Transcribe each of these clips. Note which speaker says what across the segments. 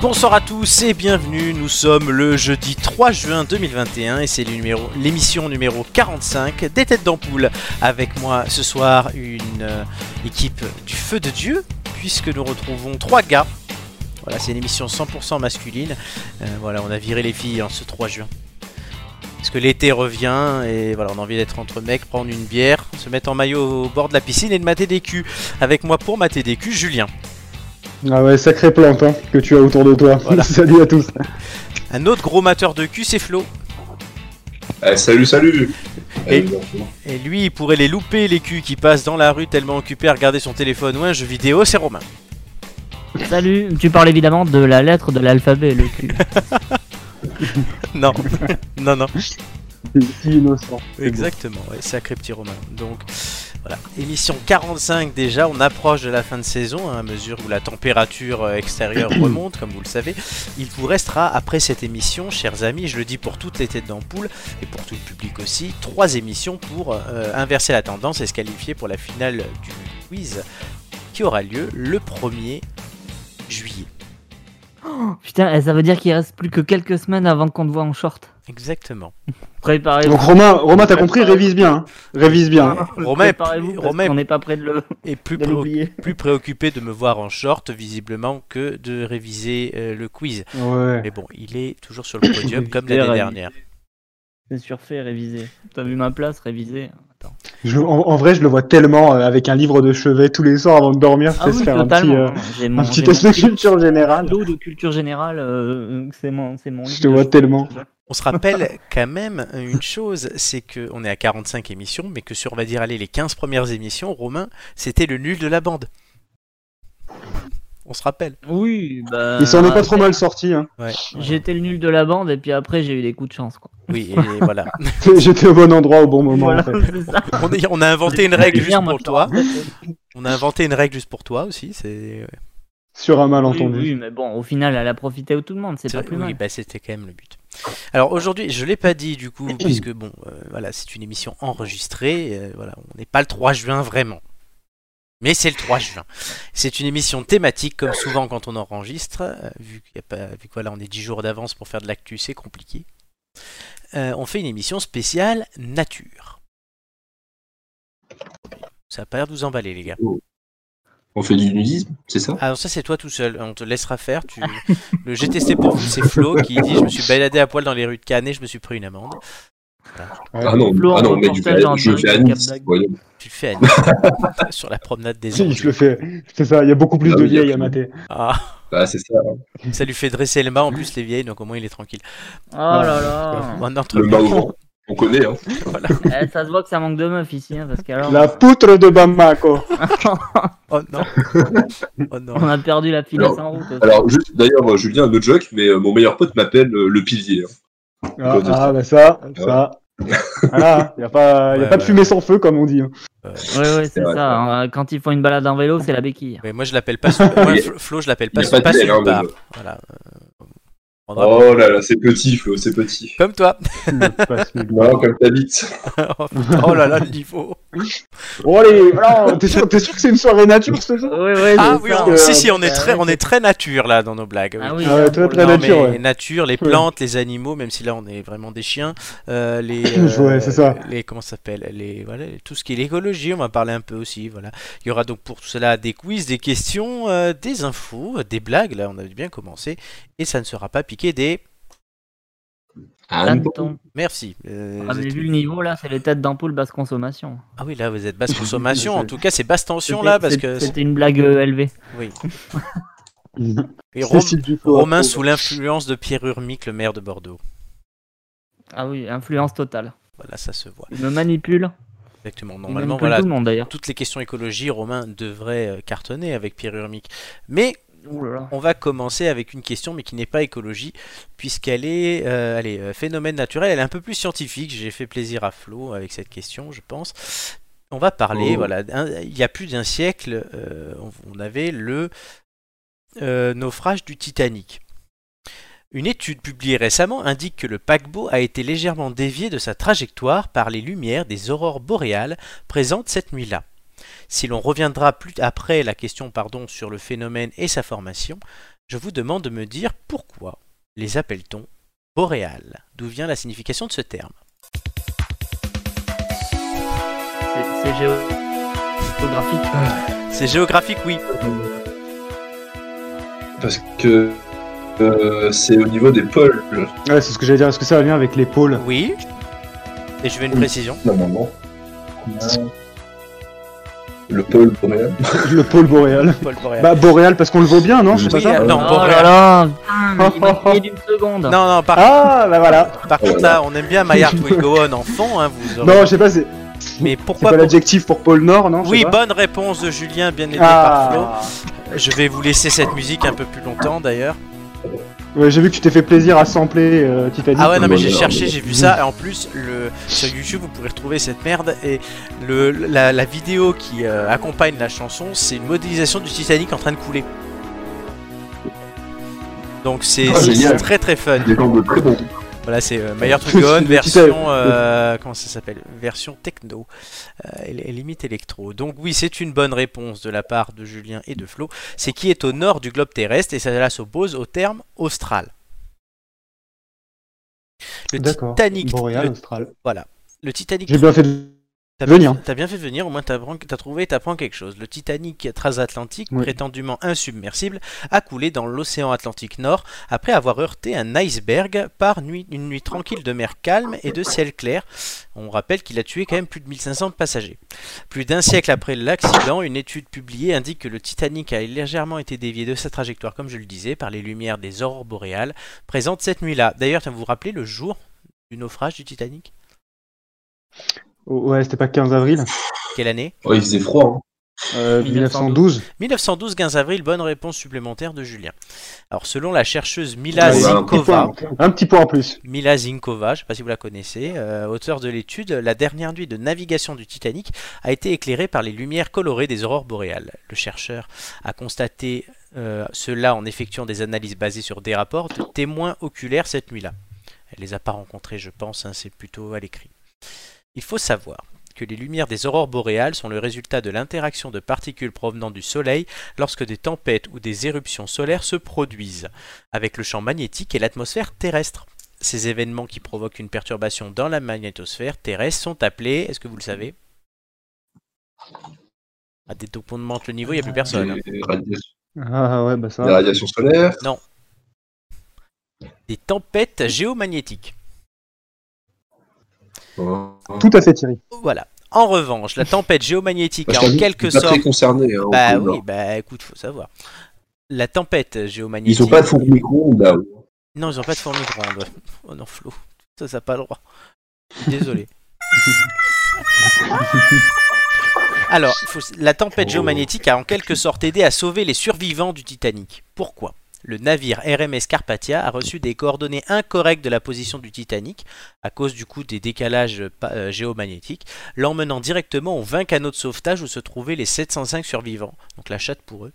Speaker 1: Bonsoir à tous et bienvenue, nous sommes le jeudi 3 juin 2021 et c'est le numéro- l'émission numéro 45 des Têtes d'Ampoule. Avec moi ce soir une euh, équipe du Feu de Dieu puisque nous retrouvons trois gars. Voilà, c'est une émission 100% masculine. Euh, voilà, on a viré les filles en ce 3 juin. Parce que l'été revient et voilà, on a envie d'être entre mecs, prendre une bière, se mettre en maillot au bord de la piscine et de mater des culs. Avec moi pour mater des culs, Julien.
Speaker 2: Ah ouais, sacrée plante hein, que tu as autour de toi.
Speaker 1: Voilà.
Speaker 2: Salut à tous.
Speaker 1: Un autre gros mateur de cul, c'est Flo.
Speaker 3: Eh, salut, salut
Speaker 1: Et-
Speaker 3: Eh, bon, bon.
Speaker 1: Et lui, il pourrait les louper, les culs qui passent dans la rue tellement occupés à regarder son téléphone ou un jeu vidéo, c'est Romain.
Speaker 4: Salut, tu parles évidemment de la lettre de l'alphabet, le cul.
Speaker 1: Non, non, non.
Speaker 2: Si innocent.
Speaker 1: Exactement, ouais, sacré petit Romain. Donc, voilà. Émission 45 déjà, on approche de la fin de saison, hein, à mesure où la température euh, extérieure remonte, comme vous le savez. Il vous restera, après cette émission, chers amis, je le dis pour toutes les têtes d'ampoule, et pour tout le public aussi, trois émissions pour euh, inverser la tendance et se qualifier pour la finale du quiz qui aura lieu le 1er juillet.
Speaker 4: Putain, eh, ça veut dire qu'il reste plus que quelques semaines avant qu'on te voit en short.
Speaker 1: Exactement.
Speaker 4: Préparez-vous.
Speaker 2: Donc Romain, Romain t'as compris, révise bien. hein. Révise bien.
Speaker 1: Romain est-
Speaker 4: Préparez-vous, parce
Speaker 1: Romain est-
Speaker 4: qu'on n'est pas près de le-
Speaker 1: Et plus,
Speaker 4: de
Speaker 1: pré-
Speaker 4: l'oublier.
Speaker 1: plus préoccupé de me voir en short, visiblement, que de réviser euh, le quiz.
Speaker 2: Ouais.
Speaker 1: Mais bon, il est toujours sur le podium comme l'année
Speaker 4: Réviser,
Speaker 1: dernière.
Speaker 4: C'est surfait, révisé. T'as vu ma place, révisé.
Speaker 2: Je- en, en vrai, je le vois tellement euh, avec un livre de chevet tous les soirs avant de dormir,
Speaker 4: Ah
Speaker 2: c'est
Speaker 4: oui,
Speaker 2: se faire un
Speaker 4: totalement. Mmh.
Speaker 2: petit, euh,
Speaker 4: j'ai mon,
Speaker 2: un petit
Speaker 4: j'ai
Speaker 2: test
Speaker 4: mon
Speaker 2: de culture générale.
Speaker 4: cadeau de culture générale, euh, c'est mon, c'est mon.
Speaker 2: Je
Speaker 4: livre
Speaker 2: te
Speaker 4: de
Speaker 2: vois
Speaker 4: short.
Speaker 2: tellement.
Speaker 1: On se rappelle quand même euh, une chose, c'est que on est à 45 émissions, mais que sur, on va dire, allez, les 15 premières émissions, Romain, c'était le nul de la bande. On se rappelle.
Speaker 4: Oui, bah.
Speaker 2: Euh, Il s'en est pas trop mal sorti. Hein.
Speaker 4: J'étais le nul de la bande et puis après j'ai eu des coups de chance, quoi.
Speaker 1: Oui, et voilà.
Speaker 2: J'étais au bon endroit au bon moment.
Speaker 4: voilà,
Speaker 2: en fait.
Speaker 4: c'est ça.
Speaker 1: On, est- on a inventé une règle juste
Speaker 4: Bien, moi,
Speaker 1: pour
Speaker 4: je
Speaker 1: toi.
Speaker 4: me rappelle.
Speaker 1: On a inventé une règle juste pour toi aussi. C'est.
Speaker 2: Sur un
Speaker 4: Oui,
Speaker 2: malentendu.
Speaker 4: oui, mais bon, au final, elle a profité à tout le monde, c'est pas plus
Speaker 1: oui,
Speaker 4: mal.
Speaker 1: bah, c'était quand même le but. Alors aujourd'hui, je l'ai pas dit du coup, puisque bon, euh, voilà, c'est une émission enregistrée. euh, voilà, on n'est pas le 3 juin vraiment, mais c'est le 3 juin. C'est une émission thématique, comme souvent quand on enregistre, euh, vu qu'il y a pas, vu que voilà, on est 10 jours d'avance pour faire de l'actu, c'est compliqué. Euh, on fait une émission spéciale nature. Ça a pas l'air de vous emballer, les gars.
Speaker 3: On fait du nudisme, c'est ça
Speaker 1: Ah non, ça c'est toi tout seul, on te laissera faire. Tu... Le j'ai testé pour vous, c'est Flo qui dit Je me suis baladé à poil dans les rues de Cannes et je me suis pris une amende.
Speaker 3: Ah non,
Speaker 4: Flo,
Speaker 3: ah
Speaker 4: en
Speaker 3: non mais du
Speaker 4: reportage
Speaker 3: fait,
Speaker 4: en
Speaker 3: je
Speaker 4: direct
Speaker 3: fais à
Speaker 4: de
Speaker 3: Nice.
Speaker 4: Cap-Dag.
Speaker 3: voyons.
Speaker 1: Tu le fais à Nice, sur la promenade des
Speaker 2: Si, je
Speaker 1: anges.
Speaker 2: le fais. C'est ça, il y a beaucoup plus
Speaker 3: Ah
Speaker 2: de
Speaker 3: oui, il y a
Speaker 2: vieilles à
Speaker 3: plus.
Speaker 2: mater.
Speaker 1: Ah,
Speaker 3: Ah, c'est ça, hein.
Speaker 1: ça lui fait dresser le mât en plus, les vieilles, donc au moins il est tranquille. Oh
Speaker 4: Oh là là
Speaker 1: On entre
Speaker 3: le bas au vent. On connaît, hein.
Speaker 4: Eh, Ça se voit que ça manque de meufs ici, hein, parce qu'alors
Speaker 2: La poutre de Bamako.
Speaker 1: Oh non Oh non
Speaker 4: on a perdu la finesse en route. aussi.
Speaker 3: Alors, juste, d'ailleurs, euh, Julien, un autre joke, mais euh, mon meilleur pote m'appelle euh, le pilier. hein.
Speaker 2: Ah,
Speaker 3: Claude.
Speaker 2: ah, bah ça, ça. Voilà, il a pas, y a
Speaker 1: Ouais,
Speaker 2: pas de
Speaker 1: ouais.
Speaker 2: fumée sans feu comme on dit. hein.
Speaker 4: Ouais, ouais, c'est
Speaker 3: vrai,
Speaker 4: ça. hein, Quand ils font une balade en vélo, c'est la béquille.
Speaker 1: Mais moi je l'appelle pas. sou- moi,
Speaker 3: Il y a-
Speaker 1: Flo- Flo, je l'appelle
Speaker 3: il
Speaker 1: pas,
Speaker 3: y a pas de
Speaker 1: pas
Speaker 3: tel, hein,
Speaker 1: Soulbar.
Speaker 3: mais-
Speaker 1: Voilà. euh, on va-
Speaker 3: Oh là là, c'est petit, Flo, c'est petit.
Speaker 1: Comme toi
Speaker 2: Le passe mille.
Speaker 3: Non, comme t'habites.
Speaker 1: Oh putain, oh là là, le niveau
Speaker 2: Bon Oh, allez, alors, t'es sûr, t'es sûr que c'est une soirée nature ce soir
Speaker 4: Ouais, ouais,
Speaker 1: Ah
Speaker 4: c'est
Speaker 1: oui,
Speaker 4: ça.
Speaker 1: on-
Speaker 2: euh,
Speaker 1: si, si, on est très,
Speaker 4: ouais,
Speaker 1: on est très nature là dans nos blagues. oui.
Speaker 4: Ah oui,
Speaker 2: Ah ouais,
Speaker 4: là,
Speaker 2: toi,
Speaker 4: pour
Speaker 2: très
Speaker 4: le-
Speaker 1: Non,
Speaker 2: nature,
Speaker 1: mais
Speaker 2: ouais.
Speaker 1: nature, les
Speaker 2: Ouais.
Speaker 1: plantes, les animaux, même si là on est vraiment des chiens, euh, les, euh,
Speaker 2: Ouais, c'est ça.
Speaker 1: les comment ça s'appelle, les voilà, tout ce qui est l'écologie, on va parler un peu aussi, voilà. Il y aura donc pour tout cela des quiz, des questions, euh, des infos, euh, des blagues. Là, on a bien commencé et ça ne sera pas piqué des.
Speaker 3: Ah, non.
Speaker 4: Hannetons.
Speaker 1: Merci. Euh,
Speaker 4: Vous
Speaker 1: vous
Speaker 4: avez
Speaker 1: êtes-
Speaker 4: Ah, vu le niveau là, c'est les têtes d'ampoule basse consommation.
Speaker 1: Ah oui, là vous êtes basse consommation. en tout cas, c'est basse tension
Speaker 4: C'était-
Speaker 1: là parce
Speaker 4: c'est-
Speaker 1: que
Speaker 4: C'était une blague euh, élevée.
Speaker 1: oui.
Speaker 2: C'est
Speaker 1: Et Rom-
Speaker 2: Cécile Duflo.
Speaker 1: Romain sous l'influence de Pierre Urmic, le maire de Bordeaux.
Speaker 4: Ah oui, influence totale.
Speaker 1: Voilà, ça se voit.
Speaker 4: Ils me manipulent.
Speaker 1: Exactement.
Speaker 4: Ils
Speaker 1: Normalement,
Speaker 4: manipulent
Speaker 1: voilà,
Speaker 4: tout le monde d'ailleurs.
Speaker 1: toutes les questions écologie, Romain devrait euh, cartonner avec Pierre Urmic. Mais
Speaker 4: Ouh là là.
Speaker 1: on va commencer avec une question, mais qui n'est pas écologie, puisqu'elle est, euh, allez, euh, phénomène naturel, elle est un peu plus scientifique. J'ai fait plaisir à Flo avec cette question, je pense. On va parler,
Speaker 3: Oh.
Speaker 1: voilà, d'un- il y a plus d'un siècle, euh, on- on avait le euh, naufrage du Titanic. Une étude publiée récemment indique que le paquebot a été légèrement dévié de sa trajectoire par les lumières des aurores boréales présentes cette nuit-là. Si l'on reviendra plus après la question pardon, sur le phénomène et sa formation, Je vous demande de me dire pourquoi les appelle-t-on boréales D'où vient la signification de ce terme
Speaker 4: C'est c'est géo- géographique.
Speaker 1: C'est géographique, oui.
Speaker 3: Parce que euh, c'est au niveau des pôles,
Speaker 2: Ouais, c'est ce que j'allais dire. Est-ce que ça a un lien avec les pôles
Speaker 1: Oui. Et je veux une
Speaker 3: Oui.
Speaker 1: précision.
Speaker 3: normalement. Le pôle boréal.
Speaker 2: Le pôle boréal.
Speaker 1: Paul Boréal.
Speaker 2: Bah, boréal parce qu'on le vaut bien, non C'est pas
Speaker 1: Oui,
Speaker 2: ça
Speaker 1: euh, non,
Speaker 4: oh là
Speaker 1: boréal.
Speaker 4: là, putain, mais il m'a payé d'une seconde.
Speaker 1: Non, non, par,
Speaker 2: Ah, bah voilà.
Speaker 1: par contre, là, on aime bien Maillard Will Go On en fond, hein, vous aurez-
Speaker 2: Non, je sais pas, c'est
Speaker 1: Mais
Speaker 2: c'est
Speaker 1: pourquoi
Speaker 2: pas
Speaker 1: Bor-
Speaker 2: l'adjectif pour pôle Nord, non Je sais
Speaker 1: Oui, bah-
Speaker 2: pas.
Speaker 1: bonne réponse de Julien, bien aidé par
Speaker 2: Ah,
Speaker 1: Flo. Je vais vous laisser cette musique un peu plus longtemps d'ailleurs.
Speaker 2: ouais, j'ai vu que tu t'es fait plaisir à sampler euh, Titanic.
Speaker 1: Ah ouais, non, mais j'ai
Speaker 3: Bonheur,
Speaker 1: cherché,
Speaker 3: mais-
Speaker 1: j'ai vu ça. Et en plus, le, sur YouTube, vous pourrez retrouver cette merde. Et le, la, la vidéo qui euh, accompagne la chanson, c'est une modélisation du Titanic en train de couler. Donc c'est
Speaker 3: Ah,
Speaker 1: c'est
Speaker 3: génial.
Speaker 1: très très fun.
Speaker 3: Des gangs de très bons.
Speaker 1: Voilà, c'est euh, Meilleur Truc de Honte,
Speaker 2: Le
Speaker 1: version.
Speaker 2: Titanic.
Speaker 1: euh, comment ça s'appelle Version techno. euh, et- et limite électro. Donc, oui, c'est une bonne réponse de la part de Julien et de Flo. C'est qui est au nord du globe terrestre et cela s'oppose au terme austral. Le
Speaker 2: D'accord.
Speaker 1: Titanic.
Speaker 2: Boréal,
Speaker 1: le,
Speaker 2: austral.
Speaker 1: le Titanic.
Speaker 2: J'ai bien fait de
Speaker 1: T'as
Speaker 2: venir.
Speaker 1: T'as bien fait de venir, au moins t'as as trouvé, t'apprends quelque chose. Le Titanic transatlantique,
Speaker 2: Oui.
Speaker 1: prétendument insubmersible, a coulé dans l'océan Atlantique Nord après avoir heurté un iceberg par nuit, une nuit tranquille de mer calme et de ciel clair. On rappelle qu'il a tué quand même plus de 1500 passagers. Plus d'un siècle après l'accident, une étude publiée indique que le Titanic a légèrement été dévié de sa trajectoire, comme je le disais, par les lumières des aurores boréales présentes cette nuit-là. D'ailleurs, vous vous rappelez le jour du naufrage du Titanic
Speaker 2: Oh, Ouais, c'était pas 15 avril
Speaker 1: Quelle année
Speaker 3: Oh, il faisait froid. hein.
Speaker 2: euh,
Speaker 4: 1912.
Speaker 2: 1912.
Speaker 1: 1912, 15 avril, bonne réponse supplémentaire de Julien. Alors, selon la chercheuse Mila
Speaker 2: Ah,
Speaker 3: Ouais, voilà, un petit
Speaker 1: Zinkova,
Speaker 3: point.
Speaker 2: Un petit point en plus.
Speaker 1: Mila Zinkova, je ne sais pas si vous la connaissez, euh, auteure de l'étude, la dernière nuit de navigation du Titanic a été éclairée par les lumières colorées des aurores boréales. Le chercheur a constaté euh, cela en effectuant des analyses basées sur des rapports de témoins oculaires cette nuit-là. Elle les a pas rencontrés, je pense, hein, c'est plutôt à l'écrit. Il faut savoir que les lumières des aurores boréales sont le résultat de l'interaction de particules provenant du Soleil lorsque des tempêtes ou des éruptions solaires se produisent, avec le champ magnétique et l'atmosphère terrestre. Ces événements qui provoquent une perturbation dans la magnétosphère terrestre sont appelés, est-ce que vous le savez Ah, dès qu'on monte le niveau, il n'y a plus personne. hein.
Speaker 3: Des radiations-
Speaker 2: Ah ouais, bah ça.
Speaker 3: des radiations solaires.
Speaker 1: Des tempêtes géomagnétiques.
Speaker 3: Hein.
Speaker 2: Tout à fait, Thierry.
Speaker 1: Voilà. En revanche, la tempête géomagnétique
Speaker 3: Bah, je
Speaker 1: a en
Speaker 3: t'avoue,
Speaker 1: quelque
Speaker 3: je suis pas
Speaker 1: sorte.
Speaker 3: très concerné. hein, au
Speaker 1: Bah
Speaker 3: pôle
Speaker 1: oui,
Speaker 3: Nord.
Speaker 1: bah écoute, faut savoir. La tempête géomagnétique.
Speaker 3: Ils ont pas de four micro là.
Speaker 1: Non, ils ont pas de four micro-ondes. Oh non, Flo, ça, ça n'a pas le droit. Désolé. Alors, il faut- la tempête géomagnétique a en quelque sorte aidé à sauver les survivants du Titanic. Pourquoi Le navire RMS Carpathia a reçu des coordonnées incorrectes de la position du Titanic, à cause du coup des décalages euh, pa- euh, géomagnétiques, l'emmenant directement aux 20 canaux de sauvetage où se trouvaient les 705 survivants, donc la chatte pour eux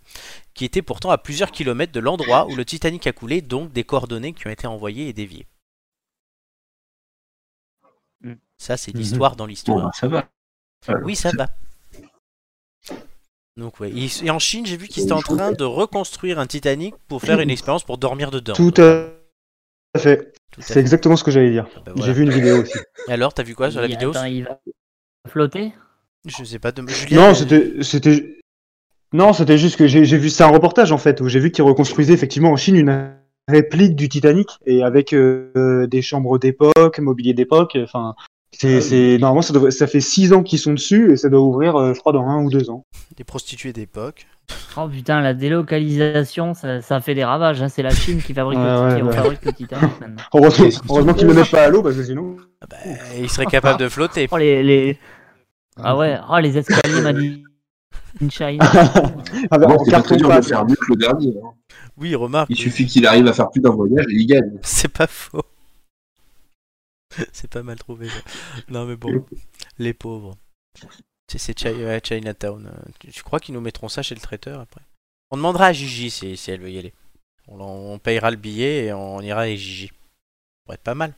Speaker 1: qui était pourtant à plusieurs kilomètres de l'endroit où le Titanic a coulé, donc des coordonnées qui ont été envoyées et déviées.
Speaker 4: Mm.
Speaker 1: Ça, c'est
Speaker 2: Mhm.
Speaker 1: l'histoire dans l'histoire.
Speaker 3: ça va.
Speaker 1: Oui, ça va. Donc, ouais. Et et en Chine, j'ai vu qu'ils étaient en
Speaker 3: Je trouve
Speaker 1: train de reconstruire un Titanic pour faire une expérience pour dormir dedans.
Speaker 2: Tout à fait.
Speaker 1: Tout à
Speaker 2: C'est
Speaker 1: fait.
Speaker 2: exactement ce que j'allais dire.
Speaker 1: Bah, voilà.
Speaker 2: J'ai vu une vidéo aussi.
Speaker 1: Et alors, t'as vu quoi sur la
Speaker 4: Il-
Speaker 1: vidéo
Speaker 4: attends, il va flotter
Speaker 1: Je sais pas. De... Julien,
Speaker 2: Non, c'était, c'était, non, c'était juste que j'ai, j'ai vu, c'est un reportage en fait où j'ai vu qu'ils reconstruisaient effectivement en Chine une réplique du Titanic et avec euh, euh, des chambres d'époque, mobilier d'époque. Enfin,
Speaker 1: Ah
Speaker 2: c'est, c'est normalement ça, devrait- ça fait six ans qu'ils sont dessus et ça doit ouvrir, euh, je crois, dans un ou deux ans.
Speaker 1: des prostituées d'époque.
Speaker 4: Oh putain, la délocalisation, ça, ça fait des ravages. hein. C'est la Chine qui fabrique,
Speaker 2: Ouais,
Speaker 4: le,
Speaker 2: ouais,
Speaker 4: Titanic- on
Speaker 2: ouais.
Speaker 4: fabrique le Titanic maintenant.
Speaker 2: Heureusement, heureusement qu'ils ne le mettent pas à l'eau parce que sinon.
Speaker 1: Ah bah, ils seraient capables de flotter.
Speaker 4: Oh les, les... Ah ouais, oh, les escaliers Made in China.
Speaker 2: Ah bah,
Speaker 3: Non,
Speaker 2: en
Speaker 3: c'est pas
Speaker 2: carton
Speaker 3: très dur de
Speaker 2: pâte.
Speaker 3: faire mieux que le dernier. hein.
Speaker 1: Oui, remarque.
Speaker 3: Il suffit qu'il arrive à faire plus d'un voyage et il gagne.
Speaker 1: C'est pas faux. C'est pas mal trouvé. ça. Non mais bon, les pauvres. Tu sais, C'est Chi- ouais, Chinatown. euh, Tu, tu crois qu'ils nous mettront ça chez le traiteur après On demandera à Gigi si, si elle veut y aller. On, l'en- on payera le billet et on ira avec Gigi. Ça pourrait être pas mal.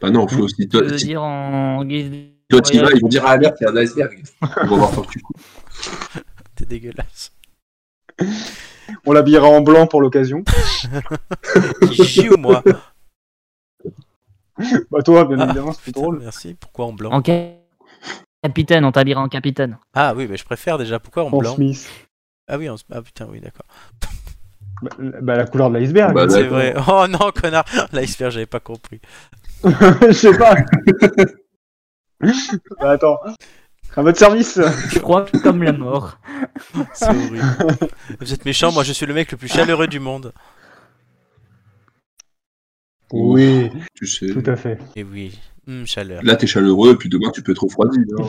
Speaker 3: Bah non, Flo, si
Speaker 4: Je
Speaker 3: toi,
Speaker 4: veux
Speaker 3: si
Speaker 4: dire en guise de-
Speaker 3: toi t'y vas, ils ah, vont dire à alerte, c'est un iceberg. On va voir tant que tu
Speaker 1: C'est dégueulasse.
Speaker 2: On l'habillera en blanc pour l'occasion.
Speaker 1: J ou moi
Speaker 2: Bah toi, bien
Speaker 1: Ah,
Speaker 2: évidemment, c'est plus
Speaker 1: Putain,
Speaker 2: drôle.
Speaker 1: Merci. Pourquoi en blanc
Speaker 4: En ca- capitaine, on t'habillera en capitaine.
Speaker 1: Ah oui, mais je préfère déjà. Pourquoi en
Speaker 2: En
Speaker 1: blanc
Speaker 2: Smith.
Speaker 1: Ah oui, en... ah putain, oui, d'accord.
Speaker 2: Bah, la- bah, la couleur de l'iceberg.
Speaker 3: Bah,
Speaker 1: C'est
Speaker 3: d'accord.
Speaker 1: vrai. Oh non, connard. L'iceberg, j'avais pas compris.
Speaker 2: Je sais pas. bah, attends. À votre service.
Speaker 4: Je crois que comme la mort.
Speaker 1: C'est horrible. Vous êtes méchant. Moi, je suis le mec le plus chaleureux du monde.
Speaker 2: Oui,
Speaker 3: Tu sais.
Speaker 2: tout à fait.
Speaker 1: Et oui, Hum, chaleur.
Speaker 3: Là, t'es chaleureux, puis demain, tu peux trop refroidir. hein.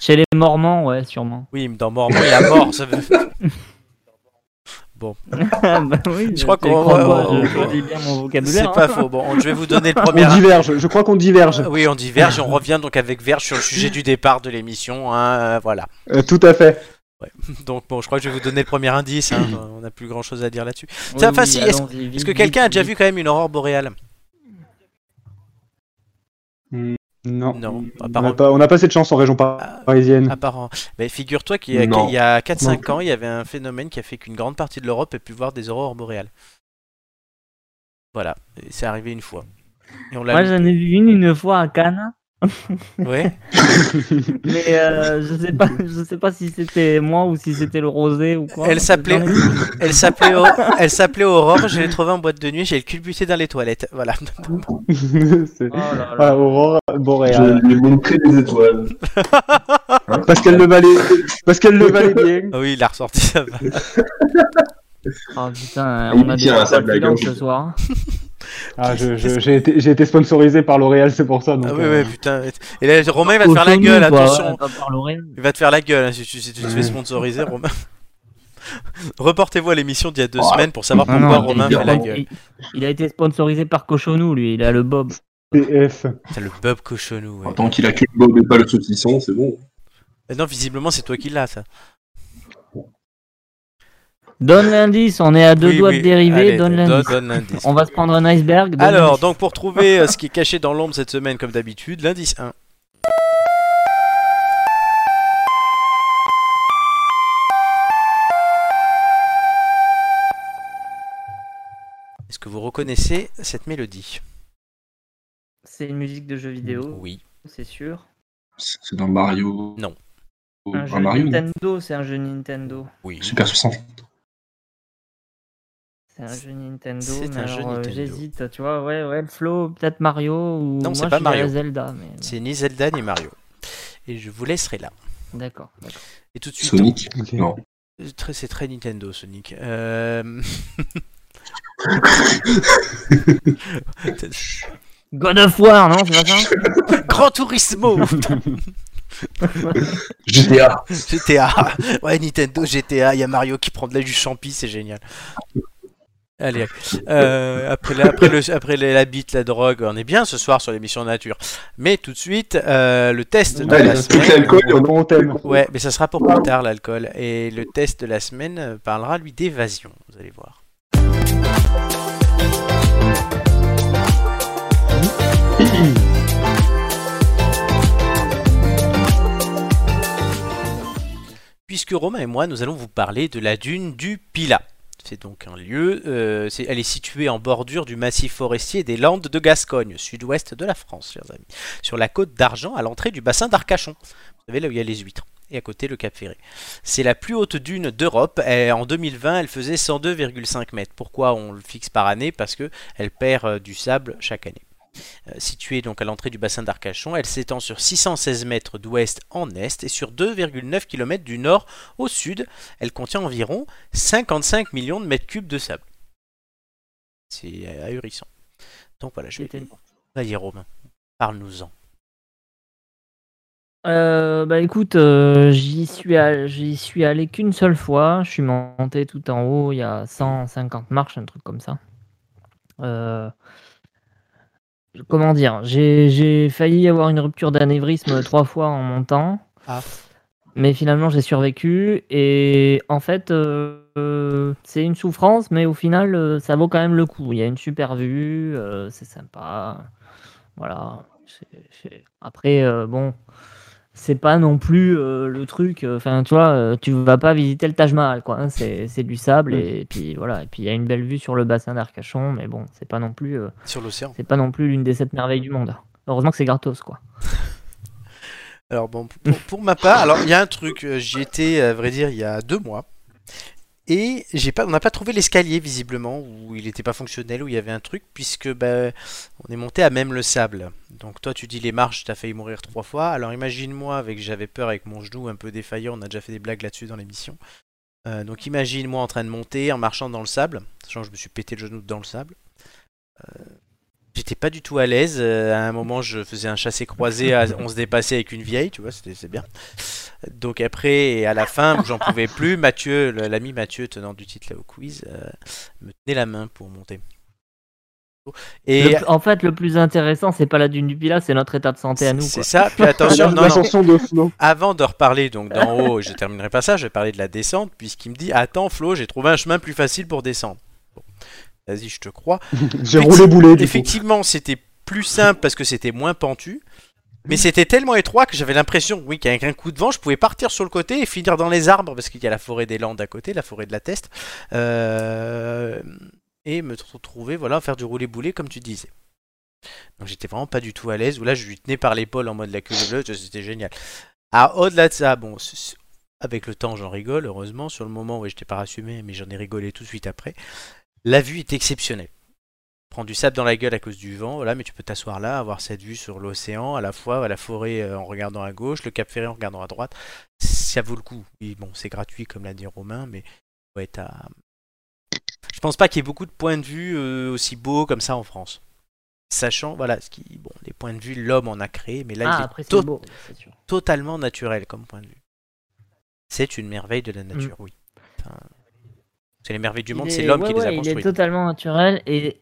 Speaker 4: Chez les Mormons, ouais, sûrement.
Speaker 1: Oui, mais dans Mormon, il y a mort. Ça veut...
Speaker 4: Ah, bah oui,
Speaker 1: Je crois
Speaker 4: tu
Speaker 1: qu'on-
Speaker 4: crois,
Speaker 1: ouais,
Speaker 4: moi,
Speaker 1: ouais,
Speaker 4: je
Speaker 1: ouais.
Speaker 4: choisis bien mon vocabulaire.
Speaker 1: C'est
Speaker 4: hein.
Speaker 1: pas faux. Bon, je vais vous donner le
Speaker 2: On
Speaker 1: premier.
Speaker 2: diverge, je crois qu'on diverge.
Speaker 1: Oui, on diverge et on revient donc avec Verge sur le sujet du départ de l'émission. hein, euh, voilà.
Speaker 2: Euh, tout à fait.
Speaker 1: Donc, bon, je crois que je vais vous donner le premier indice. hein, On n'a plus grand chose à dire là-dessus.
Speaker 4: Oui,
Speaker 1: Tiens, enfin,
Speaker 4: oui,
Speaker 1: si,
Speaker 4: allons-y, vite,
Speaker 1: Est-ce que
Speaker 4: vite,
Speaker 1: quelqu'un a déjà
Speaker 4: vite.
Speaker 1: vu quand même une aurore boréale
Speaker 2: Hmm. Non.
Speaker 1: Non, pas
Speaker 2: On
Speaker 1: par
Speaker 2: n'a pas, on n'a pas cette chance en région par-
Speaker 1: Ah.
Speaker 2: parisienne.
Speaker 1: apparent. Mais figure-toi qu'il y a,
Speaker 3: Non.
Speaker 1: qu'il y a 4-5 ans, il y avait un phénomène qui a fait qu'une grande partie de l'Europe ait pu voir des aurores boréales. Voilà, Et c'est arrivé une fois. Et on l'a
Speaker 4: Moi,
Speaker 1: lu-
Speaker 4: j'en ai vu une une fois à Cannes,
Speaker 1: Ouais.
Speaker 4: mais euh, je sais pas, je sais pas si c'était moi ou si c'était le rosé ou quoi.
Speaker 1: Elle s'appelait-
Speaker 4: J'en ai vu.
Speaker 1: Elle s'appelait Au- elle s'appelait Aurore, je l'ai trouvée en boîte de nuit, j'ai le culbuté dans les toilettes. Voilà.
Speaker 2: C'est-
Speaker 4: Oh là là.
Speaker 2: Ah, Aurore boréale.
Speaker 3: Je lui ai montré des étoiles. Hein
Speaker 2: Pascal Le Valet. Pascal Le Valet bien.
Speaker 1: Ah oui, il a ressorti ça. va.
Speaker 4: Oh, putain,
Speaker 3: Il
Speaker 4: on a des
Speaker 3: tient à sa
Speaker 4: paroles
Speaker 3: blague,
Speaker 4: filantes
Speaker 3: hein.
Speaker 4: ce soir.
Speaker 2: Ah, je- je- j'ai été, j'ai été sponsorisé par L'Oréal, c'est pour ça. Donc,
Speaker 1: Ah oui,
Speaker 2: euh,
Speaker 1: oui, putain. Et là, Romain il va te faire la
Speaker 4: Autonomie,
Speaker 1: gueule,
Speaker 4: quoi,
Speaker 1: attention.
Speaker 4: ouais, pas par l'oreille.
Speaker 1: Il va te faire la gueule hein, si tu, si tu te fais
Speaker 2: Ouais.
Speaker 1: sponsoriser, Romain. Reportez-vous à l'émission d'il y a deux
Speaker 3: Oh.
Speaker 1: semaines pour savoir
Speaker 4: Ah
Speaker 1: pourquoi
Speaker 4: non,
Speaker 1: Romain
Speaker 4: il,
Speaker 1: fait la
Speaker 4: a,
Speaker 1: gueule.
Speaker 4: il- il a été sponsorisé par Cochonou, lui, il a le Bob.
Speaker 2: TF.
Speaker 1: Putain, le Bob cochonou. ouais.
Speaker 3: Tant qu'il a que le bob et pas le saucisson, c'est bon.
Speaker 1: Euh, Non, visiblement, c'est toi qui l'as, ça.
Speaker 4: Donne l'indice, on est à deux
Speaker 1: Oui,
Speaker 4: doigts
Speaker 1: oui.
Speaker 4: de dériver,
Speaker 1: Allez,
Speaker 4: donne l'indice.
Speaker 1: donne l'indice.
Speaker 4: On va se prendre un iceberg. donne
Speaker 1: Alors,
Speaker 4: l'indice.
Speaker 1: donc pour trouver euh, ce qui est caché dans l'ombre cette semaine, comme d'habitude, l'indice 1. Est-ce que vous reconnaissez cette mélodie
Speaker 4: c'est une musique de jeu vidéo,
Speaker 1: Oui.
Speaker 4: c'est sûr.
Speaker 3: C'est dans Mario.
Speaker 1: Non.
Speaker 3: Oh,
Speaker 4: Un jeu
Speaker 3: Un Mario non
Speaker 4: Nintendo, c'est un jeu Nintendo.
Speaker 1: Oui.
Speaker 3: Super 60.
Speaker 4: C'est un jeu Nintendo,
Speaker 1: C'est
Speaker 4: mais
Speaker 1: un jeu
Speaker 4: alors, euh,
Speaker 1: Nintendo.
Speaker 4: j'hésite, tu vois, ouais, ouais, le Flow, peut-être Mario, ou
Speaker 1: Non,
Speaker 4: moi
Speaker 1: c'est
Speaker 4: je
Speaker 1: pas
Speaker 4: suis allé
Speaker 1: Mario.
Speaker 4: à Zelda, mais...
Speaker 1: C'est ni Zelda ni Mario. Et je vous laisserai là.
Speaker 4: D'accord, d'accord.
Speaker 1: Et tout de suite,
Speaker 3: Sonic.
Speaker 2: Ok.
Speaker 3: Non.
Speaker 1: Euh, très- C'est très Nintendo, Sonic. Euh...
Speaker 4: God of War, non, c'est pas ça
Speaker 1: Grand Turismo
Speaker 3: GTA.
Speaker 1: GTA Ouais, Nintendo GTA, il y a Mario qui prend de la jus champi, c'est génial. Allez, euh, après, la, après, le, après les- la bite, la drogue, on est bien ce soir sur l'émission Nature. Mais tout de suite, euh, le test de
Speaker 3: Allez,
Speaker 1: la
Speaker 3: tout
Speaker 1: semaine.
Speaker 3: l'alcool et
Speaker 2: On
Speaker 3: on
Speaker 2: va au thème.
Speaker 1: Ouais, mais ça sera pour plus tard l'alcool. Et le test de la semaine euh, parlera lui d'évasion, vous allez voir. Puisque Romain et moi, nous allons vous parler de la dune du Pila. C'est donc un lieu, euh, c'est- elle est située en bordure du massif forestier des Landes de Gascogne, sud-ouest de la France, chers amis, sur la côte d'Argent à l'entrée du bassin d'Arcachon. Vous savez, là où il y a les huîtres. Et à côté, le Cap Ferré. C'est la plus haute dune d'Europe. Et En 2020, elle faisait 102,5 mètres. Pourquoi on le fixe par année Parce que elle perd euh, du sable chaque année. Euh, Située donc à l'entrée du bassin d'Arcachon, elle s'étend sur 616 mètres d'ouest en est et sur 2,9 km du nord au sud. Elle contient environ 55 millions de mètres cubes de sable. C'est euh, ahurissant. Donc voilà, je vais.
Speaker 4: C'était-
Speaker 1: Vas-y, Romain, parle-nous-en.
Speaker 4: Euh, bah écoute, euh, j'y suis, all- j'y suis allé qu'une seule fois. Je suis monté tout en haut, il y a 150 marches, un truc comme ça. Euh, Comment dire J'ai j'ai failli avoir une rupture d'anévrisme trois fois en montant.
Speaker 1: Ah.
Speaker 4: Mais finalement, j'ai survécu. Et en fait, euh, euh, c'est une souffrance, mais au final, euh, ça vaut quand même le coup. Il y a une super vue, euh, c'est sympa. Voilà. C'est- c'est- Après, euh, bon. c'est pas non plus euh, le truc. Enfin, tu vois, euh, tu vas pas visiter le Taj Mahal, quoi. hein, c'est c'est du sable et puis voilà. Et puis il y a une belle vue sur le bassin d'Arcachon, mais bon, c'est pas non plus, euh,
Speaker 1: sur l'océan.
Speaker 4: c'est pas non plus l'une des sept merveilles du monde. Heureusement que c'est gratos, quoi.
Speaker 1: Alors bon, pour, pour ma part, alors il y a un truc, euh, j'y étais à vrai dire il y a deux mois. Et j'ai pas, on n'a pas trouvé l'escalier visiblement où il n'était pas fonctionnel où il y avait un truc puisque bah, on est monté à même le sable. Donc toi tu dis les marches t'as failli mourir trois fois. Alors imagine-moi avec j'avais peur avec mon genou un peu défaillant. On a déjà fait des blagues là-dessus dans l'émission. Euh, donc imagine-moi en train de monter en marchant dans le sable, sachant que je me suis pété le genou dans le sable. Euh, J'étais pas du tout à l'aise. euh, À un moment, je faisais un chassé croisé. à- On se dépassait avec une vieille, tu vois, c'était c'est bien. Donc après, et à la fin, où j'en pouvais plus, Mathieu, le- l'ami Mathieu, tenant du titre là au quiz, euh, me tenait la main pour monter. Et
Speaker 4: Le p- en fait, le plus intéressant, c'est pas la dune du Pilat, c'est notre état de santé à nous.
Speaker 1: c'est
Speaker 4: quoi.
Speaker 1: ça. Puis attention, non, non.
Speaker 2: L'ascension de Flo.
Speaker 1: Avant de reparler donc d'en haut, je terminerai pas ça, je vais parler de la descente, puisqu'il me dit Attends, Flo, j'ai trouvé un chemin plus facile pour descendre. Bon, vas-y, je te crois.
Speaker 2: J'ai roulé boulet. Du coup.
Speaker 1: Effectivement, c'était plus simple parce que c'était moins pentu. Mais c'était tellement étroit que j'avais l'impression, oui, qu'avec un coup de vent, je pouvais partir sur le côté et finir dans les arbres, parce qu'il y a la forêt des Landes à côté, la forêt de la Teste, euh, et me tr- trouver, voilà, à faire du roulé-boulé, comme tu disais. Donc j'étais vraiment pas du tout à l'aise, où là, je lui tenais par l'épaule en mode la queue bleue, c'était génial. Alors, au-delà de ça, bon, c- c- avec le temps, j'en rigole, heureusement, sur le moment, où j'étais pas rassumé, mais j'en ai rigolé tout de suite après. La vue est exceptionnelle prends du sable dans la gueule à cause du vent, voilà, mais tu peux t'asseoir là, avoir cette vue sur l'océan, à la fois à la forêt euh, en regardant à gauche, le Cap Ferré en regardant à droite. Ça vaut le coup. Oui, bon, c'est gratuit comme l'a dit Romain, mais ouais, t'as. Je pense pas qu'il y ait beaucoup de points de vue euh, aussi beaux comme ça en France. Sachant, voilà, ce qui, bon, les points de vue, l'homme en a créé, mais là,
Speaker 4: Ah,
Speaker 1: il est
Speaker 4: après, c'est
Speaker 1: to-
Speaker 4: beau, c'est sûr.
Speaker 1: totalement naturel comme point de vue. C'est une merveille de la nature, oui. Enfin, c'est les merveilles du
Speaker 4: Il
Speaker 1: monde,
Speaker 4: est-
Speaker 1: c'est l'homme
Speaker 4: ouais,
Speaker 1: qui les
Speaker 4: ouais,
Speaker 1: a
Speaker 4: Il est
Speaker 1: construites.
Speaker 4: totalement naturel et,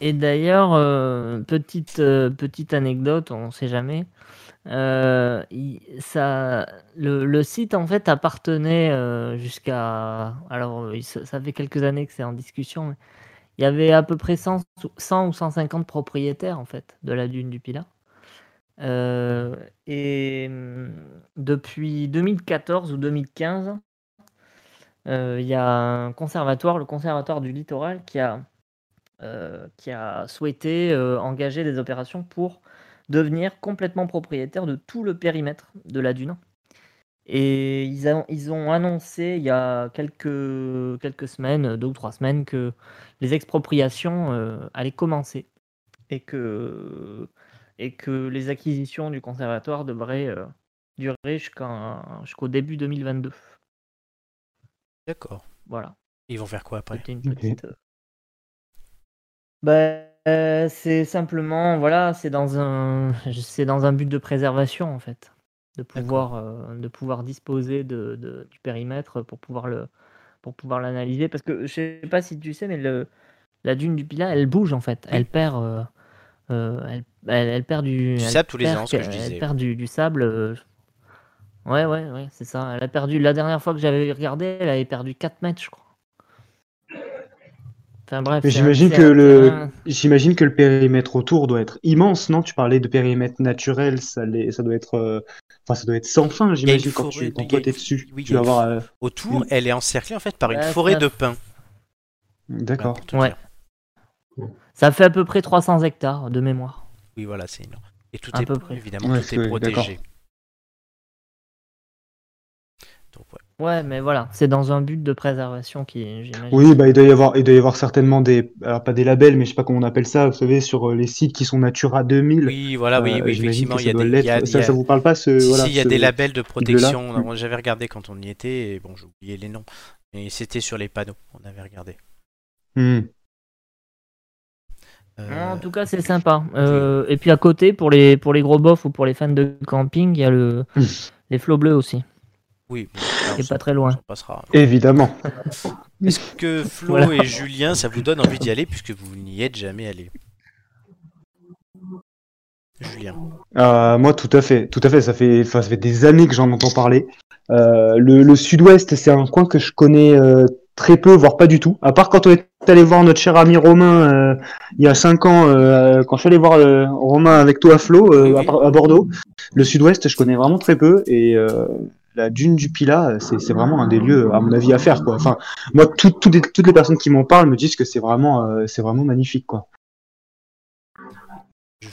Speaker 4: et d'ailleurs, euh, petite, euh, petite anecdote, on ne sait jamais. euh, il- ça, le, le site en fait appartenait euh, jusqu'à. Alors, euh, il se- ça fait quelques années que c'est en discussion, mais il y avait à peu près 100, ou- 100 ou 150 propriétaires en fait de la dune du Pilat. Euh, et hum, depuis 2014 ou 2015, euh, il y a un conservatoire, le conservatoire du littoral, qui a, euh, qui a souhaité euh, engager des opérations pour devenir complètement propriétaire de tout le périmètre de la dune. Et ils, a- ils ont annoncé il y a quelques, quelques semaines, deux ou trois semaines, que les expropriations euh, allaient commencer et que, et que les acquisitions du conservatoire devraient euh, durer jusqu'en- jusqu'au début 2022.
Speaker 1: D'accord.
Speaker 4: Voilà.
Speaker 1: Ils vont faire quoi après
Speaker 4: C'était une
Speaker 2: Ok.
Speaker 4: petite, euh, bah, euh, c'est simplement, voilà, c'est dans un, c'est dans un but de préservation en fait, de pouvoir, euh, de pouvoir disposer de, de- du périmètre pour pouvoir le, pour pouvoir l'analyser. Parce que je sais pas si tu sais, mais le, la dune du Pilat, elle bouge en fait, elle perd, euh, euh, elle, elle- elle perd du,
Speaker 1: Du
Speaker 4: elle
Speaker 1: sable tous les
Speaker 4: perd
Speaker 1: ans, ce que je
Speaker 4: qu'elle-
Speaker 1: disais.
Speaker 4: Elle perd du, du sable. euh, Ouais, ouais, ouais, c'est ça. Elle a perdu. La dernière fois que j'avais regardé, elle avait perdu 4 mètres, je crois. Enfin bref.
Speaker 2: Mais
Speaker 4: c'est un-
Speaker 2: j'imagine
Speaker 4: c'est
Speaker 2: que
Speaker 4: un
Speaker 2: le-
Speaker 4: terrain-
Speaker 2: J'imagine que le périmètre autour doit être immense, non Tu parlais de périmètre naturel, ça, l'est- ça doit être, euh, enfin, ça doit être sans fin.
Speaker 1: y a une
Speaker 2: J'imagine quand
Speaker 1: forêt,
Speaker 2: tu, quand
Speaker 1: il y a
Speaker 2: toi
Speaker 1: une-
Speaker 2: t'es dessus,
Speaker 1: oui, il y
Speaker 2: tu
Speaker 1: a
Speaker 2: vas
Speaker 1: une
Speaker 2: voir. euh,
Speaker 1: Autour, elle est encerclée en fait par une
Speaker 4: Ouais,
Speaker 1: forêt
Speaker 4: ça-
Speaker 1: de pins.
Speaker 2: D'accord.
Speaker 1: Voilà, pour te dire.
Speaker 4: Ouais. Ça fait à peu près 300 hectares de mémoire.
Speaker 1: Oui, voilà, c'est énorme. Et tout
Speaker 4: À
Speaker 1: est
Speaker 4: peu près.
Speaker 1: évidemment
Speaker 2: Ouais,
Speaker 1: tout
Speaker 2: c'est-
Speaker 1: est
Speaker 2: ouais,
Speaker 1: protégé. Donc ouais.
Speaker 4: Ouais, mais voilà, c'est dans un but de préservation qui, est- j'imagine.
Speaker 2: Oui, bah, il doit y avoir, il doit y avoir certainement des, alors pas des labels, mais je sais pas comment on appelle ça. Vous savez, sur euh, les sites qui sont Natura 2000.
Speaker 1: Oui, voilà, oui,
Speaker 2: euh,
Speaker 1: oui,
Speaker 2: j'imagine
Speaker 1: effectivement,
Speaker 2: que
Speaker 1: il y a
Speaker 2: ça doit
Speaker 1: des il y a-
Speaker 2: l'être.
Speaker 1: il y
Speaker 2: Ça,
Speaker 1: a-
Speaker 2: ça vous parle pas ce,
Speaker 1: si,
Speaker 2: voilà.
Speaker 1: si, il y a
Speaker 2: ce-
Speaker 1: des labels de protection.
Speaker 2: Mm.
Speaker 1: on- J'avais regardé quand on y était, et bon, j'ai oublié les noms, mais c'était sur les panneaux. On avait regardé.
Speaker 2: Hmm.
Speaker 1: Euh,
Speaker 2: Ah,
Speaker 4: En tout cas, c'est sympa. Euh, et puis à côté, pour les, pour les gros bofs ou pour les fans de camping, il y a le,
Speaker 2: Mmh.
Speaker 4: les flots bleus aussi,
Speaker 1: oui, bon,
Speaker 4: qui
Speaker 1: on
Speaker 4: est
Speaker 1: s'en-
Speaker 4: pas très loin.
Speaker 1: on s'en passera.
Speaker 2: Évidemment.
Speaker 1: Est-ce que Flo
Speaker 4: Voilà.
Speaker 1: et Julien, ça vous donne envie d'y aller puisque vous n'y êtes jamais allé Julien.
Speaker 2: Euh, moi, tout à fait, tout à fait. Ça fait, enfin, ça fait des années que j'en entends parler. Euh, le le sud-ouest, c'est un coin que je connais euh, très peu, voire pas du tout. À part quand on est allé voir notre cher ami Romain euh, il y a 5 ans, euh, quand je suis allé voir euh, Romain avec toi à Flo euh, à, à Bordeaux, le sud-ouest, je connais vraiment très peu et euh, la dune du Pila, c'est c'est vraiment un des lieux, à mon avis, à faire. Quoi. Enfin, moi, tout- tout des- toutes les personnes qui m'en parlent me disent que c'est vraiment, euh, c'est vraiment magnifique. Quoi.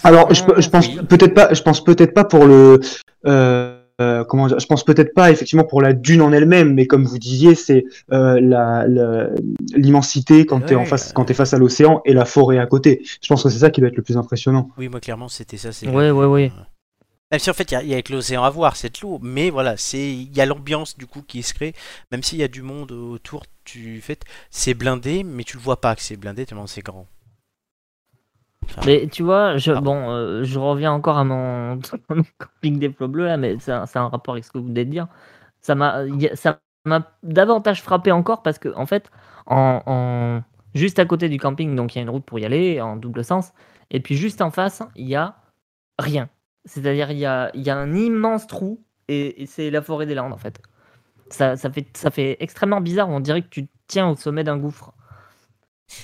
Speaker 2: Alors, je, pe- je pense
Speaker 1: Euh, Oui.
Speaker 2: peut-être pas, je pense peut-être pas pour le, euh, euh, comment dire, je pense peut-être pas effectivement pour la dune en elle-même, mais comme vous disiez, c'est euh, la- la- l'immensité quand t'es en
Speaker 1: Ouais,
Speaker 2: face,
Speaker 1: euh.
Speaker 2: quand t'es face à l'océan et la forêt à côté. Je pense que c'est ça qui doit être le plus impressionnant.
Speaker 1: Oui, moi clairement c'était ça. c'est-
Speaker 4: Ouais, ouais, ouais.
Speaker 1: Même si en fait il y a- il y, a avec l'océan à voir, c'est de l'eau, mais voilà, c'est il y a l'ambiance du coup qui se crée. Même s'il y a du monde autour, tu fait, c'est blindé, mais tu le vois pas que c'est blindé tellement c'est grand.
Speaker 4: Mais tu vois, je,
Speaker 1: Ah.
Speaker 4: bon, euh, je reviens encore à mon, mon camping des flots bleus là, mais c'est un, c'est un rapport avec ce que vous venez de dire. Ça m'a, y a- ça m'a davantage frappé encore parce que en fait, en, en- juste à côté du camping, donc il y a une route pour y aller en double sens, et puis juste en face, il y a rien. C'est-à-dire il y a, il y a un immense trou et, et c'est la forêt des Landes en fait. Ça, ça fait, ça fait extrêmement bizarre. On dirait que tu te tiens au sommet d'un gouffre.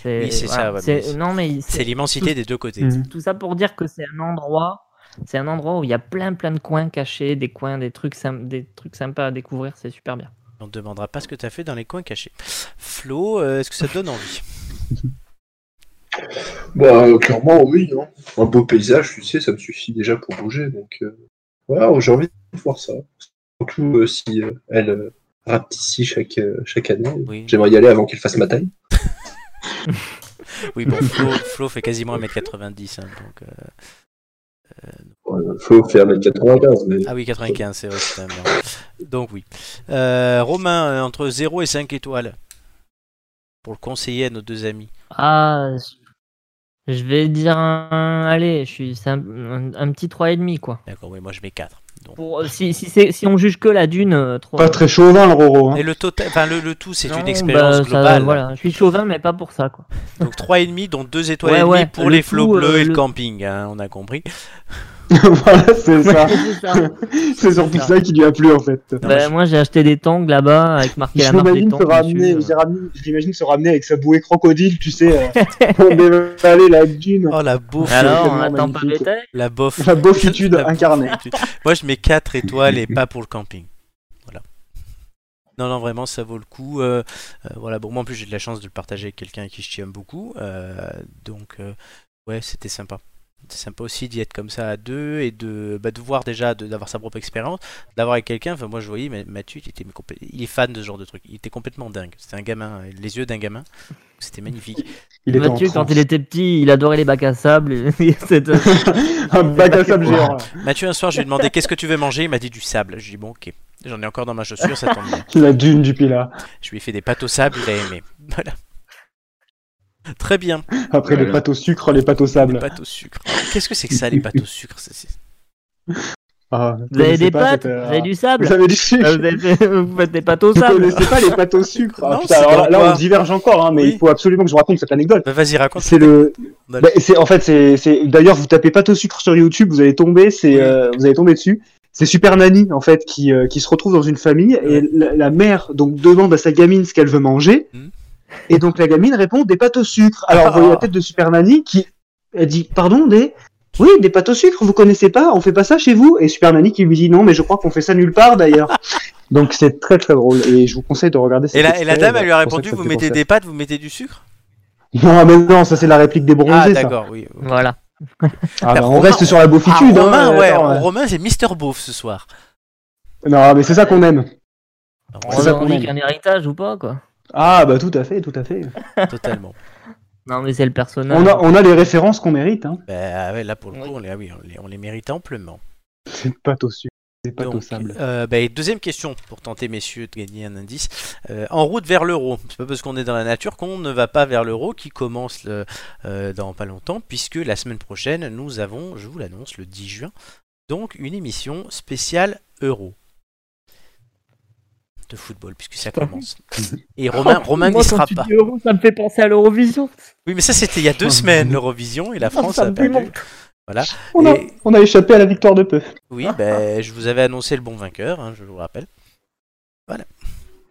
Speaker 1: Oui, c'est ça, ouais,
Speaker 4: c'est-
Speaker 1: mais c'est-
Speaker 4: non mais
Speaker 1: C'est l'immensité des deux côtés.
Speaker 2: Mhm.
Speaker 4: tout Mm. ça pour dire que c'est un endroit, c'est un endroit où il y a plein plein de coins cachés, des coins, des trucs, sym- des trucs sympas à découvrir, c'est super bien.
Speaker 1: On te demandera pas ce que t'as fait dans les coins cachés. Flo, euh, est-ce que ça te donne envie
Speaker 3: Bah, euh, clairement, oui. hein. Un beau paysage, tu sais, ça me suffit déjà pour bouger. Donc, euh, voilà, j'ai envie de voir ça. Surtout euh, si euh, elle euh, rate ici chaque, euh, chaque année.
Speaker 1: Oui.
Speaker 3: J'aimerais y aller avant qu'elle fasse ma taille.
Speaker 1: Oui, bon, Flo, Flo fait quasiment 1m90. hein, donc, euh,
Speaker 3: Il faut faire 1m95, mais
Speaker 1: Ah oui, 95, c'est vrai, c'est un merde. Donc oui. Euh, Romain, euh, entre 0 et 5 étoiles. Pour le conseiller à nos deux amis.
Speaker 4: Ah, je- je vais dire un, allez, je suis c'est un, un- un petit 3,5 quoi.
Speaker 1: D'accord, oui, moi je mets 4. Donc.
Speaker 4: Pour, euh, si, si, c'est- si on juge que la dune, euh, trois-
Speaker 2: Pas très chauvin le Roro. hein.
Speaker 1: Et le total, enfin le, le tout, c'est
Speaker 4: Non,
Speaker 1: une expérience
Speaker 4: bah, ça-
Speaker 1: globale.
Speaker 4: voilà, je suis chauvin mais pas pour ça quoi.
Speaker 1: Donc 3,5, dont 2 étoiles
Speaker 4: Ouais,
Speaker 1: et demie
Speaker 4: ouais,
Speaker 1: pour
Speaker 4: le
Speaker 1: les flots
Speaker 4: tout, euh,
Speaker 1: bleus et le,
Speaker 4: le-
Speaker 1: camping, hein, on a compris.
Speaker 2: voilà, c'est ça.
Speaker 4: C'est ça.
Speaker 2: C'est surtout ça qui lui a plu en fait.
Speaker 1: Non,
Speaker 4: Bah,
Speaker 1: moi, je-
Speaker 4: moi j'ai acheté des tongs là-bas avec marqué la marque des
Speaker 2: J'imagine se
Speaker 4: tongs
Speaker 2: ramener,
Speaker 4: dessus,
Speaker 2: se
Speaker 4: euh.
Speaker 2: ramener- j'imagine se ramener avec sa bouée crocodile, tu sais, euh, pour dévaler la dune.
Speaker 1: Oh la bouffe,
Speaker 4: Alors on
Speaker 2: tellement
Speaker 4: attend pas
Speaker 2: magnifique.
Speaker 4: l'été.
Speaker 1: la bof.
Speaker 2: La beaufitude
Speaker 1: La
Speaker 2: incarnée.
Speaker 1: beaufitude. Moi je mets 4 étoiles et pas pour le camping. Voilà. Non, non, vraiment, ça vaut le coup. Euh, euh, voilà, bon, moi en plus j'ai de la chance de le partager avec quelqu'un qui je aime beaucoup. Euh, donc, euh, ouais, c'était sympa. C'est sympa aussi d'y être comme ça à deux et de, bah, de voir déjà, de- d'avoir sa propre expérience, d'avoir avec quelqu'un. Enfin, moi je voyais, mais Mathieu, il, était complè- il est fan de ce genre de truc. Il était complètement dingue. C'était un gamin, les yeux d'un gamin. C'était magnifique.
Speaker 2: Il était en
Speaker 4: Mathieu, quand
Speaker 2: transe.
Speaker 4: il était petit, il adorait les bacs à sable. et cette-
Speaker 2: Un bac à sable géant.
Speaker 1: Mathieu, un soir, je lui ai demandé qu'est-ce que tu veux manger. Il m'a dit du sable. Je lui ai dit bon, ok. J'en ai encore dans ma chaussure, ça tombe bien.
Speaker 2: La dune du Pila.
Speaker 1: Je lui ai fait des pâtes au sable, il a aimé. Voilà. Très bien,
Speaker 2: Après les
Speaker 3: Voilà.
Speaker 2: pâtes au sucre, les pâtes au
Speaker 1: les
Speaker 2: sable.
Speaker 1: pâtes au sucre. Qu'est-ce que c'est que ça, les pâtes au sucre C'est- c'est-
Speaker 2: Ah,
Speaker 4: Vous avez
Speaker 2: connaissez
Speaker 4: des
Speaker 2: pas,
Speaker 4: pâtes, vous
Speaker 2: c'était, euh,
Speaker 4: avez du
Speaker 2: Vous
Speaker 4: sable,
Speaker 2: avez du sucre.
Speaker 4: Ah, vous, avez fait- vous faites des pâtes au
Speaker 2: Vous
Speaker 4: sable.
Speaker 2: connaissez pas les pâtes au sucre. Ah,
Speaker 1: Non,
Speaker 2: putain,
Speaker 1: c'est
Speaker 2: alors là,
Speaker 1: dans quoi
Speaker 2: là, on diverge encore, hein, mais
Speaker 1: Oui.
Speaker 2: il faut absolument que je vous raconte cette anecdote.
Speaker 1: Bah, Vas-y, raconte.
Speaker 2: C'est le.
Speaker 1: On a
Speaker 2: Bah, c'est en fait c'est c'est- d'ailleurs vous tapez pâte au sucre sur YouTube vous allez tomber c'est euh, vous allez tomber dessus c'est Super Nanny en fait qui euh, qui se retrouve dans une famille et la, la mère donc demande à sa gamine ce qu'elle veut manger
Speaker 1: Mhm.
Speaker 2: et donc la gamine répond des pâtes au sucre alors vous voyez
Speaker 1: Ah.
Speaker 2: la tête de Super Nanny qui elle dit pardon des oui des pâtes au sucre vous connaissez pas on fait pas ça chez vous et Super Nanny qui lui dit non mais je crois qu'on fait ça nulle part d'ailleurs donc c'est très très drôle et je vous conseille de regarder
Speaker 1: Et
Speaker 2: cet
Speaker 1: la, et la
Speaker 2: extrait, bah,
Speaker 1: dame, elle lui a
Speaker 2: c'est pour ça
Speaker 1: répondu
Speaker 2: que ça
Speaker 1: Vous
Speaker 2: me fait
Speaker 1: mettez
Speaker 2: penser.
Speaker 1: des pâtes, vous mettez du sucre
Speaker 2: non mais non ça c'est la réplique des
Speaker 1: Ah,
Speaker 2: bronzés ça.
Speaker 1: d'accord, oui.
Speaker 4: Voilà.
Speaker 2: Ah, bah, on
Speaker 1: Romain,
Speaker 2: reste sur la
Speaker 1: Ah,
Speaker 2: beaufitude. hein,
Speaker 1: Romain,
Speaker 2: euh,
Speaker 1: ouais,
Speaker 2: attends, euh,
Speaker 1: Romain, c'est Mister Beauf ce soir.
Speaker 2: Non, mais c'est ça qu'on aime.
Speaker 1: Alors,
Speaker 4: On
Speaker 2: C'est ça
Speaker 4: leur
Speaker 2: qu'on
Speaker 4: dit
Speaker 2: aime.
Speaker 4: qu'un héritage ou pas quoi.
Speaker 2: Ah, bah tout à fait, tout à fait.
Speaker 1: Romain, totalement.
Speaker 4: Non mais c'est le personnage.
Speaker 2: On a, on a les références qu'on mérite. Hein.
Speaker 1: Bah, ouais, là, pour le coup,
Speaker 4: Oui.
Speaker 1: on les, ah oui, on les- on les mérite amplement.
Speaker 2: C'est pâte au sucre, c'est pâte au
Speaker 1: Donc,
Speaker 2: sable.
Speaker 1: euh, bah, et deuxième question pour tenter, messieurs, de gagner un indice. Euh, en route vers l'euro, c'est pas parce qu'on est dans la nature qu'on ne va pas vers l'euro qui commence le- euh, dans pas longtemps, puisque la semaine prochaine, nous avons, je vous l'annonce, le 10 juin, donc une émission spéciale euro de football, puisque ça commence. Et Romain, Romain n'y
Speaker 4: Oh, Moi, quand
Speaker 1: sera
Speaker 4: tu
Speaker 1: pas.
Speaker 4: dis euro, ça me fait penser à l'Eurovision.
Speaker 1: Oui, mais ça, c'était il y a deux semaines, l'Eurovision, et la France
Speaker 4: Ah, ça
Speaker 1: a
Speaker 4: me
Speaker 1: perdu.
Speaker 4: démonte.
Speaker 2: On, a,
Speaker 1: Et-
Speaker 2: on a échappé à la victoire de peu.
Speaker 4: Ah.
Speaker 1: Oui, ben, je vous avais annoncé le bon vainqueur, hein, je vous rappelle. Voilà.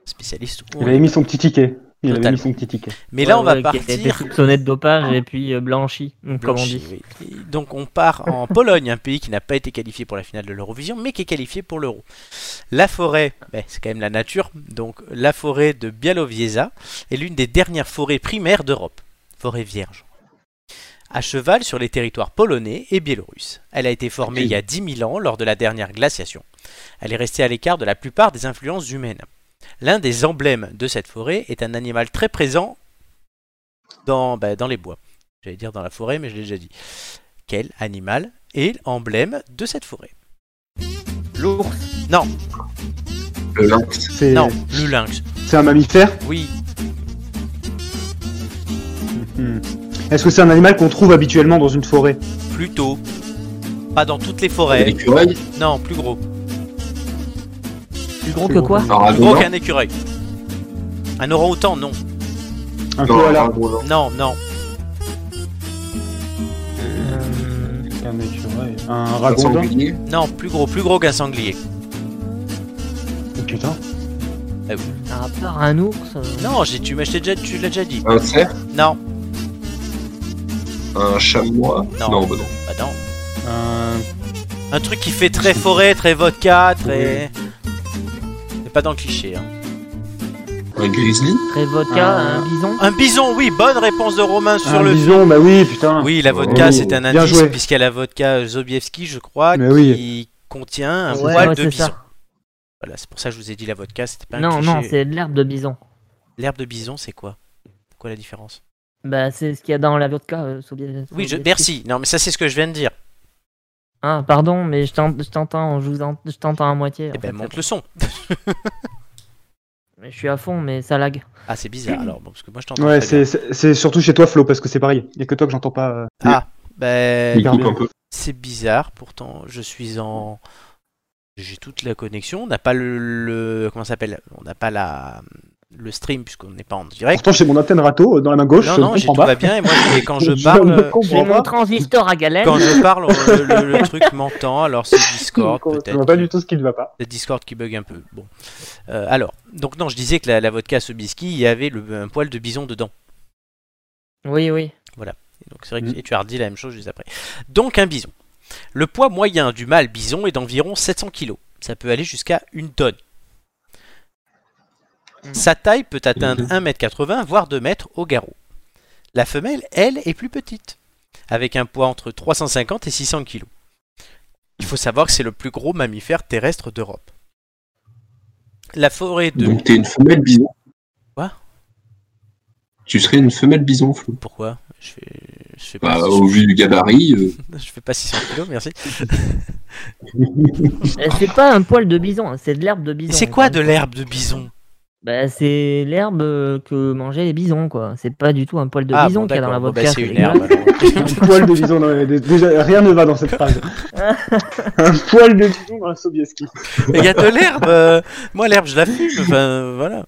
Speaker 1: Spécialiste. ou
Speaker 4: Eh ben,
Speaker 2: Il avait mis son petit ticket. Il avait
Speaker 1: Total.
Speaker 2: mis son petit ticket.
Speaker 1: Mais là,
Speaker 4: Ouais,
Speaker 1: on va
Speaker 4: ouais, qui a été
Speaker 1: partir.
Speaker 4: soupçonné de dopage et puis euh, blanchi, comme on dit.
Speaker 1: Blanchi, oui. Et Donc on part en Pologne, un pays qui n'a pas été qualifié pour la finale de l'Eurovision, mais qui est qualifié pour l'Euro. La forêt, ben, c'est quand même la nature, donc la forêt de Bialowieza est l'une des dernières forêts primaires d'Europe, forêt vierge, à cheval sur les territoires polonais et biélorusses. Elle a été formée il y a 10 000 ans lors de la dernière glaciation. Elle est restée à l'écart de la plupart des influences humaines. L'un des emblèmes de cette forêt est un animal très présent dans, ben, dans les bois. J'allais dire dans la forêt, mais je l'ai déjà dit. Quel animal est l'emblème de cette forêt L'ours Non, Ah,
Speaker 3: Le lynx.
Speaker 2: C'est
Speaker 1: non, le lynx.
Speaker 2: c'est un mammifère
Speaker 1: Oui,
Speaker 2: Hmm. Est-ce que c'est un animal qu'on trouve habituellement dans une forêt
Speaker 1: plutôt. Pas dans toutes les forêts.
Speaker 3: L'écureuil.
Speaker 1: Non, plus gros.
Speaker 4: Plus gros que quoi
Speaker 3: Un
Speaker 1: Plus gros
Speaker 3: ragondin.
Speaker 1: qu'un écureuil. Un orang-outan, non.
Speaker 2: Un
Speaker 3: Non, un
Speaker 2: koala
Speaker 3: ragondin.
Speaker 1: Non, non.
Speaker 4: Euh,
Speaker 2: Un écureuil. Un
Speaker 3: Un
Speaker 2: ragondin
Speaker 3: sanglier.
Speaker 1: Non, plus gros, plus gros qu'un sanglier.
Speaker 2: Oh, Putain.
Speaker 4: Un rapport à un ours euh,
Speaker 1: Non, j'ai tu m'as je t'ai déjà tu l'as déjà dit.
Speaker 3: Un cerf.
Speaker 1: Non,
Speaker 3: Un chamois.
Speaker 1: Non.
Speaker 3: Non, bah non.
Speaker 1: bah non.
Speaker 2: Un...
Speaker 1: Un truc qui fait très forêt, très vodka, très. C'est pas dans le cliché. hein.
Speaker 3: Un grizzly.
Speaker 4: Très vodka,
Speaker 2: Un-
Speaker 1: Ah.
Speaker 4: un bison.
Speaker 1: Un bison, oui, bonne réponse de Romain sur
Speaker 2: un
Speaker 1: le
Speaker 2: bison, bah oui, putain.
Speaker 1: Oui, la vodka,
Speaker 3: Oh,
Speaker 1: c'est un
Speaker 2: bien
Speaker 1: indice,
Speaker 2: joué.
Speaker 1: puisqu'il y a la vodka Zobiewski, je crois,
Speaker 2: Mais
Speaker 1: qui
Speaker 2: oui.
Speaker 1: contient un
Speaker 4: Ouais,
Speaker 1: poil
Speaker 4: ouais,
Speaker 1: de
Speaker 4: c'est
Speaker 1: bison.
Speaker 4: ça.
Speaker 1: Voilà, c'est pour ça que je vous ai dit la vodka, c'était pas un
Speaker 4: Non,
Speaker 1: cliché.
Speaker 4: non, c'est de l'herbe de bison.
Speaker 1: L'herbe de bison, c'est quoi C'est Quoi la différence
Speaker 4: Bah, c'est ce qu'il y a dans la vodka. euh, Sobieski.
Speaker 1: Oui, je... merci. Non, mais ça, c'est ce que je viens de dire.
Speaker 4: Ah, pardon, mais je t'en- je t'entends, je vous en- je t'entends à moitié. en
Speaker 1: Eh ben,
Speaker 4: fait.
Speaker 1: monte le son.
Speaker 4: Mais Je suis à fond, mais ça lag.
Speaker 1: Ah, c'est bizarre, alors, bon, parce que moi, je t'entends
Speaker 2: Ouais,
Speaker 1: très bien.
Speaker 2: c'est- c'est c'est surtout chez toi, Flo, parce que c'est pareil. Il y a que toi que j'entends pas. euh,
Speaker 1: Ah, ben,
Speaker 3: Il
Speaker 2: Hyper
Speaker 3: coupe
Speaker 2: bien.
Speaker 3: un peu.
Speaker 1: c'est bizarre, pourtant, je suis en... J'ai toute la connexion, on n'a pas le... le- Comment ça s'appelle On n'a pas la... le stream, puisqu'on n'est pas en direct.
Speaker 2: Pourtant, j'ai mon antenne râteau euh, dans la main gauche.
Speaker 1: Non,
Speaker 2: je
Speaker 1: non,
Speaker 2: ne
Speaker 1: j'ai-
Speaker 2: comprends
Speaker 1: tout
Speaker 2: pas.
Speaker 1: va bien, et moi, je- et quand je
Speaker 2: ne
Speaker 1: parle...
Speaker 4: J'ai
Speaker 2: comprends
Speaker 4: mon
Speaker 2: pas.
Speaker 4: transistor à galène.
Speaker 1: Quand je parle, on- le, le- le truc m'entend, alors c'est Discord
Speaker 2: Oh, Je vois pas du
Speaker 1: Oh, peut-être.
Speaker 2: tout ce qui ne va pas.
Speaker 1: C'est Discord qui bug un peu. Bon. Euh, alors, donc non, je disais que la, la vodka Sobieski, il y avait le, un poil de bison dedans.
Speaker 4: Oui, oui.
Speaker 1: Et donc c'est vrai que
Speaker 2: Mhm.
Speaker 1: et tu as redit la même chose juste après. Donc un bison. Le poids moyen du mâle bison est d'environ 700 kg. Ça peut aller jusqu'à une tonne.
Speaker 3: Mm.
Speaker 4: Mhm.
Speaker 1: Sa taille peut atteindre 1m80 voire 2m au garrot. La femelle, elle, est plus petite, avec un poids entre 350 et 600 kg. Il faut savoir que c'est le plus gros mammifère terrestre d'Europe. La forêt de...
Speaker 3: Donc t'es une femelle bison.
Speaker 1: Quoi
Speaker 3: Tu serais une femelle bison, Flo.
Speaker 1: Pourquoi je fais... je fais pas
Speaker 3: Bah, au vu du gabarit. euh,
Speaker 1: je fais pas 600 kg, merci.
Speaker 4: Eh, C'est pas un poil de bison, hein, c'est de l'herbe de bison.
Speaker 1: C'est quoi de
Speaker 4: encore une
Speaker 1: l'herbe de bison
Speaker 4: fois. Bah, c'est l'herbe euh, que mangeaient les bisons, quoi. C'est pas du tout un poil de
Speaker 1: Ah,
Speaker 4: bison
Speaker 1: bon,
Speaker 4: qu'il y a dans la
Speaker 1: d'accord. Bon,
Speaker 4: vodka.
Speaker 1: bah, c'est une
Speaker 4: dégueulasse.
Speaker 1: herbe. alors.
Speaker 2: Un poil de bison dans la- Déjà, rien ne va dans cette phrase. un poil de bison dans la Sobieski.
Speaker 1: Mais Il y a de l'herbe. euh, Moi, l'herbe, je la fume. Enfin, voilà.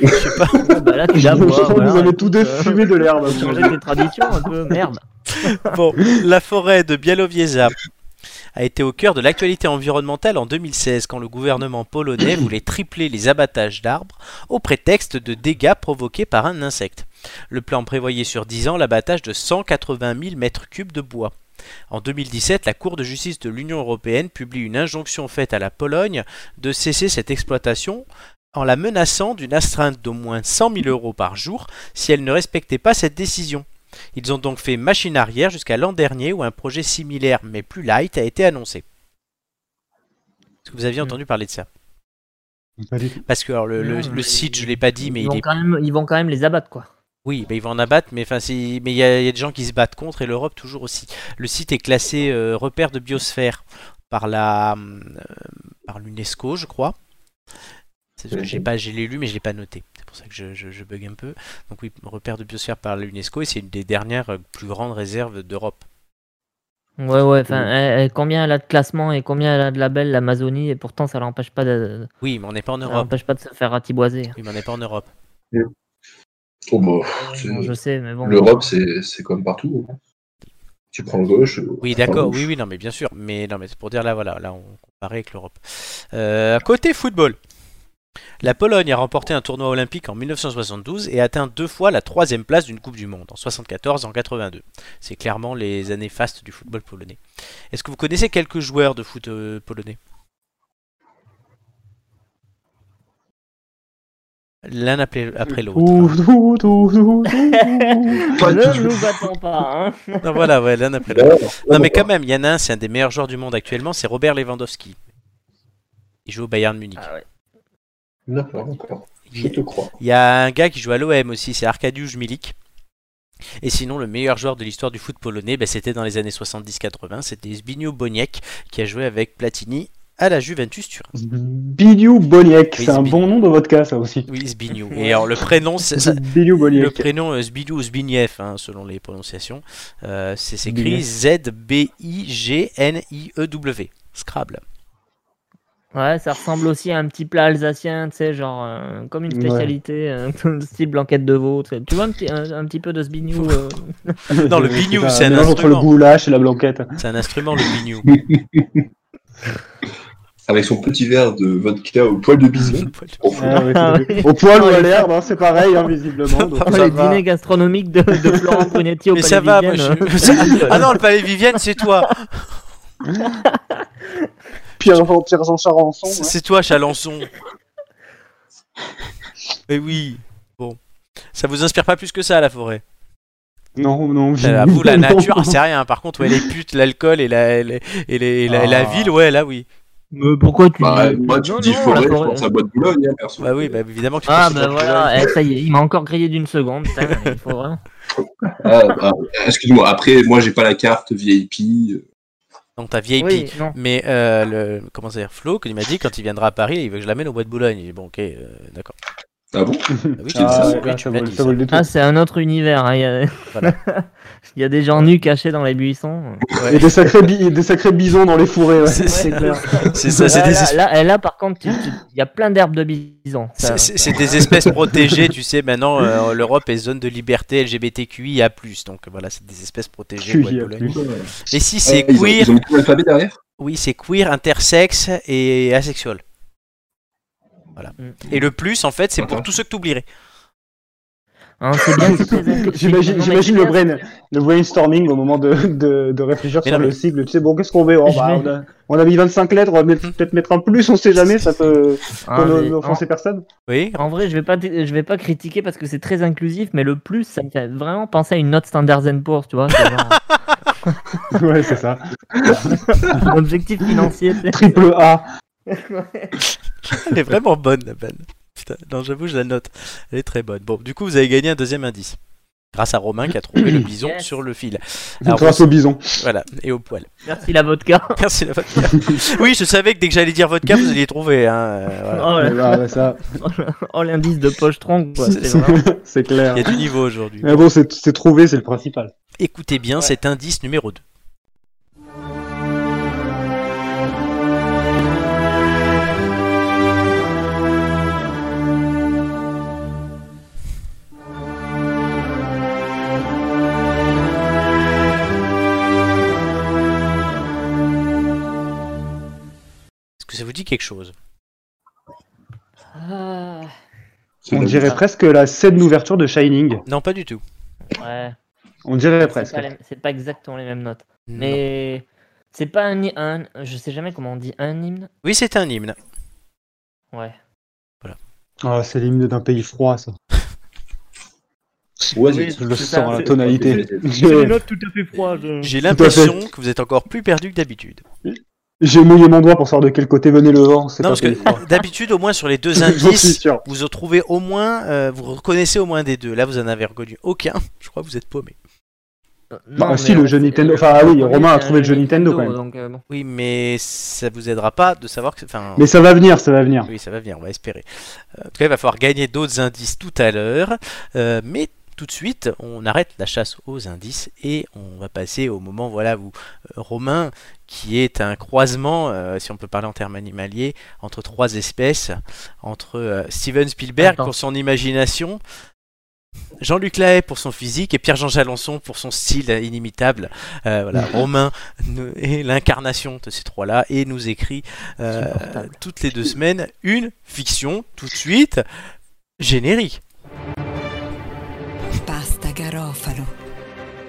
Speaker 4: Bon, bah, là, tu
Speaker 2: Je
Speaker 4: la vois,
Speaker 2: sens que
Speaker 4: voilà,
Speaker 2: vous avez
Speaker 4: écoute,
Speaker 2: tous deux
Speaker 4: euh,
Speaker 2: fumé de l'herbe.
Speaker 4: faut changer tes traditions un peu, merde.
Speaker 1: Bon, la forêt de Bialowieza a été au cœur de l'actualité environnementale en 2016 quand le gouvernement polonais voulait tripler les abattages d'arbres au prétexte de dégâts provoqués par un insecte. Le plan prévoyait sur 10 ans l'abattage de 180 000 mètres cubes de bois. En 2017, la Cour de justice de l'Union européenne publie une injonction faite à la Pologne de cesser cette exploitation en la menaçant d'une astreinte d'au moins 100 000 euros par jour si elle ne respectait pas cette décision. Ils ont donc fait machine arrière jusqu'à l'an dernier où un projet similaire mais plus light a été annoncé. Est-ce que vous aviez
Speaker 4: Hmm.
Speaker 1: entendu parler de ça Parce que alors, le, le-
Speaker 4: Non,
Speaker 1: le
Speaker 4: mais
Speaker 1: site, je l'ai pas dit, mais
Speaker 4: ils
Speaker 1: il
Speaker 4: vont,
Speaker 1: est...
Speaker 4: quand même, ils vont quand même les abattre, quoi.
Speaker 1: Oui, bah, ils vont en abattre, mais enfin, c'est- mais il y, a il y a des gens qui se battent contre et l'Europe toujours aussi. Le site est classé euh, repère de biosphère par la euh, par l'UNESCO, je crois. C'est ce que J'ai pas, j'ai lu, mais je l'ai pas noté. C'est pour ça que je, je, je bug un peu. Donc oui, repère de biosphère par l'UNESCO et c'est une des dernières euh, plus grandes réserves d'Europe.
Speaker 4: Ouais, ouais, enfin,
Speaker 1: Mmh.
Speaker 4: eh, eh, combien elle a de classement et combien elle a de labels, l'Amazonie, et pourtant ça l'empêche pas de,
Speaker 1: Oui, mais on n'est pas en
Speaker 4: ça
Speaker 1: Europe.
Speaker 4: l'empêche pas de se faire ratiboiser.
Speaker 1: Oui, mais on n'est pas en Europe.
Speaker 3: oh, bah, c'est-
Speaker 4: Bon, je sais, mais bon.
Speaker 3: L'Europe, c'est c'est comme partout. hein. Tu prends gauche. euh,
Speaker 1: Oui,
Speaker 3: tu prends
Speaker 1: d'accord.
Speaker 3: gauche.
Speaker 1: Oui, oui, non, mais bien sûr. Mais non, mais c'est pour dire là, voilà, là, on comparait avec l'Europe. Euh, côté football, La Pologne a remporté un tournoi olympique en 1972 et atteint deux fois la troisième place d'une Coupe du Monde, en 74 et en 82. C'est clairement les années fastes du football polonais. Est-ce que vous connaissez quelques joueurs de foot euh, polonais L'un après, après l'autre.
Speaker 2: Ouh, ouh, ouh, ouh, ouh.
Speaker 3: Pas
Speaker 4: ne
Speaker 3: tous.
Speaker 4: nous battons pas. Hein.
Speaker 1: Non, voilà, ouais, l'un après l'autre.
Speaker 3: Non,
Speaker 1: Non, mais quand même, il y en a un, c'est un des meilleurs joueurs du monde actuellement, c'est Robert Lewandowski. Il joue au Bayern Munich.
Speaker 4: Ah ouais.
Speaker 3: D'accord, d'accord. Je
Speaker 1: Il-
Speaker 3: te crois.
Speaker 1: Il y a un gars qui joue à l'OM aussi, c'est Arkadiusz Milik. Et sinon, le meilleur joueur de l'histoire du foot polonais, ben, c'était dans les années 70-80, c'était Zbigniew Boniek qui a joué avec Platini à la Juventus Turin.
Speaker 2: Biliou Boniek,
Speaker 1: Oui,
Speaker 2: c'est un
Speaker 1: Zbi-
Speaker 2: bon nom de vodka, ça aussi.
Speaker 1: Oui, Zbigniew. Et alors, le prénom, c'est ça-
Speaker 2: Biliou
Speaker 1: le
Speaker 2: Boniek.
Speaker 1: prénom euh, Zbigniew ou Zbigniew, hein, selon les prononciations, euh, c'est c'est
Speaker 2: Zbigniew.
Speaker 1: écrit Z-B-I-G-N-I-E-W. E Scrabble.
Speaker 4: Ouais, ça ressemble aussi à un petit plat alsacien, tu sais, genre euh, comme une
Speaker 2: Ouais.
Speaker 4: spécialité, euh, comme style blanquette de veau. tu sais. Tu vois un petit, un, un petit peu de zbignou. euh,
Speaker 1: Non, le
Speaker 2: C'est
Speaker 1: Biliou,
Speaker 2: un
Speaker 1: c'est un
Speaker 2: mélange entre le
Speaker 1: instrument.
Speaker 2: goulash et la blanquette. Ah
Speaker 1: C'est un instrument, le Bignou.
Speaker 3: Avec son petit verre de vodka au poil de bison. Au fond.
Speaker 2: Ah, ouais, tout à fait.
Speaker 4: oui.
Speaker 2: Au poil ou
Speaker 4: Non,
Speaker 2: à
Speaker 4: il-
Speaker 2: l'herbe, hein, c'est pareil, hein, visiblement. donc.
Speaker 1: Ça
Speaker 4: les
Speaker 1: va.
Speaker 4: dîners gastronomiques de, de Florent Brunetti au
Speaker 1: Mais
Speaker 4: Palais
Speaker 1: ça va, moi,
Speaker 4: Vivienne, hein.
Speaker 1: je- Ah non, le palais Vivienne, c'est toi.
Speaker 2: Pierre, Pierre Jean hein. Charançon.
Speaker 1: C'est
Speaker 2: ouais.
Speaker 1: c'est toi, Chalençon. Mais oui. Bon. Ça vous inspire pas plus que ça, la forêt.
Speaker 2: Non, non, Ah,
Speaker 1: Euh, À vous, la
Speaker 2: non.
Speaker 1: nature, c'est rien. Par contre, ouais, les putes, l'alcool et la, et les- et les- et la, et la
Speaker 4: Ah.
Speaker 1: ville, ouais, là, oui.
Speaker 4: Mais pourquoi tu
Speaker 3: Bah,
Speaker 4: dis-
Speaker 3: moi, tu
Speaker 4: Non,
Speaker 3: dis
Speaker 4: non,
Speaker 3: forêt,
Speaker 4: la
Speaker 3: je
Speaker 4: forêt-
Speaker 3: pense à Bois de Boulogne, hein, perso.
Speaker 1: Bah oui, bah, évidemment que tu
Speaker 4: Ah
Speaker 1: penses
Speaker 4: bah
Speaker 1: au-
Speaker 4: voilà, eh, ça y est, il m'a encore grillé d'une seconde. putain, il faut vraiment-
Speaker 3: Ah, bah, Excuse-moi, après, moi, j'ai pas la carte VIP.
Speaker 1: Donc, ta vieille pique.
Speaker 4: Oui, non.
Speaker 1: Mais euh, le comment ça veut dire Flo, il m'a dit quand il viendra à Paris, il veut que je l'amène au bois de Boulogne. J'ai dit, bon, ok, euh, d'accord.
Speaker 3: Ah bon
Speaker 1: Ah oui, tu
Speaker 3: Ah,
Speaker 1: me dis ça,
Speaker 3: ouais,
Speaker 1: oui, tu
Speaker 2: ça
Speaker 1: me l'as
Speaker 2: vole
Speaker 1: dit,
Speaker 2: ça
Speaker 1: ça.
Speaker 2: vole du tout.
Speaker 4: Ah, c'est un autre univers. hein, Il y, a...
Speaker 1: Voilà.
Speaker 4: il y a des gens nus cachés dans les buissons.
Speaker 2: Et des sacrés, bi- des sacrés bisons dans les fourrés, ouais.
Speaker 1: C'est-
Speaker 2: c'est clair.
Speaker 1: C'est ça, c'est
Speaker 4: là,
Speaker 1: des
Speaker 4: là,
Speaker 1: espèces-
Speaker 4: là- là, par contre, tu- tu- il y a plein d'herbes de bison. ça.
Speaker 1: c'est- c'est- c'est des espèces protégées, tu sais. Maintenant, euh, l'Europe est zone de liberté LGBTQIA+. Donc euh, voilà, c'est des espèces protégées. au bois de
Speaker 2: QIA+.
Speaker 1: Boulogne. Et si c'est
Speaker 3: Ah, ils ont-
Speaker 1: queer,
Speaker 3: Ils ont mis tout l'alphabet derrière
Speaker 1: oui, c'est queer, intersexe et asexuel. Voilà.
Speaker 4: Mm.
Speaker 1: Et le plus, en fait, c'est pour
Speaker 3: D'accord.
Speaker 1: tous ceux que t'oublierais.
Speaker 4: Hein, c'est bien, c'est très- c'est
Speaker 2: J'imagine,
Speaker 4: tellement
Speaker 2: j'imagine le,
Speaker 4: efficace.
Speaker 2: brain, le brainstorming au moment de, de, de réfléchir
Speaker 1: Mais
Speaker 2: sur
Speaker 1: non,
Speaker 2: le
Speaker 1: mais-
Speaker 2: sigle. Tu sais, bon, qu'est-ce qu'on met Oh,
Speaker 4: Je
Speaker 2: bah,
Speaker 4: vais-
Speaker 2: on, a, on a mis 25 lettres, on va
Speaker 1: Hmm.
Speaker 2: mettre- peut-être mettre un plus, on sait jamais, ça peut
Speaker 1: Ah,
Speaker 4: Hein,
Speaker 2: peut
Speaker 4: mais-
Speaker 2: offenser personne.
Speaker 1: Oui.
Speaker 4: en, en vrai, je vais pas, t- je vais pas critiquer parce que c'est très inclusif, mais le plus, ça me fait vraiment penser à une note Standards and Poor's, tu vois. c'est genre
Speaker 2: ouais, c'est ça.
Speaker 4: un Objectif financier. tu sais.
Speaker 2: Triple A.
Speaker 1: Elle est vraiment bonne, la banne. Putain, non, j'avoue, je la note. Elle est très bonne. Bon, du coup, vous avez gagné un deuxième indice. Grâce à Romain qui a trouvé le bison
Speaker 4: Yes.
Speaker 1: sur le fil. Alors,
Speaker 2: Grâce au bison.
Speaker 1: Voilà, et au poil.
Speaker 4: Merci la vodka.
Speaker 1: Merci la vodka. Oui, je savais que dès que j'allais dire vodka, vous alliez trouver. Hein. euh, voilà.
Speaker 4: Oh,
Speaker 2: Ouais,
Speaker 4: là-
Speaker 2: bah, bah, ça,
Speaker 4: oh, l'indice de pochetron, quoi.
Speaker 2: c'est,
Speaker 4: C'est vraiment...
Speaker 2: c'est clair.
Speaker 1: Il y a du niveau aujourd'hui.
Speaker 2: Mais bon, c'est, c'est trouvé, c'est le principal.
Speaker 1: Écoutez bien cet indice numéro 2. Est-ce que ça vous dit quelque chose
Speaker 4: Ah,
Speaker 3: C'est
Speaker 2: On
Speaker 3: la-
Speaker 2: dirait presque la scène d'ouverture de Shining.
Speaker 1: Non, pas du tout.
Speaker 4: ouais.
Speaker 2: On dirait
Speaker 4: C'est
Speaker 2: presque.
Speaker 4: pas, les- c'est pas exactement les mêmes notes.
Speaker 1: Non.
Speaker 4: Mais c'est pas un, hy- un. Je sais jamais comment on dit un hymne.
Speaker 1: Oui, c'est un hymne.
Speaker 4: Ouais.
Speaker 2: Ah, c'est l'hymne d'un pays froid, ça.
Speaker 3: Ouais,
Speaker 4: Oui,
Speaker 3: c'est-
Speaker 2: Je le
Speaker 4: c'est
Speaker 2: sens
Speaker 4: ça,
Speaker 2: à la
Speaker 4: c'est-
Speaker 2: tonalité.
Speaker 3: c'est-
Speaker 2: J'ai,
Speaker 4: note tout à fait froide.
Speaker 1: J'ai
Speaker 2: à fait.
Speaker 1: l'impression que vous êtes encore plus perdu que d'habitude.
Speaker 2: j'ai mouillé mon doigt pour savoir de quel côté venait le vent. C'est
Speaker 1: Non,
Speaker 2: pas
Speaker 1: parce
Speaker 2: pays froid.
Speaker 1: que d'habitude, au moins sur les deux
Speaker 2: J'en suis
Speaker 1: indices,
Speaker 2: sûr.
Speaker 1: vous en trouvez au moins, euh, vous reconnaissez au moins des deux. Là, vous en avez reconnu aucun. Je crois que vous êtes paumé.
Speaker 2: Bah, si, le jeu Nintendo- enfin, ah oui, Romain a trouvé le jeu Nintendo, quand même.
Speaker 4: Donc, euh, bon.
Speaker 1: Oui, mais ça vous aidera pas de savoir que. c'est- Enfin,
Speaker 2: Mais ça va venir, ça va venir.
Speaker 1: oui, ça va venir, on va espérer. Euh, En tout cas, il va falloir gagner d'autres indices tout à l'heure. Euh, mais tout de suite, on arrête la chasse aux indices et on va passer au moment voilà, où euh, Romain, qui est un croisement, euh, si on peut parler en termes animaliers, entre trois espèces, entre euh, Steven Spielberg
Speaker 4: Attends.
Speaker 1: pour son imagination. Jean-Luc Lahaye pour son physique et Pierre-Jean Jalençon pour son style inimitable. Euh, voilà, Romain nous- est l'incarnation de ces trois-là et nous écrit euh,
Speaker 4: Insupportable.
Speaker 1: toutes les deux semaines une fiction tout de suite générique.
Speaker 5: Pasta Garofalo.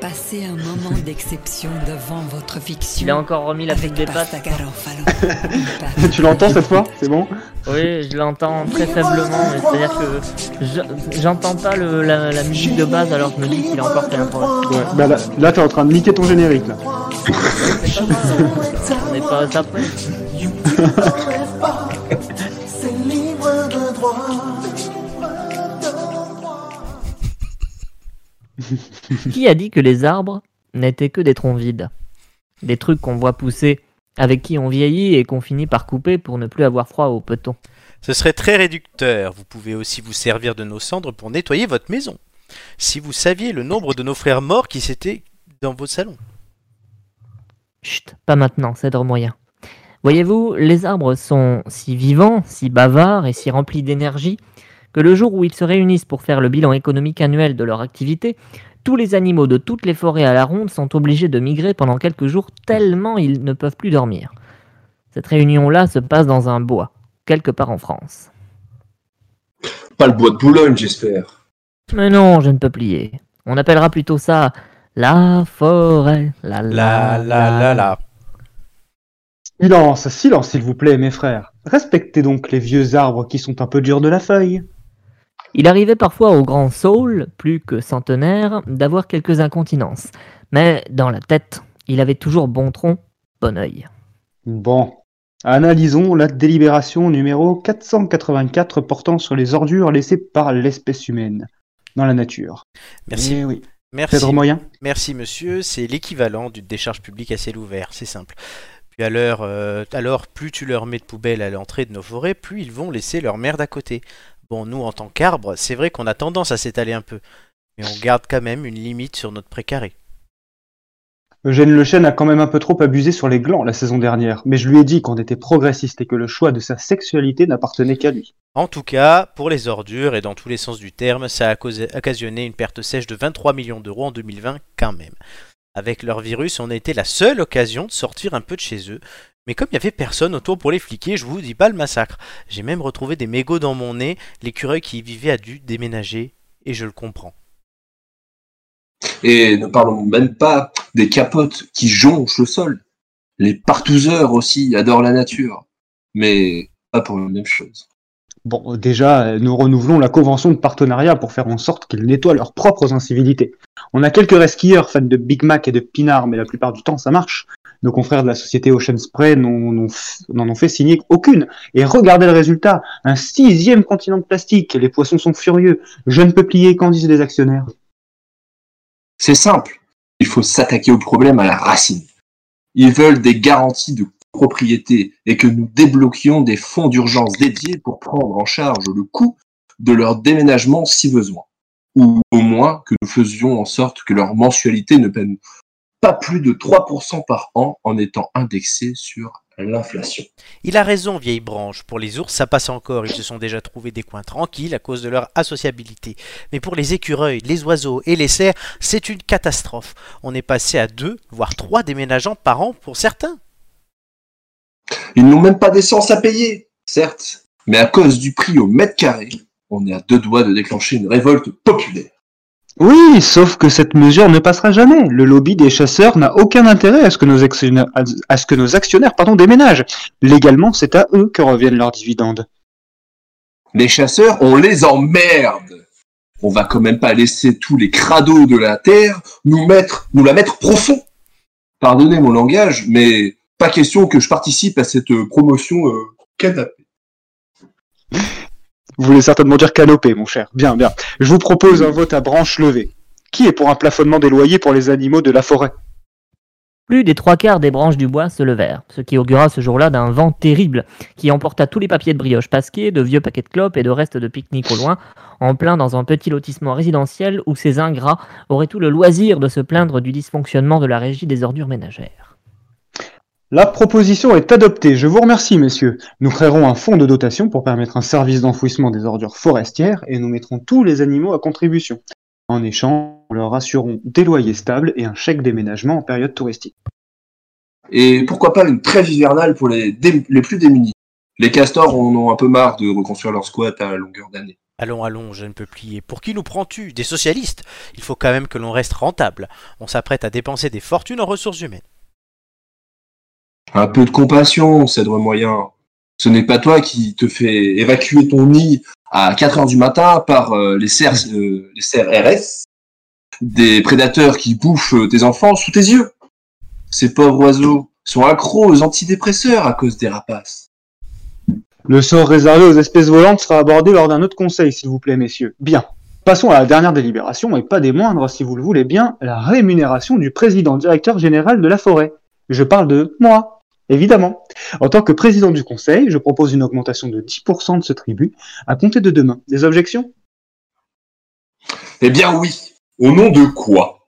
Speaker 5: Passez un moment d'exception devant votre fiction.
Speaker 4: Il a encore remis la
Speaker 5: avec
Speaker 4: tête des pattes.
Speaker 5: Pasta Garofalo. Une pâte
Speaker 2: Tu l'entends cette fois C'est bon
Speaker 4: Oui, je l'entends très faiblement. mais C'est-à-dire que je- j'entends pas le- la, la musique de base, alors je me dis qu'il a encore fait un problème.
Speaker 2: Ouais. Bah là, là, t'es en train de niquer ton générique là.
Speaker 4: C'est pas grave, On n'est pas ça près. Qui a dit que les arbres n'étaient que des troncs vides Des trucs qu'on voit pousser, avec qui on vieillit et qu'on finit par couper pour ne plus avoir froid au peton.
Speaker 1: Ce serait très réducteur. Vous pouvez aussi vous servir de nos cendres pour nettoyer votre maison. Si vous saviez le nombre de nos frères morts qui s'étaient dans vos salons.
Speaker 4: Chut, pas maintenant, c'est hors moyen. Voyez-vous, les arbres sont si vivants, si bavards et si remplis d'énergie que le jour où ils se réunissent pour faire le bilan économique annuel de leur activité, tous les animaux de toutes les forêts à la ronde sont obligés de migrer pendant quelques jours tellement ils ne peuvent plus dormir. Cette réunion-là se passe dans un bois, quelque part en France.
Speaker 3: Pas le bois de Boulogne, j'espère.
Speaker 4: Mais non, je ne peux plier. On appellera plutôt ça la forêt. La
Speaker 1: La
Speaker 4: la
Speaker 1: la la la.
Speaker 2: Silence, silence, s'il vous plaît, mes frères. Respectez donc les vieux arbres qui sont un peu durs de la feuille.
Speaker 4: Il arrivait parfois au grand Saul, plus que centenaire, d'avoir quelques incontinences. Mais dans la tête, il avait toujours bon tronc, bon œil.
Speaker 2: Bon. Analysons la délibération numéro 484 portant sur les ordures laissées par l'espèce humaine dans la nature.
Speaker 1: Merci.
Speaker 2: Eh oui.
Speaker 1: Merci.
Speaker 2: Pedro Moyen
Speaker 1: Merci monsieur, c'est l'équivalent d'une décharge publique à ciel ouvert, c'est simple. Puis à l'heure, euh, alors plus tu leur mets de poubelles à l'entrée de nos forêts, plus ils vont laisser leur merde à côté. Bon, nous en tant qu'arbres, c'est vrai qu'on a tendance à s'étaler un peu, mais on garde quand même une limite sur notre précaré.
Speaker 2: Eugène Le Chêne a quand même un peu trop abusé sur les glands la saison dernière, mais je lui ai dit qu'on était progressiste et que le choix de sa sexualité n'appartenait qu'à lui.
Speaker 1: En tout cas, pour les ordures et dans tous les sens du terme, ça a causé- occasionné une perte sèche de 23 millions d'euros en 2020 quand même. Avec leur virus, on a été la seule occasion de sortir un peu de chez eux. Mais comme il n'y avait personne autour pour les fliquer, je vous dis pas le massacre. J'ai même retrouvé des mégots dans mon nez. L'écureuil qui y vivait a dû déménager. Et je le comprends.
Speaker 3: Et ne parlons même pas des capotes qui jonchent le sol. Les partouzeurs aussi adorent la nature. Mais pas pour la même chose.
Speaker 2: Bon, déjà, euh, nous renouvelons la convention de partenariat pour faire en sorte qu'ils nettoient leurs propres incivilités. On a quelques resquilleurs fans de Big Mac et de Pinard, mais la plupart du temps, ça marche. Nos confrères de la société Ocean Spray n'en n'ont f- n'en ont fait signer aucune. Et regardez le résultat, un sixième continent de plastique, les poissons sont furieux, jeunes peupliers candidats des actionnaires.
Speaker 3: C'est simple. Il faut s'attaquer au problème à la racine. Ils veulent des garanties de propriété et que nous débloquions des fonds d'urgence dédiés pour prendre en charge le coût de leur déménagement si besoin. Ou au moins que nous faisions en sorte que leur mensualité ne peine pas plus de 3% par an en étant indexée sur l'inflation.
Speaker 1: Il a raison, vieille branche. Pour les ours, ça passe encore. Ils se sont déjà trouvés des coins tranquilles à cause de leur associabilité. Mais pour les écureuils, les oiseaux et les cerfs, c'est une catastrophe. On est passé à deux, voire trois déménageants par an pour certains.
Speaker 3: Ils n'ont même pas d'essence à payer, certes, mais à cause du prix au mètre carré, on est à deux doigts de déclencher une révolte populaire.
Speaker 2: Oui, sauf que cette mesure ne passera jamais. Le lobby des chasseurs n'a aucun intérêt à ce que nos actionnaires, à ce que nos actionnaires pardon, déménagent. Légalement, c'est à eux que reviennent leurs dividendes.
Speaker 3: Les chasseurs, on les emmerde. On va quand même pas laisser tous les crados de la terre nous mettre, nous la mettre profond. Pardonnez mon langage, mais pas question que je participe à cette euh, promotion euh, canapé.
Speaker 2: Vous voulez certainement dire canopée, mon cher. Bien, bien. Je vous propose un vote à branche levée. Qui est pour un plafonnement des loyers pour les animaux de la forêt
Speaker 4: Plus des trois quarts des branches du bois se levèrent, ce qui augura ce jour-là d'un vent terrible qui emporta tous les papiers de brioche pasqués, de vieux paquets de clopes et de restes de pique-nique au loin, en plein dans un petit lotissement résidentiel où ces ingrats auraient tout le loisir de se plaindre du dysfonctionnement de la régie des ordures ménagères.
Speaker 2: La proposition est adoptée. Je vous remercie, messieurs. Nous créerons un fonds de dotation pour permettre un service d'enfouissement des ordures forestières et nous mettrons tous les animaux à contribution. En échange, nous leur assurons des loyers stables et un chèque déménagement en période touristique.
Speaker 3: Et pourquoi pas une trêve hivernale pour les, dé- les plus démunis. Les castors en ont un peu marre de reconstruire leur squat à longueur d'année.
Speaker 1: Allons, allons, jeune peuplier, pour qui nous prends-tu Des socialistes Il faut quand même que l'on reste rentable. On s'apprête à dépenser des fortunes en ressources humaines.
Speaker 3: Un peu de compassion, cèdre moyen. Ce n'est pas toi qui te fais évacuer ton nid à 4 heures du matin par euh, les, CR, euh, les CRS, des prédateurs qui bouffent euh, tes enfants sous tes yeux. Ces pauvres oiseaux sont accros aux antidépresseurs à cause des rapaces.
Speaker 2: Le sort réservé aux espèces volantes sera abordé lors d'un autre conseil, s'il vous plaît, messieurs. Bien. Passons à la dernière délibération, et pas des moindres, si vous le voulez bien, la rémunération du président-directeur général de la forêt. Je parle de moi, évidemment. En tant que président du conseil, je propose une augmentation de 10% de ce tribut à compter de demain. Des objections
Speaker 3: Eh bien oui, au nom de quoi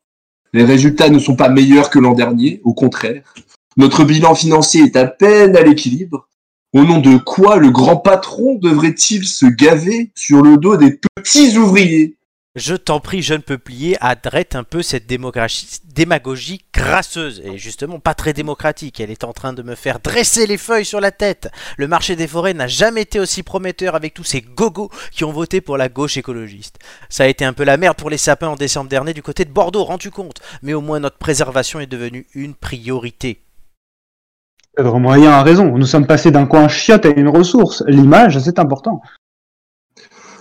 Speaker 3: Les résultats ne sont pas meilleurs que l'an dernier, au contraire. Notre bilan financier est à peine à l'équilibre. Au nom de quoi le grand patron devrait-il se gaver sur le dos des petits ouvriers
Speaker 1: Je t'en prie, jeune peuplier, adrette un peu cette démographie- démagogie grasseuse, et justement pas très démocratique. Elle est en train de me faire dresser les feuilles sur la tête. Le marché des forêts n'a jamais été aussi prometteur avec tous ces gogos qui ont voté pour la gauche écologiste. Ça a été un peu la merde pour les sapins en décembre dernier du côté de Bordeaux, rends-tu compte Mais au moins notre préservation est devenue une priorité.
Speaker 2: Cèdre moyen a raison, nous sommes passés d'un coin chiotte à une ressource. L'image, c'est important.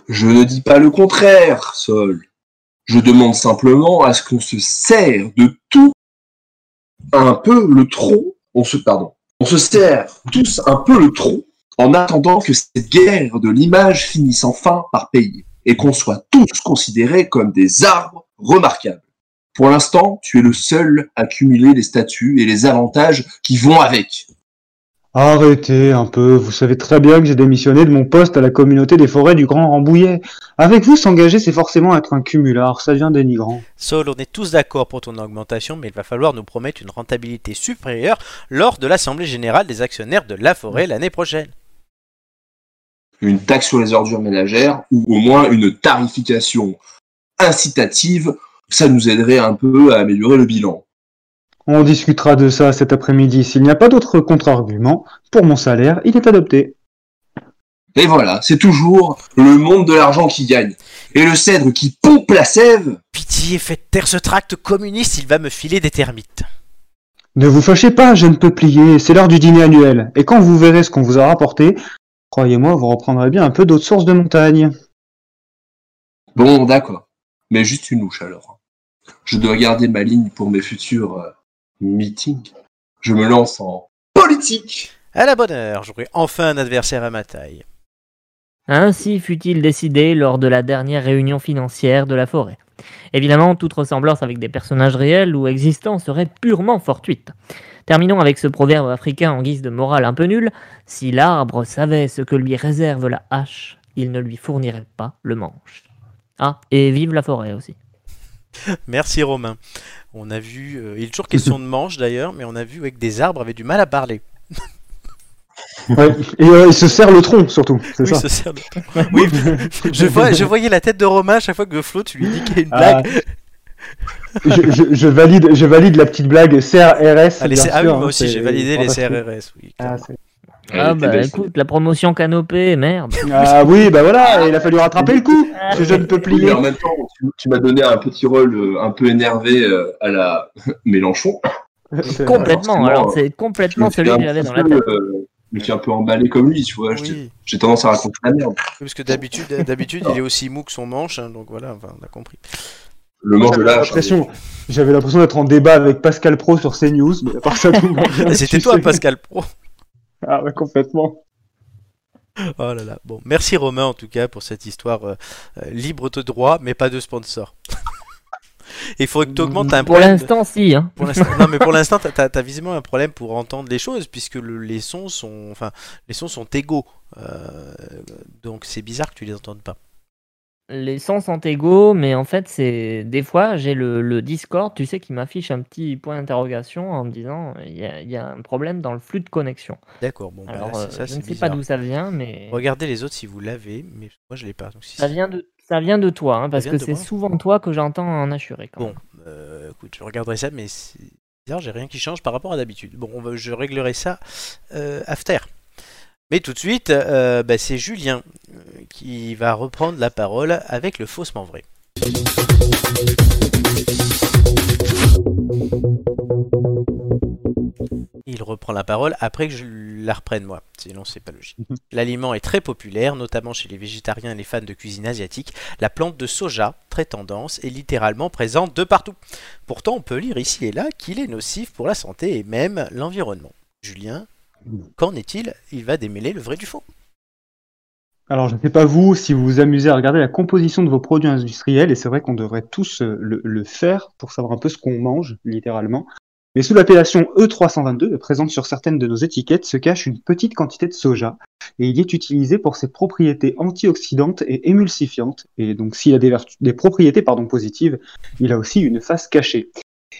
Speaker 3: Je ne dis pas le contraire, Sol. Je demande simplement à ce qu'on se serre de tout un peu le tronc. On se, pardon. On se serre tous un peu le tronc en attendant que cette guerre de l'image finisse enfin par payer et qu'on soit tous considérés comme des arbres remarquables. Pour l'instant, tu es le seul à cumuler les statuts et les avantages qui vont avec.
Speaker 2: Arrêtez un peu, vous savez très bien que j'ai démissionné de mon poste à la communauté des forêts du Grand Rambouillet. Avec vous, s'engager, c'est forcément être un cumulard, ça devient dénigrant.
Speaker 1: Saul, on est tous d'accord pour ton augmentation, mais il va falloir nous promettre une rentabilité supérieure lors de l'Assemblée générale des actionnaires de la forêt l'année prochaine.
Speaker 3: une taxe sur les ordures ménagères ou au moins une tarification incitative, ça nous aiderait un peu à améliorer le bilan.
Speaker 2: On discutera de ça cet après-midi. S'il n'y a pas d'autre contre-argument, pour mon salaire, il est adopté.
Speaker 3: Et voilà, c'est toujours le monde de l'argent qui gagne. Et le cèdre qui pompe la sève,
Speaker 1: Pitié, faites taire ce tract communiste, il va me filer des termites.
Speaker 2: Ne vous fâchez pas, jeune peuplier, c'est l'heure du dîner annuel. Et quand vous verrez ce qu'on vous a rapporté, croyez-moi, vous reprendrez bien un peu d'autres sources de montagne.
Speaker 3: bon d'accord, mais juste une louche alors. Je dois garder ma ligne pour mes futurs euh, meetings. Je me lance en politique.
Speaker 1: À la bonne heure, j'aurai enfin un adversaire à ma taille.
Speaker 4: Ainsi fut-il décidé lors de la dernière réunion financière de la forêt. Évidemment, toute ressemblance avec des personnages réels ou existants serait purement fortuite. Terminons avec ce proverbe africain en guise de morale un peu nulle. Si l'arbre savait ce que lui réserve la hache, il ne lui fournirait pas le manche. Ah, et vive la forêt aussi.
Speaker 1: Merci Romain. On a vu, euh, il est toujours question de manche d'ailleurs, mais on a vu ouais, que des arbres avaient du mal à parler.
Speaker 2: Ouais. Et euh, il se serre le tronc, surtout, c'est
Speaker 1: Oui,
Speaker 2: ça.
Speaker 1: ce serre de tronc. Oui, je, vois- je voyais la tête de Romain à chaque fois que Flo, tu lui dis qu'il y a une
Speaker 2: Ah,
Speaker 1: blague.
Speaker 2: je, je- je valide, je valide la petite blague CRRS.
Speaker 1: Ah, les
Speaker 2: bien
Speaker 1: C- ah oui, moi
Speaker 2: sûr, hein,
Speaker 1: aussi
Speaker 2: c'est-
Speaker 1: j'ai validé les
Speaker 2: fantastique.
Speaker 1: CRRS. Oui,
Speaker 2: Ah,
Speaker 1: clairement.
Speaker 2: c'est-
Speaker 4: Ah
Speaker 3: Elle était
Speaker 4: bah
Speaker 3: belle,
Speaker 4: écoute, la promotion canopée, merde.
Speaker 2: Ah oui, bah voilà, il a fallu rattraper le coup, ce jeune
Speaker 3: Oui, mais
Speaker 2: peuplier.
Speaker 3: en même temps, tu, tu m'as donné un petit rôle euh, un peu énervé euh, à la Mélenchon.
Speaker 2: C'est-
Speaker 4: Complètement,
Speaker 3: forcément,
Speaker 4: alors
Speaker 3: euh,
Speaker 4: c'est complètement
Speaker 3: Je me
Speaker 4: celui
Speaker 3: suis
Speaker 4: que
Speaker 3: un
Speaker 4: j'avais
Speaker 3: petit
Speaker 4: dans la
Speaker 3: peu,
Speaker 4: tête.
Speaker 3: euh, je me suis un peu emballé comme lui, tu vois.
Speaker 1: Oui,
Speaker 3: j'ai-
Speaker 1: oui,
Speaker 3: J'ai tendance à raconter la merde.
Speaker 1: parce que d'habitude, d'habitude, il est aussi mou que son manche, hein, donc voilà, enfin, on a compris.
Speaker 3: Le mort de
Speaker 2: J'avais
Speaker 3: l'âge.
Speaker 2: l'impression- J'avais l'impression d'être en débat avec Pascal Pro sur CNews, mais à part ça, tout le monde-
Speaker 1: C'était
Speaker 2: tu
Speaker 1: toi,
Speaker 2: sais.
Speaker 1: Pascal Pro.
Speaker 2: Ah ouais, complètement.
Speaker 1: Oh là là. Bon, merci Romain en tout cas pour cette histoire euh, euh, libre de droit, mais pas de sponsor. Il faudrait que tu augmentes un
Speaker 4: Pour
Speaker 1: problème de-
Speaker 4: l'instant, si. Hein.
Speaker 1: pour l'instant- non mais pour l'instant t'as, t'as- t'as visiblement un problème pour entendre les choses puisque le- les sons sont enfin les sons sont égaux Euh, donc c'est bizarre que tu les entendes pas
Speaker 4: les sens sont égaux, mais en fait, c'est des fois, j'ai le, le Discord, tu sais, qui m'affiche un petit point d'interrogation en me disant il y, a- il y a un problème dans le flux de connexion.
Speaker 1: D'accord, bon, bah,
Speaker 4: Alors,
Speaker 1: là,
Speaker 4: euh,
Speaker 1: c'est- ça,
Speaker 4: je
Speaker 1: c'est
Speaker 4: ne sais pas
Speaker 1: bizarre.
Speaker 4: d'où ça vient, mais
Speaker 1: Regardez les autres si vous l'avez, mais moi je l'ai pas. Donc, si
Speaker 4: ça
Speaker 1: c'est-
Speaker 4: vient de, ça vient de toi, hein, parce
Speaker 1: vient
Speaker 4: que
Speaker 1: de
Speaker 4: c'est
Speaker 1: moi.
Speaker 4: souvent toi que j'entends en assuré. Quand
Speaker 1: Bon, euh, écoute, je regarderai ça, mais c'est bizarre, j'ai rien qui change par rapport à d'habitude. Bon, on va- je réglerai ça euh, after. Mais tout de suite, euh, bah, c'est Julien euh, qui va reprendre la parole avec le faussement vrai. Il reprend la parole après que je la reprenne moi, sinon c'est pas logique. L'aliment est très populaire, notamment chez les végétariens et les fans de cuisine asiatique. La plante de soja, très tendance, est littéralement présente de partout. Pourtant, on peut lire ici et là qu'il est nocif pour la santé et même l'environnement. Julien, qu'en est-il Il va démêler le vrai du faux.
Speaker 2: Alors, je ne sais pas vous, si vous vous amusez à regarder la composition de vos produits industriels, et c'est vrai qu'on devrait tous euh, le, le faire pour savoir un peu ce qu'on mange, littéralement. Mais sous l'appellation E E322, euh, présente sur certaines de nos étiquettes, se cache une petite quantité de soja, et il est utilisé pour ses propriétés antioxydantes et émulsifiantes. Et donc, s'il a des, vertus- des propriétés pardon, positives, il a aussi une face cachée.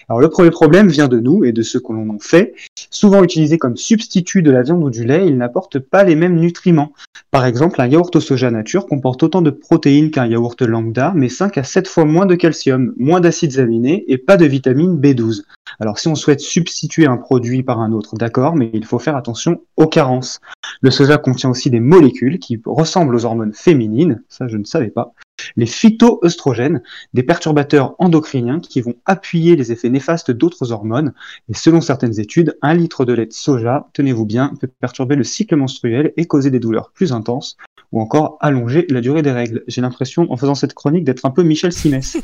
Speaker 2: Alors, le premier problème vient de nous et de ce que l'on en fait. Souvent utilisé comme substitut de la viande ou du lait, il n'apporte pas les mêmes nutriments. Par exemple, un yaourt au soja nature comporte autant de protéines qu'un yaourt lambda, mais 5 à 7 fois moins de calcium, moins d'acides aminés et pas de vitamine B12. Alors si on souhaite substituer un produit par un autre, d'accord, mais il faut faire attention aux carences. Le soja contient aussi des molécules qui ressemblent aux hormones féminines, ça je ne savais pas, les phytoœstrogènes, des perturbateurs endocriniens qui vont appuyer les effets néfastes d'autres hormones, et selon certaines études, un litre de lait de soja, tenez-vous bien, peut perturber le cycle menstruel et causer des douleurs plus intenses, ou encore allonger la durée des règles. J'ai l'impression, en faisant cette chronique, d'être un peu Michel Simès.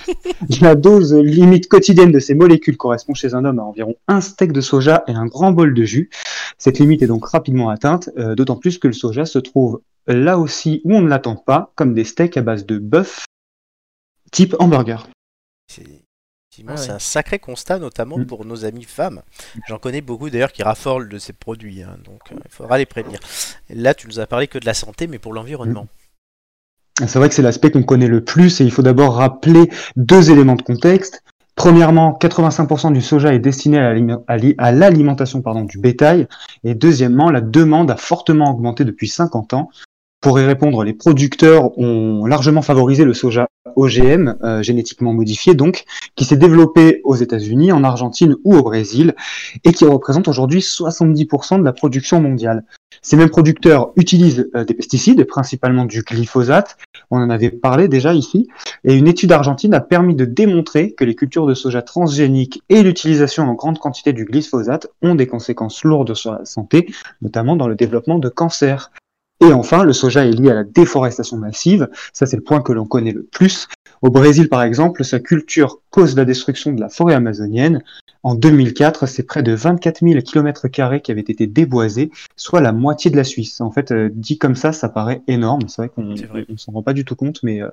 Speaker 2: la dose limite quotidienne de ces molécules correspond chez un homme à environ un steak de soja et un grand bol de jus. Cette limite est donc rapidement atteinte, euh, d'autant plus que le soja se trouve là aussi où on ne l'attend pas, comme des steaks à base de bœuf, type hamburger.
Speaker 1: C'est effectivement,
Speaker 4: Ah
Speaker 1: c'est
Speaker 4: ouais.
Speaker 1: un sacré constat, notamment
Speaker 2: Mm.
Speaker 1: pour nos amis femmes. J'en connais beaucoup d'ailleurs qui raffolent de ces produits, hein, donc euh, il faudra les prévenir. Là, tu nous as parlé que de la santé, mais pour l'environnement.
Speaker 4: Mm.
Speaker 2: C'est vrai que c'est l'aspect qu'on connaît le plus et il faut d'abord rappeler deux éléments de contexte. Premièrement, 85% du soja est destiné à l'alime- à li- à l'alimentation pardon, du bétail. Et deuxièmement, la demande a fortement augmenté depuis 50 ans. Pour y répondre, les producteurs ont largement favorisé le soja OGM, euh, génétiquement modifié donc, qui s'est développé aux États-Unis, en Argentine ou au Brésil, et qui représente aujourd'hui 70% de la production mondiale. Ces mêmes producteurs utilisent euh, des pesticides, principalement du glyphosate, on en avait parlé déjà ici, et une étude argentine a permis de démontrer que les cultures de soja transgéniques et l'utilisation en grande quantité du glyphosate ont des conséquences lourdes sur la santé, notamment dans le développement de cancers. Et enfin, le soja est lié à la déforestation massive, ça c'est le point que l'on connaît le plus. Au Brésil par exemple, sa culture cause la destruction de la forêt amazonienne. En 2004, c'est près de 24 000 km2 qui avaient été déboisés, soit la moitié de la Suisse. En fait, euh, dit comme ça, ça paraît énorme. C'est vrai qu'on
Speaker 1: C'est vrai.
Speaker 2: on s'en rend pas du tout compte, mais euh,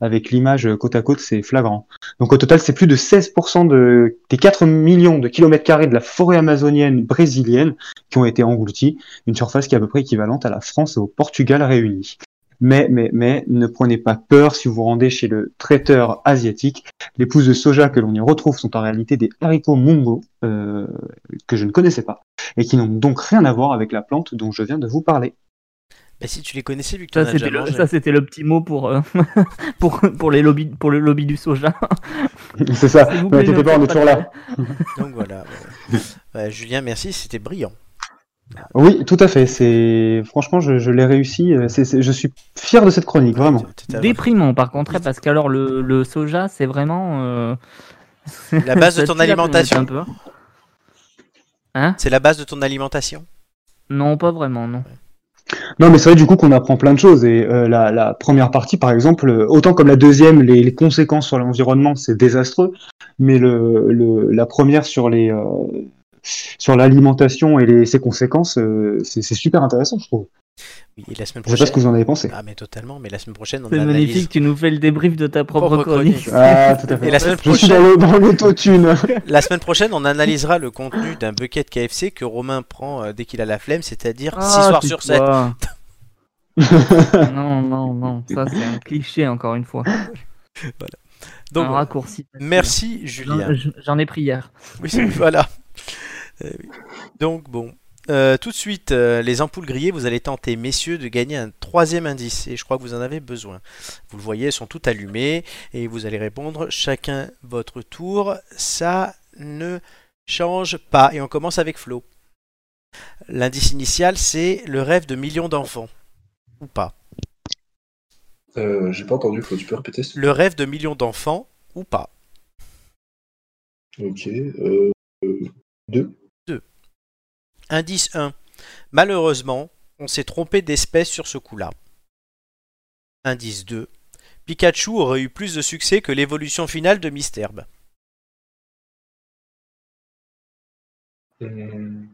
Speaker 2: avec l'image euh, côte à côte, c'est flagrant. Donc au total, c'est plus de 16% de, des 4 millions de kilomètres carrés de la forêt amazonienne brésilienne qui ont été engloutis, une surface qui est à peu près équivalente à la France et au Portugal réunis. Mais, mais, mais, ne prenez pas peur si vous vous rendez chez le traiteur asiatique. Les pousses de soja que l'on y retrouve sont en réalité des haricots mungo, euh, que je ne connaissais pas, et qui n'ont donc rien à voir avec la plante dont je viens de vous parler.
Speaker 1: Bah, si tu les connaissais, vu que tu en
Speaker 4: Ça
Speaker 1: as déjà
Speaker 4: c'était, le,
Speaker 1: mangé.
Speaker 4: ça, c'était le petit mot pour, euh, pour, pour, les lobbies, pour le lobby du soja.
Speaker 2: C'est ça,
Speaker 4: S'il vous
Speaker 2: ne
Speaker 4: plaît,
Speaker 2: t'inquiète
Speaker 4: ne
Speaker 2: pas, on est
Speaker 4: faites
Speaker 2: toujours
Speaker 4: de-
Speaker 2: là.
Speaker 1: Donc voilà. ouais. Bah, Julien, merci, c'était brillant.
Speaker 2: Oui, tout à fait. C'est franchement, je, je l'ai réussi. euh, c'est- c'est- Je suis fier de cette chronique, vraiment.
Speaker 1: T'étais à-
Speaker 4: Déprimant par contre, hein, parce qu'alors le, le soja c'est vraiment. euh,
Speaker 1: La base de
Speaker 4: ça
Speaker 1: ton
Speaker 4: tue la planète
Speaker 1: alimentation.
Speaker 4: un peu.
Speaker 1: C'est la base de ton alimentation.
Speaker 4: Non, pas vraiment, non.
Speaker 2: Non, mais c'est vrai du coup qu'on apprend plein de choses. Et euh, la, la première partie, par exemple, euh, autant comme la deuxième, les, les conséquences sur l'environnement, c'est désastreux. Mais le, le- la première sur les euh, sur l'alimentation et les, ses conséquences, euh, c'est c'est super intéressant, je trouve.
Speaker 1: Oui, et la semaine
Speaker 2: Je sais pas
Speaker 1: prochaine.
Speaker 2: ce que vous en avez pensé.
Speaker 1: Ah mais totalement, mais la semaine prochaine on
Speaker 4: C'est
Speaker 1: analyse.
Speaker 4: magnifique, tu nous fais le débrief de ta propre,
Speaker 1: Propre
Speaker 4: chronique.
Speaker 1: chronique.
Speaker 2: Ah, tout à
Speaker 1: Et
Speaker 2: fait.
Speaker 1: la semaine
Speaker 2: Je suis
Speaker 1: prochaine,
Speaker 2: dans le- dans l'autotune.
Speaker 1: la semaine prochaine, on analysera le contenu d'un
Speaker 4: Ah,
Speaker 1: bucket KFC que Romain prend euh, dès qu'il a la flemme, c'est-à-dire 6 soirs sur 7.
Speaker 4: non, non, non. Ça, c'est un cliché, encore une fois.
Speaker 1: Donc,
Speaker 4: un raccourci.
Speaker 1: merci
Speaker 4: J'en
Speaker 1: Julien.
Speaker 4: j'en ai pris hier.
Speaker 1: Oui, c'est- voilà. Euh, oui. Donc bon, Euh, tout de suite, euh, les ampoules grillées, vous allez tenter, messieurs, de gagner un troisième indice, et je crois que vous en avez besoin. Vous le voyez, elles sont toutes allumées, et vous allez répondre chacun votre tour. Ça ne change pas, et on commence avec Flo. L'indice initial, c'est le rêve de millions d'enfants. Ou pas.
Speaker 3: Euh, J'ai pas entendu, faut, tu peux répéter s'il te
Speaker 1: Le rêve de millions d'enfants, ou pas.
Speaker 3: plaît Ok. Euh, euh, deux.
Speaker 1: Indice 1. Malheureusement, on s'est trompé d'espèce sur ce coup-là. Indice 2. Pikachu aurait eu plus de succès que l'évolution finale de Misterbe.
Speaker 3: Hum.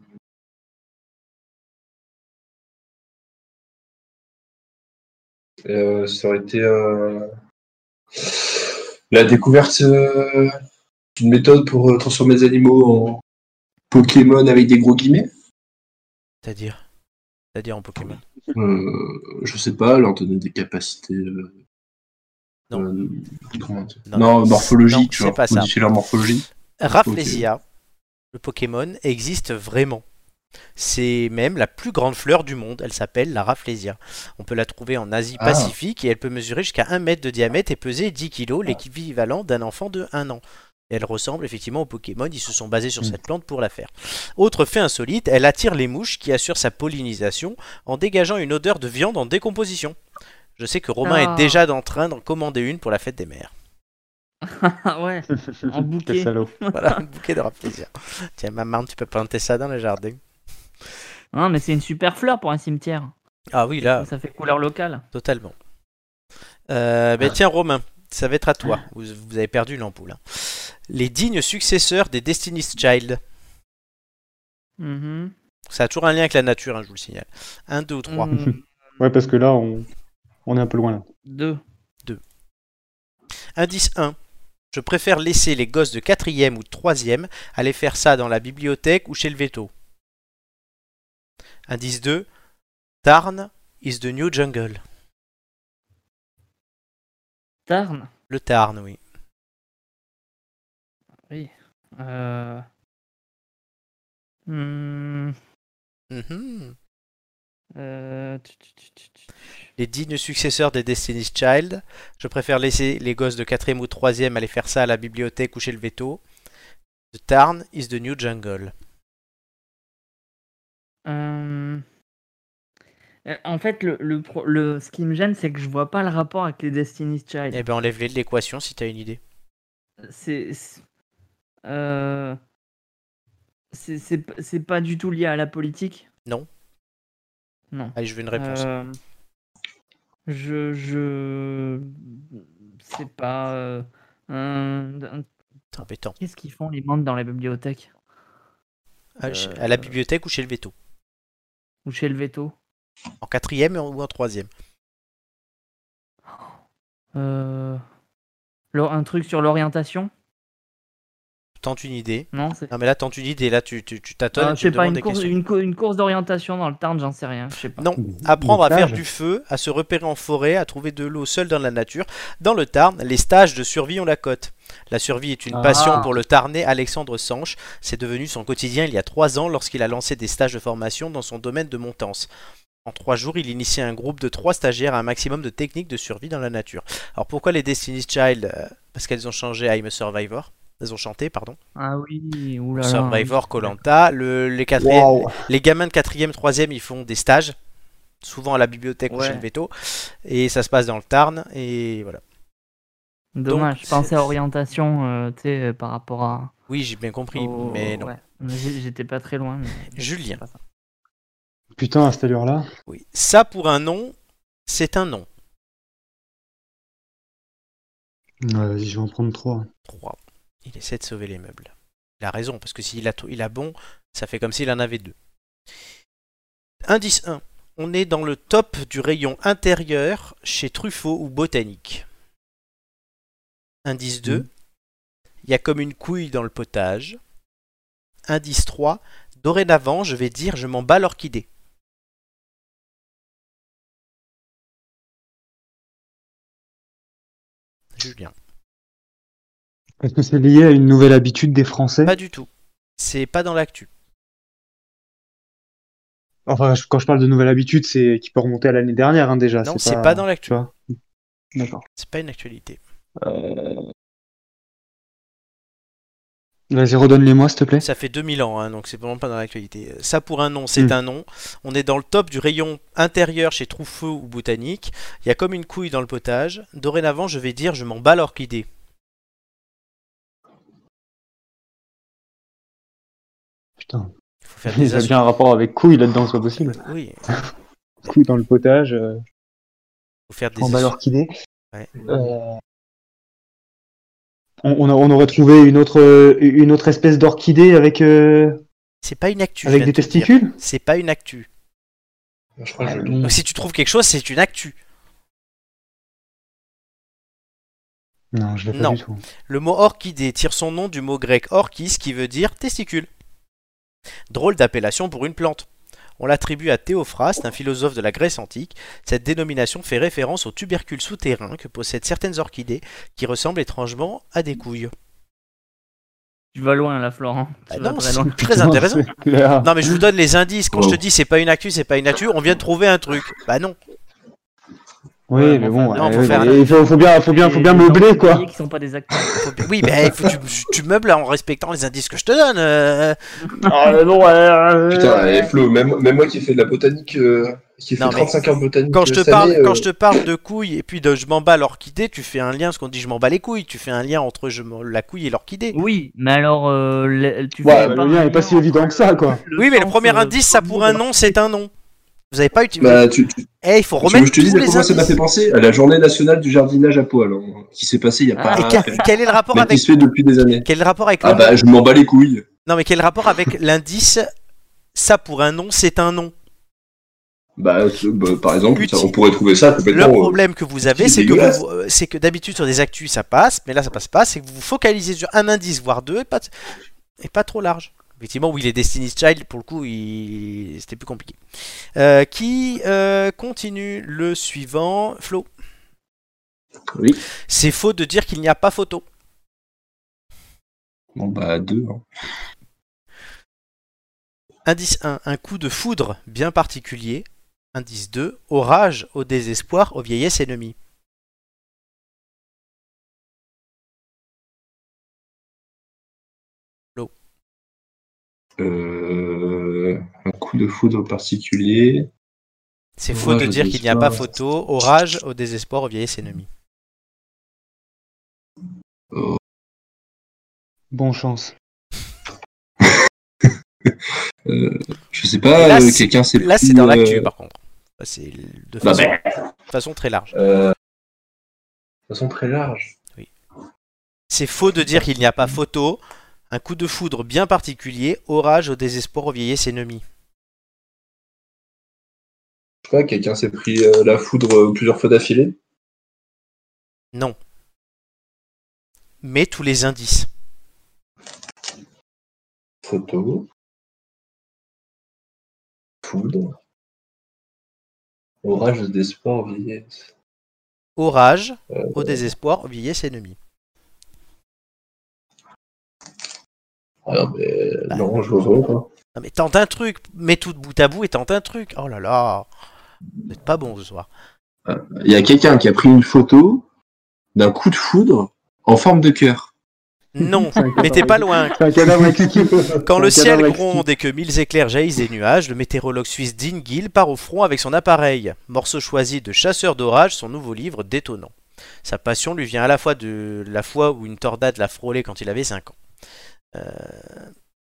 Speaker 3: Euh, ça aurait été euh, la découverte euh, d'une méthode pour euh, transformer les animaux en Pokémon avec des gros guillemets.
Speaker 1: C'est-à-dire C'est-à-dire en Pokémon.
Speaker 3: Euh, je sais pas, leur donner des capacités. euh,
Speaker 1: Non.
Speaker 3: euh, comment dire
Speaker 1: Non,
Speaker 3: non,
Speaker 1: non,
Speaker 3: morphologie,
Speaker 1: non,
Speaker 3: tu
Speaker 1: c'est
Speaker 3: vois.
Speaker 1: pas ça.
Speaker 3: modifier leur morphologie.
Speaker 1: Rafflesia, le Pokémon, existe vraiment. C'est même la plus grande fleur du monde. Elle s'appelle la Rafflesia. On peut la trouver en Asie
Speaker 3: Ah.
Speaker 1: Pacifique et elle peut mesurer jusqu'à 1 mètre de diamètre et peser 10 kg, l'équivalent d'un enfant de 1 an. Et Elle ressemble effectivement au Pokémon, ils se sont basés sur
Speaker 3: Mm.
Speaker 1: cette plante pour la faire. Autre fait insolite, elle attire les mouches qui assurent sa pollinisation en dégageant une odeur de viande en décomposition. Je sais que Romain
Speaker 4: Ah.
Speaker 1: est déjà en train d'en commander une pour la fête des mères.
Speaker 4: Ah ouais. En bouquet.
Speaker 2: Quel salaud.
Speaker 1: Voilà, un bouquet de Rafflesia. Tiens, maman, tu peux planter ça dans le jardin.
Speaker 4: Non, mais c'est une super fleur pour un cimetière.
Speaker 1: Ah oui, là,
Speaker 4: Ça fait couleur locale.
Speaker 1: totalement. Euh, ben tiens, Romain, ça va être à toi. Vous, vous avez perdu l'ampoule. hein. Les dignes successeurs des Destiny's Child.
Speaker 4: Mhm.
Speaker 1: Ça a toujours un lien avec la nature, hein, je vous le signale. 1, 2 ou 3.
Speaker 4: Mm,
Speaker 2: Ouais, parce que là, on, on est un peu loin là.
Speaker 4: Deux.
Speaker 1: Indice 1. Je préfère laisser les gosses de 4e ou de 3e aller faire ça dans la bibliothèque ou chez le veto. Indice 2. Tarn is the new jungle.
Speaker 4: Tarn.
Speaker 1: Le Tarn, oui.
Speaker 4: Euh... hmm,
Speaker 1: Mhm.
Speaker 4: euh, tu, tu, tu, tu, tu.
Speaker 1: les dignes successeurs des Destiny's Child. Je préfère laisser les gosses de 4ème ou 3ème aller faire ça à la bibliothèque ou chez le veto. The Tarn is the new jungle.
Speaker 4: Euh, euh, En fait, le, le, pro- le, ce qui me gêne, c'est que je vois pas le rapport avec les Destiny's Child.
Speaker 1: Eh ben enlève-les de l'équation si t'as une idée.
Speaker 4: c'est c'est- euh, c'est c'est p- c'est pas du tout lié à la politique
Speaker 1: Non.
Speaker 4: non
Speaker 1: Allez, je veux une réponse.
Speaker 4: Euh, je je sais pas euh, un- un-
Speaker 1: C'est embêtant.
Speaker 4: qu'est-ce qu'ils font les membres dans la bibliothèque
Speaker 1: Ah, chez-
Speaker 4: euh,
Speaker 1: À la bibliothèque ou chez le veto.
Speaker 4: ou chez le veto
Speaker 1: En 4ème ou en 3ème.
Speaker 4: Euh, leur- un truc sur l'orientation
Speaker 1: Tente une idée.
Speaker 4: non c'est
Speaker 1: Non mais là tente une idée, là tu tu- tu t'attends
Speaker 4: Ah,
Speaker 1: et
Speaker 4: je
Speaker 1: tu
Speaker 4: sais
Speaker 1: me
Speaker 4: pas
Speaker 1: demandes
Speaker 4: une
Speaker 1: des
Speaker 4: course,
Speaker 1: questions.
Speaker 4: une, co- une course d'orientation dans le Tarn j'en sais rien je sais pas
Speaker 1: Non, Apprendre à
Speaker 2: Des
Speaker 1: faire
Speaker 2: stages.
Speaker 1: du feu, à se repérer en forêt, à trouver de l'eau seule dans la nature. Dans le Tarn, les stages de survie ont la cote. La survie est une
Speaker 4: Ah.
Speaker 1: passion pour le Tarnais Alexandre Sanche. C'est devenu son quotidien il y a trois ans lorsqu'il a lancé des stages de formation dans son domaine de montance. En trois jours, il initiait un groupe de trois stagiaires à un maximum de techniques de survie dans la nature. Alors pourquoi les Destiny's Child euh, Parce qu'elles ont changé à I'm a Survivor. Elles ont chanté, pardon.
Speaker 4: ah oui oulala
Speaker 1: Survivor, Colanta. Le, les quatrièmes,
Speaker 2: Waouh.
Speaker 1: les gamins de 4e, 3e, ils font des stages, souvent à la bibliothèque ou
Speaker 4: Ouais.
Speaker 1: chez le veto, et ça se passe dans le Tarn, et voilà.
Speaker 4: dommage
Speaker 1: Donc,
Speaker 4: je pensais à
Speaker 1: c'est-
Speaker 4: orientation euh, tu sais euh, par rapport à
Speaker 1: Oui, j'ai bien compris,
Speaker 4: Oh,
Speaker 1: mais non.
Speaker 4: ouais. Mais j'ai- J'étais pas très loin. mais-
Speaker 1: Julien.
Speaker 4: c'est pas ça.
Speaker 2: Putain, à cette allure-là.
Speaker 1: Oui. Ça, pour un nom, c'est un nom.
Speaker 2: Ouais, vas-y, je vais en prendre trois.
Speaker 1: 3. Il essaie de sauver les meubles. Il a raison, parce que s'il a, tout- il a bon, ça fait comme s'il en avait deux. Indice 1. On est dans le top du rayon intérieur chez Truffaut ou Botanique. Indice 2. Il y a comme une couille dans le potage. Indice 3. Dorénavant, je vais dire je m'en bats l'orchidée. Julien.
Speaker 2: Est-ce que c'est lié à une nouvelle habitude des Français
Speaker 1: Pas du tout. C'est pas dans l'actu.
Speaker 2: Enfin, je- quand je parle de nouvelle habitude, c'est qui peut remonter à l'année dernière hein, déjà.
Speaker 1: Non, c'est pas dans l'actu.
Speaker 2: Tu vois D'accord.
Speaker 1: C'est pas une actualité.
Speaker 2: Vas-y, redonne-les-moi, s'il te plaît.
Speaker 1: Ça fait 2000 ans, hein, donc c'est vraiment pas dans l'actualité. Euh, Ça pour un nom, c'est
Speaker 2: Mm.
Speaker 1: un nom. On est dans le top du rayon intérieur chez Truffaut ou Botanique. Il y a comme une couille dans le potage. Dorénavant, je vais dire, je m'en bats l'orchidée.
Speaker 2: Putain.
Speaker 1: Il faut faire
Speaker 2: Il
Speaker 1: des
Speaker 2: y a
Speaker 1: assos-
Speaker 2: bien un rapport avec couille là-dedans, c'est pas possible.
Speaker 1: Oui,
Speaker 2: Couille dans le potage, euh,
Speaker 1: faut faire des
Speaker 2: en bas
Speaker 1: assos-
Speaker 2: l'orchidée.
Speaker 1: Ouais.
Speaker 2: Euh, On, on a- on aurait trouvé une autre, euh, une autre espèce d'orchidée avec, euh,
Speaker 1: C'est pas une actu. je
Speaker 2: avec
Speaker 1: viens
Speaker 2: des
Speaker 1: de te dire.
Speaker 2: testicules Hmm.
Speaker 1: C'est pas une actu.
Speaker 3: Euh, Je
Speaker 2: Ah,
Speaker 3: crois que je
Speaker 2: Euh,
Speaker 3: l'ai.
Speaker 1: Donc si tu trouves quelque chose, c'est une actu.
Speaker 2: Non, je l'ai pas
Speaker 1: Non.
Speaker 2: du tout.
Speaker 1: Le mot orchidée tire son nom du mot grec orchis qui veut dire testicule. Drôle d'appellation pour une plante. On l'attribue à Théophraste, un philosophe de la Grèce antique. Cette dénomination fait référence aux tubercules souterrains que possèdent certaines orchidées qui ressemblent étrangement à des couilles.
Speaker 4: Tu vas loin là, Florent.
Speaker 1: Bah
Speaker 4: Tu vas
Speaker 1: non,
Speaker 4: très
Speaker 1: c'est
Speaker 4: loin.
Speaker 1: très
Speaker 2: Putain,
Speaker 1: intéressant.
Speaker 2: c'est clair.
Speaker 1: Non mais je vous donne les indices. Quand je te dis c'est pas une actu, c'est pas une actu, on vient de trouver un truc. Bah non.
Speaker 2: Oui, mais bon,
Speaker 4: Non,
Speaker 1: faut
Speaker 2: euh,
Speaker 1: faire-
Speaker 2: il faut, faut bien, faut bien, faut bien
Speaker 4: Et-
Speaker 2: meubler,
Speaker 4: et-
Speaker 2: quoi.
Speaker 4: Qui sont pas des acteurs.
Speaker 1: Faut- Oui, mais eh, faut- tu, tu meubles en respectant les indices que je te donne. euh.
Speaker 2: Ah, mais bon, euh,
Speaker 3: Putain, et Flo, même, même moi qui fais de la botanique, euh, qui fait
Speaker 1: Non, mais
Speaker 3: 35 heures de botanique
Speaker 1: Quand je te
Speaker 3: cette
Speaker 1: parle,
Speaker 3: année, euh,
Speaker 1: quand je te parle de couilles et puis de je m'en bats l'orchidée, tu fais un lien, ce qu'on dit je m'en bats les couilles, tu fais un lien entre je m'en- la couille et l'orchidée.
Speaker 4: Oui, mais alors, euh, le- tu
Speaker 3: Ouais,
Speaker 4: fais
Speaker 3: le
Speaker 2: le lien est pas si évident que ça, quoi.
Speaker 1: oui, mais le
Speaker 4: sens,
Speaker 1: premier
Speaker 4: euh,
Speaker 1: indice, ça pour un nom, c'est un nom. Vous avez pas utilisé.
Speaker 3: Bah, tu, tu,
Speaker 1: Eh, il faut
Speaker 3: tu veux que
Speaker 1: remettre
Speaker 3: je te
Speaker 1: tous
Speaker 3: dise à
Speaker 1: les
Speaker 3: quoi ça m'a
Speaker 1: indices.
Speaker 3: fait penser À la journée nationale du jardinage à poil, hein, qui s'est passée il y a
Speaker 4: Ah,
Speaker 3: pas...
Speaker 1: Et quel, quel est le rapport
Speaker 3: mais qui
Speaker 1: avec
Speaker 3: se fait depuis des années.
Speaker 1: quel est le rapport avec le
Speaker 3: Ah
Speaker 1: nom
Speaker 3: bah, je m'en bats les couilles.
Speaker 1: Non, mais quel rapport avec l'indice ça pour un nom, c'est un nom.
Speaker 3: Bah, ce- bah, par exemple,
Speaker 1: Utile.
Speaker 3: ça, on pourrait trouver ça
Speaker 1: Le
Speaker 3: complètement... euh,
Speaker 1: problème que vous avez, c'est
Speaker 3: c'est
Speaker 1: que
Speaker 3: dégueulasse.
Speaker 1: vous- euh, c'est que d'habitude sur des actus ça passe, mais là ça passe pas, c'est que vous vous focalisez sur un indice voire deux et pas et pas trop large. Effectivement, oui, les Destiny's Child pour le coup, il... c'était plus compliqué. Euh, qui euh, continue le suivant, Flo
Speaker 3: Oui.
Speaker 1: C'est faux de dire qu'il n'y a pas photo.
Speaker 3: Bon, bah, deux. hein.
Speaker 1: Indice 1, un coup de foudre bien particulier. Indice 2, orage au désespoir, aux vieillesses ennemies.
Speaker 3: Euh, un coup de foudre particulier.
Speaker 1: C'est
Speaker 3: Ouais,
Speaker 1: faux de
Speaker 3: je
Speaker 1: dire
Speaker 3: dis
Speaker 1: qu'il n'y a
Speaker 3: pas.
Speaker 1: pas photo, orage au désespoir, aux vieillesses ennemies.
Speaker 2: Bon chance.
Speaker 3: Euh, je sais pas,
Speaker 1: Et là,
Speaker 3: euh,
Speaker 1: c'est-
Speaker 3: quelqu'un s'est
Speaker 1: Là, c'est
Speaker 3: pris,
Speaker 1: dans
Speaker 3: euh,
Speaker 1: l'actu, par contre. Là, C'est de
Speaker 3: bah,
Speaker 1: façon, de façon très large.
Speaker 3: euh, de façon très large.
Speaker 1: C'est faux de dire qu'il n'y a pas photo, un coup de foudre bien particulier, orage au désespoir, aux vieillesses ennemies.
Speaker 3: Je sais pas, quelqu'un s'est pris euh, la foudre euh, plusieurs fois d'affilée.
Speaker 1: Non. Mais tous les indices.
Speaker 3: Photo. Foudre. Orage d'espoir, vieillesse.
Speaker 1: Orage
Speaker 3: Euh,
Speaker 1: au désespoir, aux vieillesses ennemies.
Speaker 3: Ah non, mais hein.
Speaker 1: Bah.
Speaker 3: non, je vois pas. quoi.
Speaker 1: Non mais tente un truc, mets tout de bout à bout et tente un truc. Oh là là, vous n'êtes pas bon ce soir.
Speaker 3: Il y a quelqu'un qui a pris une photo d'un coup de foudre en forme de cœur.
Speaker 1: Non, mais t'es pas loin.
Speaker 2: C'est un cadavre exquis.
Speaker 1: Quand le
Speaker 2: C'est un
Speaker 1: ciel
Speaker 2: cadavre
Speaker 1: gronde et que mille éclairs jaillissent des nuages, le météorologue suisse Dean Gill part au front avec son appareil. Morceau choisi de Chasseur d'orage, son nouveau livre détonnant. Sa passion lui vient à la fois de la fois où une tornade l'a frôlé quand il avait 5 ans. Euh,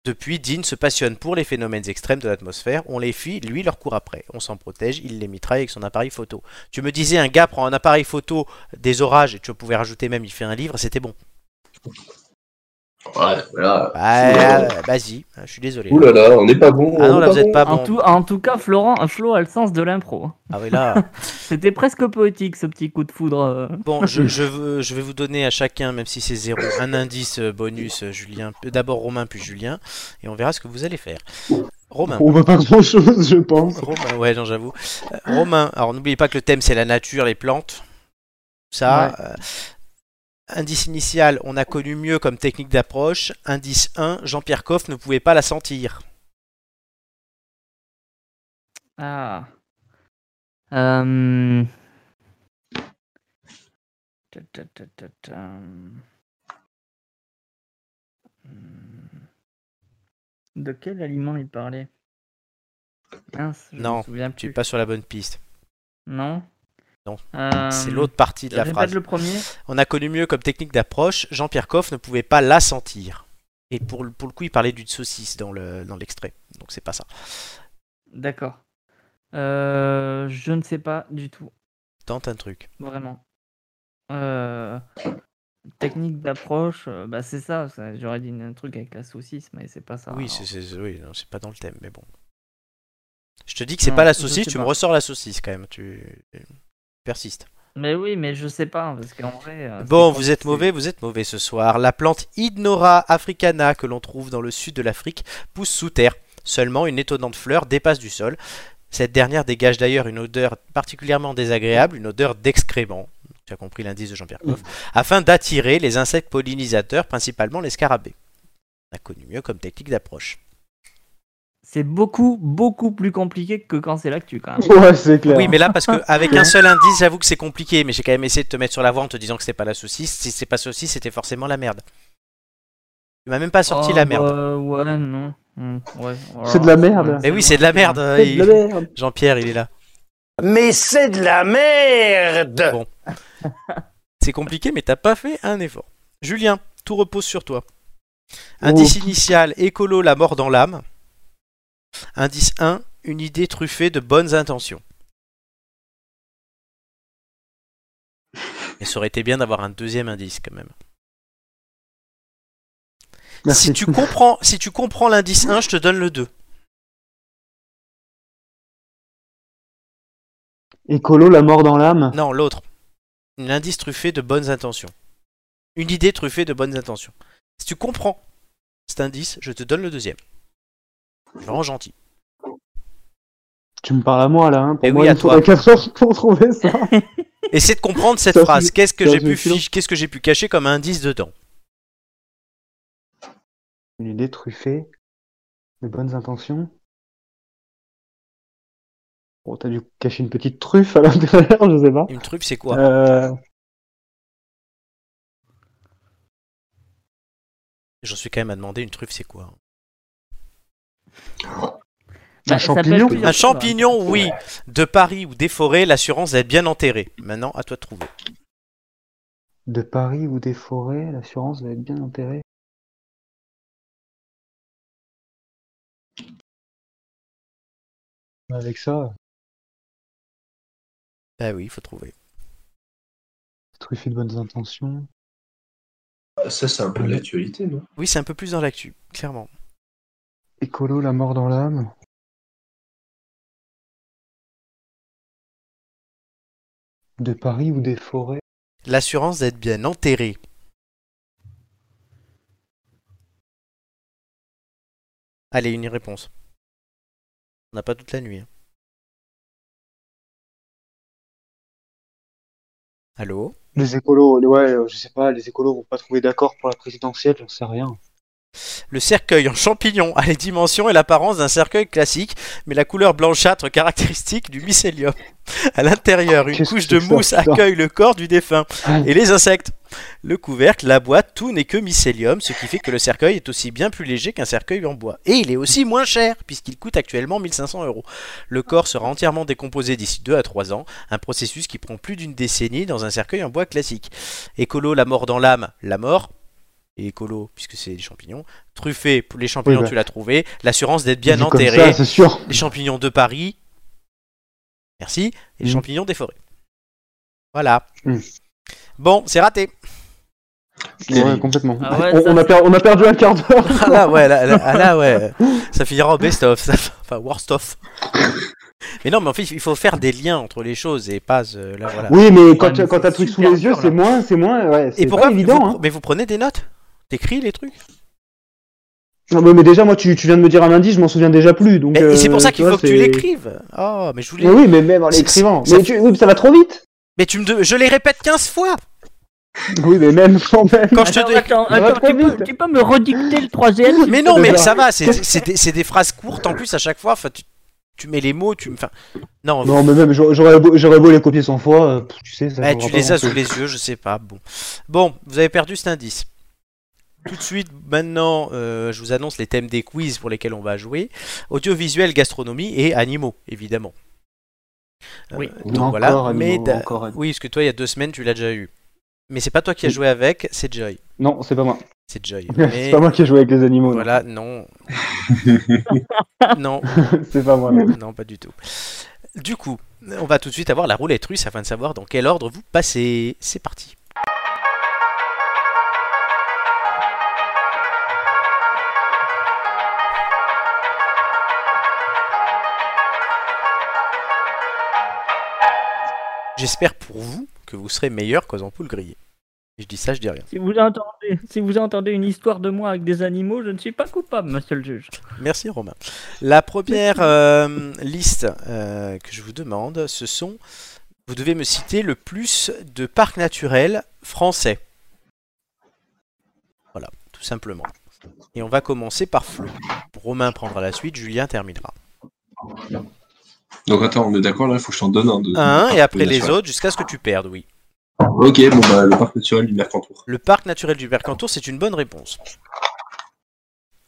Speaker 1: Depuis, Dean se passionne pour les phénomènes extrêmes de l'atmosphère. On les fuit, lui leur court après. On s'en protège, il les mitraille avec son appareil photo. Tu me disais, un gars prend un appareil photo des orages et tu pouvais rajouter même, il fait un livre, c'était bon.
Speaker 3: Ouais, voilà.
Speaker 1: Bah, vas-y, je suis désolé.
Speaker 3: Ouh là là, on n'est pas bon.
Speaker 1: Ah
Speaker 3: on
Speaker 1: non,
Speaker 3: est
Speaker 1: là vous êtes pas
Speaker 4: En
Speaker 1: bon.
Speaker 4: tout, en tout cas, Florent, euh, Flo a le sens de l'impro.
Speaker 1: Ah oui, là.
Speaker 4: C'était presque poétique ce petit coup de foudre. euh.
Speaker 1: Bon, je, je, veux- je vais vous donner à chacun, même si c'est zéro, un indice euh, bonus, euh, Julien. euh, D'abord Romain, puis Julien, et on verra ce que vous allez faire. Romain.
Speaker 2: On voit pas grand chose, je pense.
Speaker 1: Romain, ouais, non, j'avoue. Euh, Romain, alors n'oubliez pas que le thème c'est la nature, les plantes. Ça. euh, Indice initial, on a connu mieux comme technique d'approche. Indice 1, Jean-Pierre Coff ne pouvait pas la sentir.
Speaker 4: Ah. Euh, ta, ta, ta, ta, ta. Hum. De quel aliment il parlait Mince, je me
Speaker 1: Non,
Speaker 4: souviens
Speaker 1: Tu es
Speaker 4: plus.
Speaker 1: pas sur la bonne piste.
Speaker 4: Non.
Speaker 1: Non,
Speaker 4: Euh,
Speaker 1: C'est l'autre partie de la
Speaker 4: répète
Speaker 1: phrase.
Speaker 4: le premier.
Speaker 1: On a connu mieux comme technique d'approche. Jean-Pierre Coff ne pouvait pas la sentir. Et pour, le- pour le coup, il parlait d'une saucisse dans le- dans l'extrait. Donc c'est pas ça.
Speaker 4: D'accord. Euh, je ne sais pas du tout,
Speaker 1: Tente un truc.
Speaker 4: vraiment. Euh, technique d'approche, euh, bah c'est ça. ça- J'aurais dit un truc avec la saucisse, mais c'est pas ça.
Speaker 1: oui,
Speaker 4: alors.
Speaker 1: c'est c'est- oui, non, c'est pas dans le thème, mais bon. Je te dis que c'est
Speaker 4: Non,
Speaker 1: pas la
Speaker 4: je
Speaker 1: saucisse,
Speaker 4: sais
Speaker 1: tu me
Speaker 4: pas.
Speaker 1: ressors la saucisse quand même. Tu persistes.
Speaker 4: Mais oui, mais je sais pas parce qu'en vrai. euh,
Speaker 1: Bon,
Speaker 4: c'est
Speaker 1: vous êtes
Speaker 4: compliqué.
Speaker 1: mauvais, vous êtes mauvais ce soir. La plante Hydnora africana que l'on trouve dans le sud de l'Afrique pousse sous terre. Seulement, une étonnante fleur dépasse du sol. Cette dernière dégage d'ailleurs une odeur particulièrement désagréable, une odeur d'excrément. Tu as compris l'indice de Jean-Pierre Coff. Afin d'attirer les insectes pollinisateurs, principalement les scarabées. On a connu mieux comme technique d'approche.
Speaker 4: C'est beaucoup, beaucoup plus compliqué que quand c'est l'actu quand même.
Speaker 2: Ouais, c'est clair.
Speaker 1: Oui, mais là, parce qu'avec un seul indice, j'avoue que c'est compliqué, mais j'ai quand même essayé de te mettre sur la voie en te disant que c'était pas la saucisse. Si c'est pas saucisse, c'était forcément la merde. Tu m'as même pas sorti
Speaker 4: Oh,
Speaker 1: la merde.
Speaker 4: bah, ouais, non. Hmm, ouais,
Speaker 2: C'est
Speaker 4: alors,
Speaker 2: de la merde.
Speaker 1: Mais oui, c'est de la merde. euh,
Speaker 2: C'est de la
Speaker 1: il-
Speaker 2: merde.
Speaker 1: Jean-Pierre, il est là.
Speaker 6: Mais c'est de la merde
Speaker 1: C'est compliqué, mais t'as pas fait un effort. Julien, tout repose sur toi. Indice
Speaker 2: Oh.
Speaker 1: initial, écolo, la mort dans l'âme. Indice 1, une idée truffée de bonnes intentions. Mais ça aurait été bien d'avoir un deuxième indice quand même.
Speaker 2: Merci.
Speaker 1: Si tu comprends, si tu comprends l'indice 1, je te donne le 2.
Speaker 2: Écolo, la mort dans l'âme.
Speaker 1: Non, l'autre. L'indice truffé de bonnes intentions. Une idée truffée de bonnes intentions. Si tu comprends cet indice, je te donne le deuxième. Vraiment gentil.
Speaker 2: Tu me parles à moi là, hein. Pour
Speaker 1: Eh
Speaker 2: moi,
Speaker 1: oui, à
Speaker 2: il me faut
Speaker 1: toi.
Speaker 2: 4 heures pour trouver ça.
Speaker 1: Essaie de comprendre cette
Speaker 2: Ça, c'est-
Speaker 1: phrase. Qu'est-ce que
Speaker 2: ça,
Speaker 1: j'ai
Speaker 2: c'est
Speaker 1: pu
Speaker 2: excellent.
Speaker 1: fiche- qu'est-ce que j'ai pu cacher comme indice dedans
Speaker 2: Une idée truffée, de bonnes intentions. Bon, t'as dû cacher une petite truffe à l'intérieur, je sais pas.
Speaker 1: Une truffe, c'est quoi
Speaker 2: Euh,
Speaker 4: Bah,
Speaker 1: J'en suis quand même à demander une truffe, c'est quoi
Speaker 4: Bah,
Speaker 2: un
Speaker 4: ça peut être
Speaker 2: champignon.
Speaker 4: plusieurs
Speaker 1: Un
Speaker 4: choses,
Speaker 1: champignon, oui. De Paris ou des forêts, l'assurance d'être bien enterrée. Maintenant, à toi de trouver.
Speaker 2: De Paris ou des forêts, l'assurance va être bien enterrée. Avec ça,
Speaker 1: Ah oui, il faut trouver.
Speaker 2: truffé de bonnes intentions.
Speaker 3: Ça, c'est un peu de l'actualité, non
Speaker 1: Oui, c'est un peu plus dans l'actu, clairement.
Speaker 2: Écolo, la mort dans l'âme. De Paris ou des forêts.
Speaker 1: L'assurance d'être bien enterrée. Allez, une réponse. On n'a pas toute la nuit. hein. Allô
Speaker 2: Les écolos, les- ouais, euh, je sais pas, les écolos vont pas trouver d'accord pour la présidentielle, j'en sais rien.
Speaker 1: Le cercueil en champignon a les dimensions et l'apparence d'un cercueil classique, mais la couleur blanchâtre caractéristique du mycélium. À l'intérieur, une
Speaker 2: Ah, Qu'est-ce que
Speaker 1: couche de
Speaker 2: c'est que ça,
Speaker 1: mousse
Speaker 2: putain
Speaker 1: accueille le corps du défunt
Speaker 2: Ah.
Speaker 1: et les insectes. Le couvercle, la boîte, tout n'est que mycélium, ce qui fait que le cercueil est aussi bien plus léger qu'un cercueil en bois. Et il est aussi moins cher, puisqu'il coûte actuellement 1500 euros. Le corps sera entièrement décomposé d'ici 2 à 3 ans, un processus qui prend plus d'une décennie dans un cercueil en bois classique. Écolo, la mort dans l'âme, la mort. Et écolo, puisque c'est des champignons. Truffé, pour les champignons,
Speaker 2: bah.
Speaker 1: tu l'as trouvé. L'assurance d'être bien
Speaker 2: Vu comme
Speaker 1: enterré.
Speaker 2: ça, c'est sûr.
Speaker 1: Les champignons de Paris. Merci. Et les
Speaker 2: Mm.
Speaker 1: champignons des forêts. Voilà.
Speaker 2: Mm.
Speaker 1: Bon, c'est raté.
Speaker 2: Ouais, complètement.
Speaker 4: Ah ouais,
Speaker 2: on,
Speaker 4: ça,
Speaker 2: on a per- on a perdu un quart d'heure.
Speaker 1: Ah là, ouais, là, là, ah là, ouais. Ça finira en best-of. ça. Enfin, worst-of. Mais non, mais en fait, il faut faire des liens entre les choses et pas. euh, là, voilà.
Speaker 2: Oui, mais
Speaker 4: Ouais,
Speaker 2: quand,
Speaker 4: mais
Speaker 2: tu- quand
Speaker 4: c'est
Speaker 2: t'as le truc sous
Speaker 4: super
Speaker 2: les yeux,
Speaker 4: dur,
Speaker 2: c'est
Speaker 4: là.
Speaker 2: moins, c'est moins, ouais,
Speaker 1: et
Speaker 2: c'est
Speaker 1: pourquoi
Speaker 2: pas évident.
Speaker 1: vous,
Speaker 2: hein.
Speaker 1: Mais vous prenez des notes T'écris les trucs
Speaker 2: Non, mais, mais déjà, moi, tu, tu viens de me dire un indice, je m'en souviens déjà plus. Donc,
Speaker 1: Mais
Speaker 2: euh,
Speaker 1: c'est pour ça qu'il
Speaker 2: vois,
Speaker 1: faut que tu
Speaker 2: c'est-
Speaker 1: l'écrives. Oh, mais je voulais.
Speaker 2: Mais oui, mais même en
Speaker 1: C'est-
Speaker 2: l'écrivant.
Speaker 1: c'est-
Speaker 2: Mais tu- oui, mais ça va trop vite.
Speaker 1: Mais tu me de- je les répète 15 fois.
Speaker 2: Oui, mais même quand même.
Speaker 1: Quand je te
Speaker 4: Attends,
Speaker 1: dis-
Speaker 4: attends,
Speaker 2: Ça va
Speaker 4: attends,
Speaker 2: très
Speaker 4: tu, peux,
Speaker 2: vite.
Speaker 4: tu peux me redicter le troisième
Speaker 1: Mais non,
Speaker 2: C'est
Speaker 1: mais
Speaker 2: bizarre.
Speaker 1: ça va, c'est c'est des, c'est des phrases courtes en plus à chaque fois. Enfin, tu, tu mets les mots, tu. me- Enfin, non,
Speaker 2: Non, mais même j'aurais j'aurais beau, j'aurais beau les copier 100 fois, euh, pff, tu sais, ça.
Speaker 1: bah,
Speaker 2: changera
Speaker 1: tu
Speaker 2: pas
Speaker 1: les as
Speaker 2: grand-chose.
Speaker 1: sous les yeux, je sais pas. Bon, bon, vous avez perdu cet indice. Tout de suite, maintenant, euh, je vous annonce les thèmes des quiz pour lesquels on va jouer audiovisuel, gastronomie et animaux, évidemment. Euh,
Speaker 4: Oui.
Speaker 1: donc
Speaker 2: Encore
Speaker 1: voilà.
Speaker 2: animaux,
Speaker 1: mais da-
Speaker 2: encore animaux.
Speaker 1: oui, parce que toi, il y a deux semaines, tu l'as déjà eu. Mais c'est pas toi qui as joué avec, c'est Joy.
Speaker 2: Non, c'est pas moi.
Speaker 1: C'est Joy.
Speaker 2: C'est
Speaker 1: Mais
Speaker 2: pas moi qui ai joué avec les animaux. non.
Speaker 1: voilà, non, non,
Speaker 2: c'est pas moi. non.
Speaker 1: non, pas du tout. Du coup, on va tout de suite avoir la roulette russe afin de savoir dans quel ordre vous passez. C'est parti. J'espère pour vous que vous serez meilleur qu'aux ampoules grillées. Je dis ça, je dis rien.
Speaker 4: Si vous, entendez, si vous entendez une histoire de moi avec des animaux, je ne suis pas coupable, monsieur le juge.
Speaker 1: Merci Romain. La première euh, liste euh, que je vous demande, ce sont, vous devez me citer le plus de parcs naturels français. Voilà, tout simplement. Et on va commencer par Flo. Romain prendra la suite, Julien terminera.
Speaker 3: Donc attends, on est d'accord là, il faut que je t'en donne un. De...
Speaker 1: Un, et après les
Speaker 3: naturel.
Speaker 1: autres, jusqu'à ce que tu perdes, oui.
Speaker 3: Ok, bon bah le parc naturel du Mercantour.
Speaker 1: Le parc naturel du Mercantour, c'est une bonne réponse.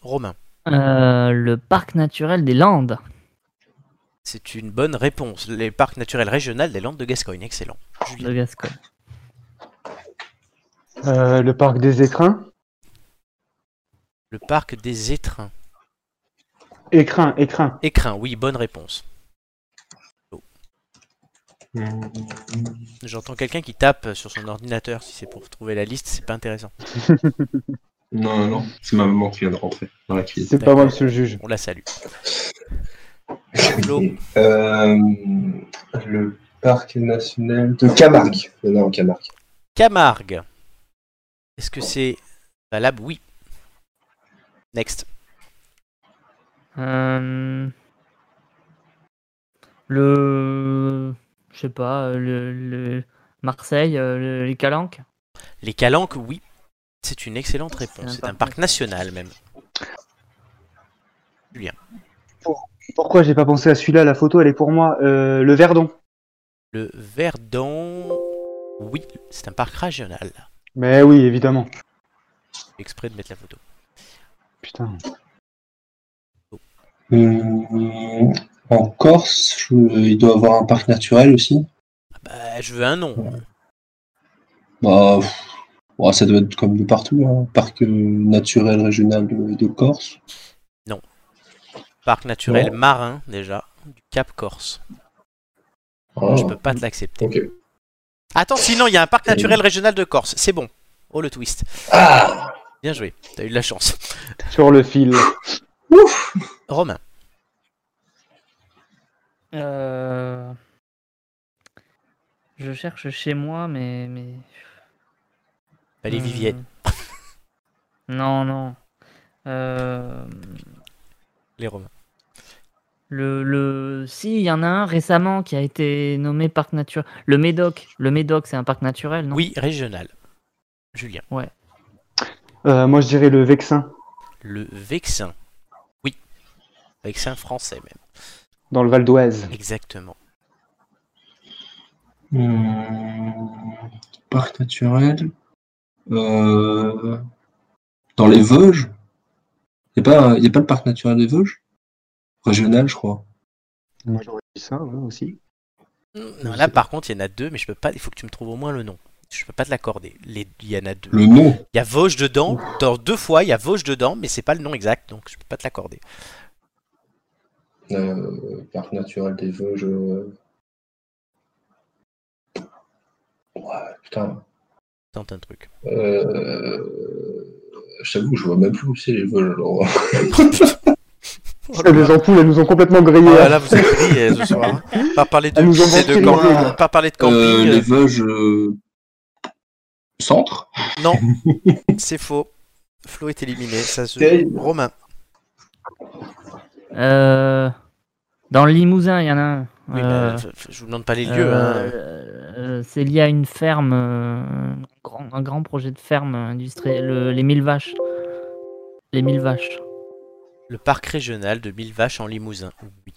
Speaker 1: Romain,
Speaker 4: Euh, le parc naturel des Landes.
Speaker 1: c'est une bonne réponse. Les parcs naturels régionaux des Landes de Gascogne, excellent. Julien.
Speaker 4: de Gascogne.
Speaker 2: Euh, le parc des écrins.
Speaker 1: Le parc des étrins.
Speaker 2: Écrins, écrins.
Speaker 1: Écrin, oui, bonne réponse.
Speaker 3: Hmm.
Speaker 1: J'entends quelqu'un qui tape sur son ordinateur. Si c'est pour trouver la liste, c'est pas intéressant.
Speaker 3: Non, non, non, c'est ma maman qui vient de rentrer dans la cuisine.
Speaker 2: C'est pas
Speaker 1: D'accord.
Speaker 2: moi, monsieur le juge.
Speaker 1: On la salue. Flo,
Speaker 3: Euh, le parc national de Camargue. Il y en a en Camargue.
Speaker 1: Camargue. Est-ce que c'est valable Oui. Next.
Speaker 4: Euh, le. Je sais pas, le. le- Marseille, euh, le- les Calanques.
Speaker 1: Les Calanques, oui. C'est une excellente réponse.
Speaker 4: un
Speaker 1: C'est un
Speaker 4: parc
Speaker 1: parc national même.
Speaker 2: Pourquoi j'ai pas pensé à celui-là La photo, elle est pour moi. Euh, le Verdon.
Speaker 1: Le Verdon, oui. C'est un parc régional.
Speaker 2: Mais oui, évidemment.
Speaker 1: Exprès de mettre la photo.
Speaker 2: Putain.
Speaker 3: Hum, en Corse, je- euh, il doit avoir un parc naturel aussi.
Speaker 1: Ah bah, je veux un nom.
Speaker 3: Bah, pff, ouais, ça doit être comme de partout, hein. parc euh, naturel régional de, de Corse.
Speaker 1: Parc naturel
Speaker 3: Non.
Speaker 1: marin, déjà, du Cap Corse.
Speaker 3: Ah,
Speaker 1: Je peux pas te l'accepter.
Speaker 3: ok.
Speaker 1: Attends, sinon, il y a un parc naturel régional de Corse. C'est bon. Oh, le twist.
Speaker 3: Ah
Speaker 1: Bien joué. T'as eu de la chance.
Speaker 2: Sur le fil.
Speaker 3: Ouf
Speaker 1: Romain,
Speaker 4: Euh, Je cherche chez moi, mais. mais...
Speaker 1: Allez,
Speaker 4: euh,
Speaker 1: Vivienne.
Speaker 4: Non, non. Euh,
Speaker 1: Les Romains.
Speaker 4: Le, le... Si, il y en a un récemment qui a été nommé parc naturel. Le Médoc. Le Médoc, c'est un parc naturel, non
Speaker 1: Oui, régional. Julien,
Speaker 2: Euh, moi, je dirais le Vexin.
Speaker 1: le Vexin. Oui. Vexin français, même.
Speaker 2: Dans le Val d'Oise.
Speaker 1: Exactement.
Speaker 3: Hum, Parc naturel. euh, dans les Vosges Il n'y a, pas le parc naturel des Vosges Régional, je crois.
Speaker 2: Moi, j'aurais dit ça, ouais, aussi.
Speaker 1: Non, là, par contre, il y en a deux, mais je peux pas. Il faut que tu me trouves au moins le nom. Je peux pas te l'accorder. Les... Il y en a deux.
Speaker 3: Le nom
Speaker 1: Il y a Vosges dedans. Dans deux fois, il y a Vosges dedans, mais c'est pas le nom exact, donc je peux pas te l'accorder.
Speaker 3: Euh, parc naturel des Vosges. euh. Ouais, putain.
Speaker 1: Tente un truc.
Speaker 3: Euh... Je t'avoue, je vois même plus où c'est les Vosges. alors.
Speaker 2: les ampoules, elles nous ont complètement hein. grillé.
Speaker 1: Ah, Oh là, vous êtes grillés ce soir. hein. Pas parler de
Speaker 2: Elles nous ont
Speaker 1: et de
Speaker 2: manqué,
Speaker 1: camping,
Speaker 3: moi.
Speaker 1: pas parler de camping.
Speaker 3: Euh,
Speaker 1: euh,
Speaker 3: les Vosges. euh, Centre
Speaker 1: Non, c'est faux. Flo est éliminé. Ça se...
Speaker 3: Terrible.
Speaker 1: Romain,
Speaker 4: Euh, Dans le Limousin, il y en a un.
Speaker 1: Oui,
Speaker 4: Euh,
Speaker 1: bah, f- f- je vous demande pas les lieux.
Speaker 4: euh,
Speaker 1: hein.
Speaker 4: euh, c'est lié à une ferme, euh, un, grand, un grand projet de ferme industrielle, le- les 1000 vaches. Les 1000 vaches.
Speaker 1: Le parc régional de Mille Vaches en Limousin. Oui.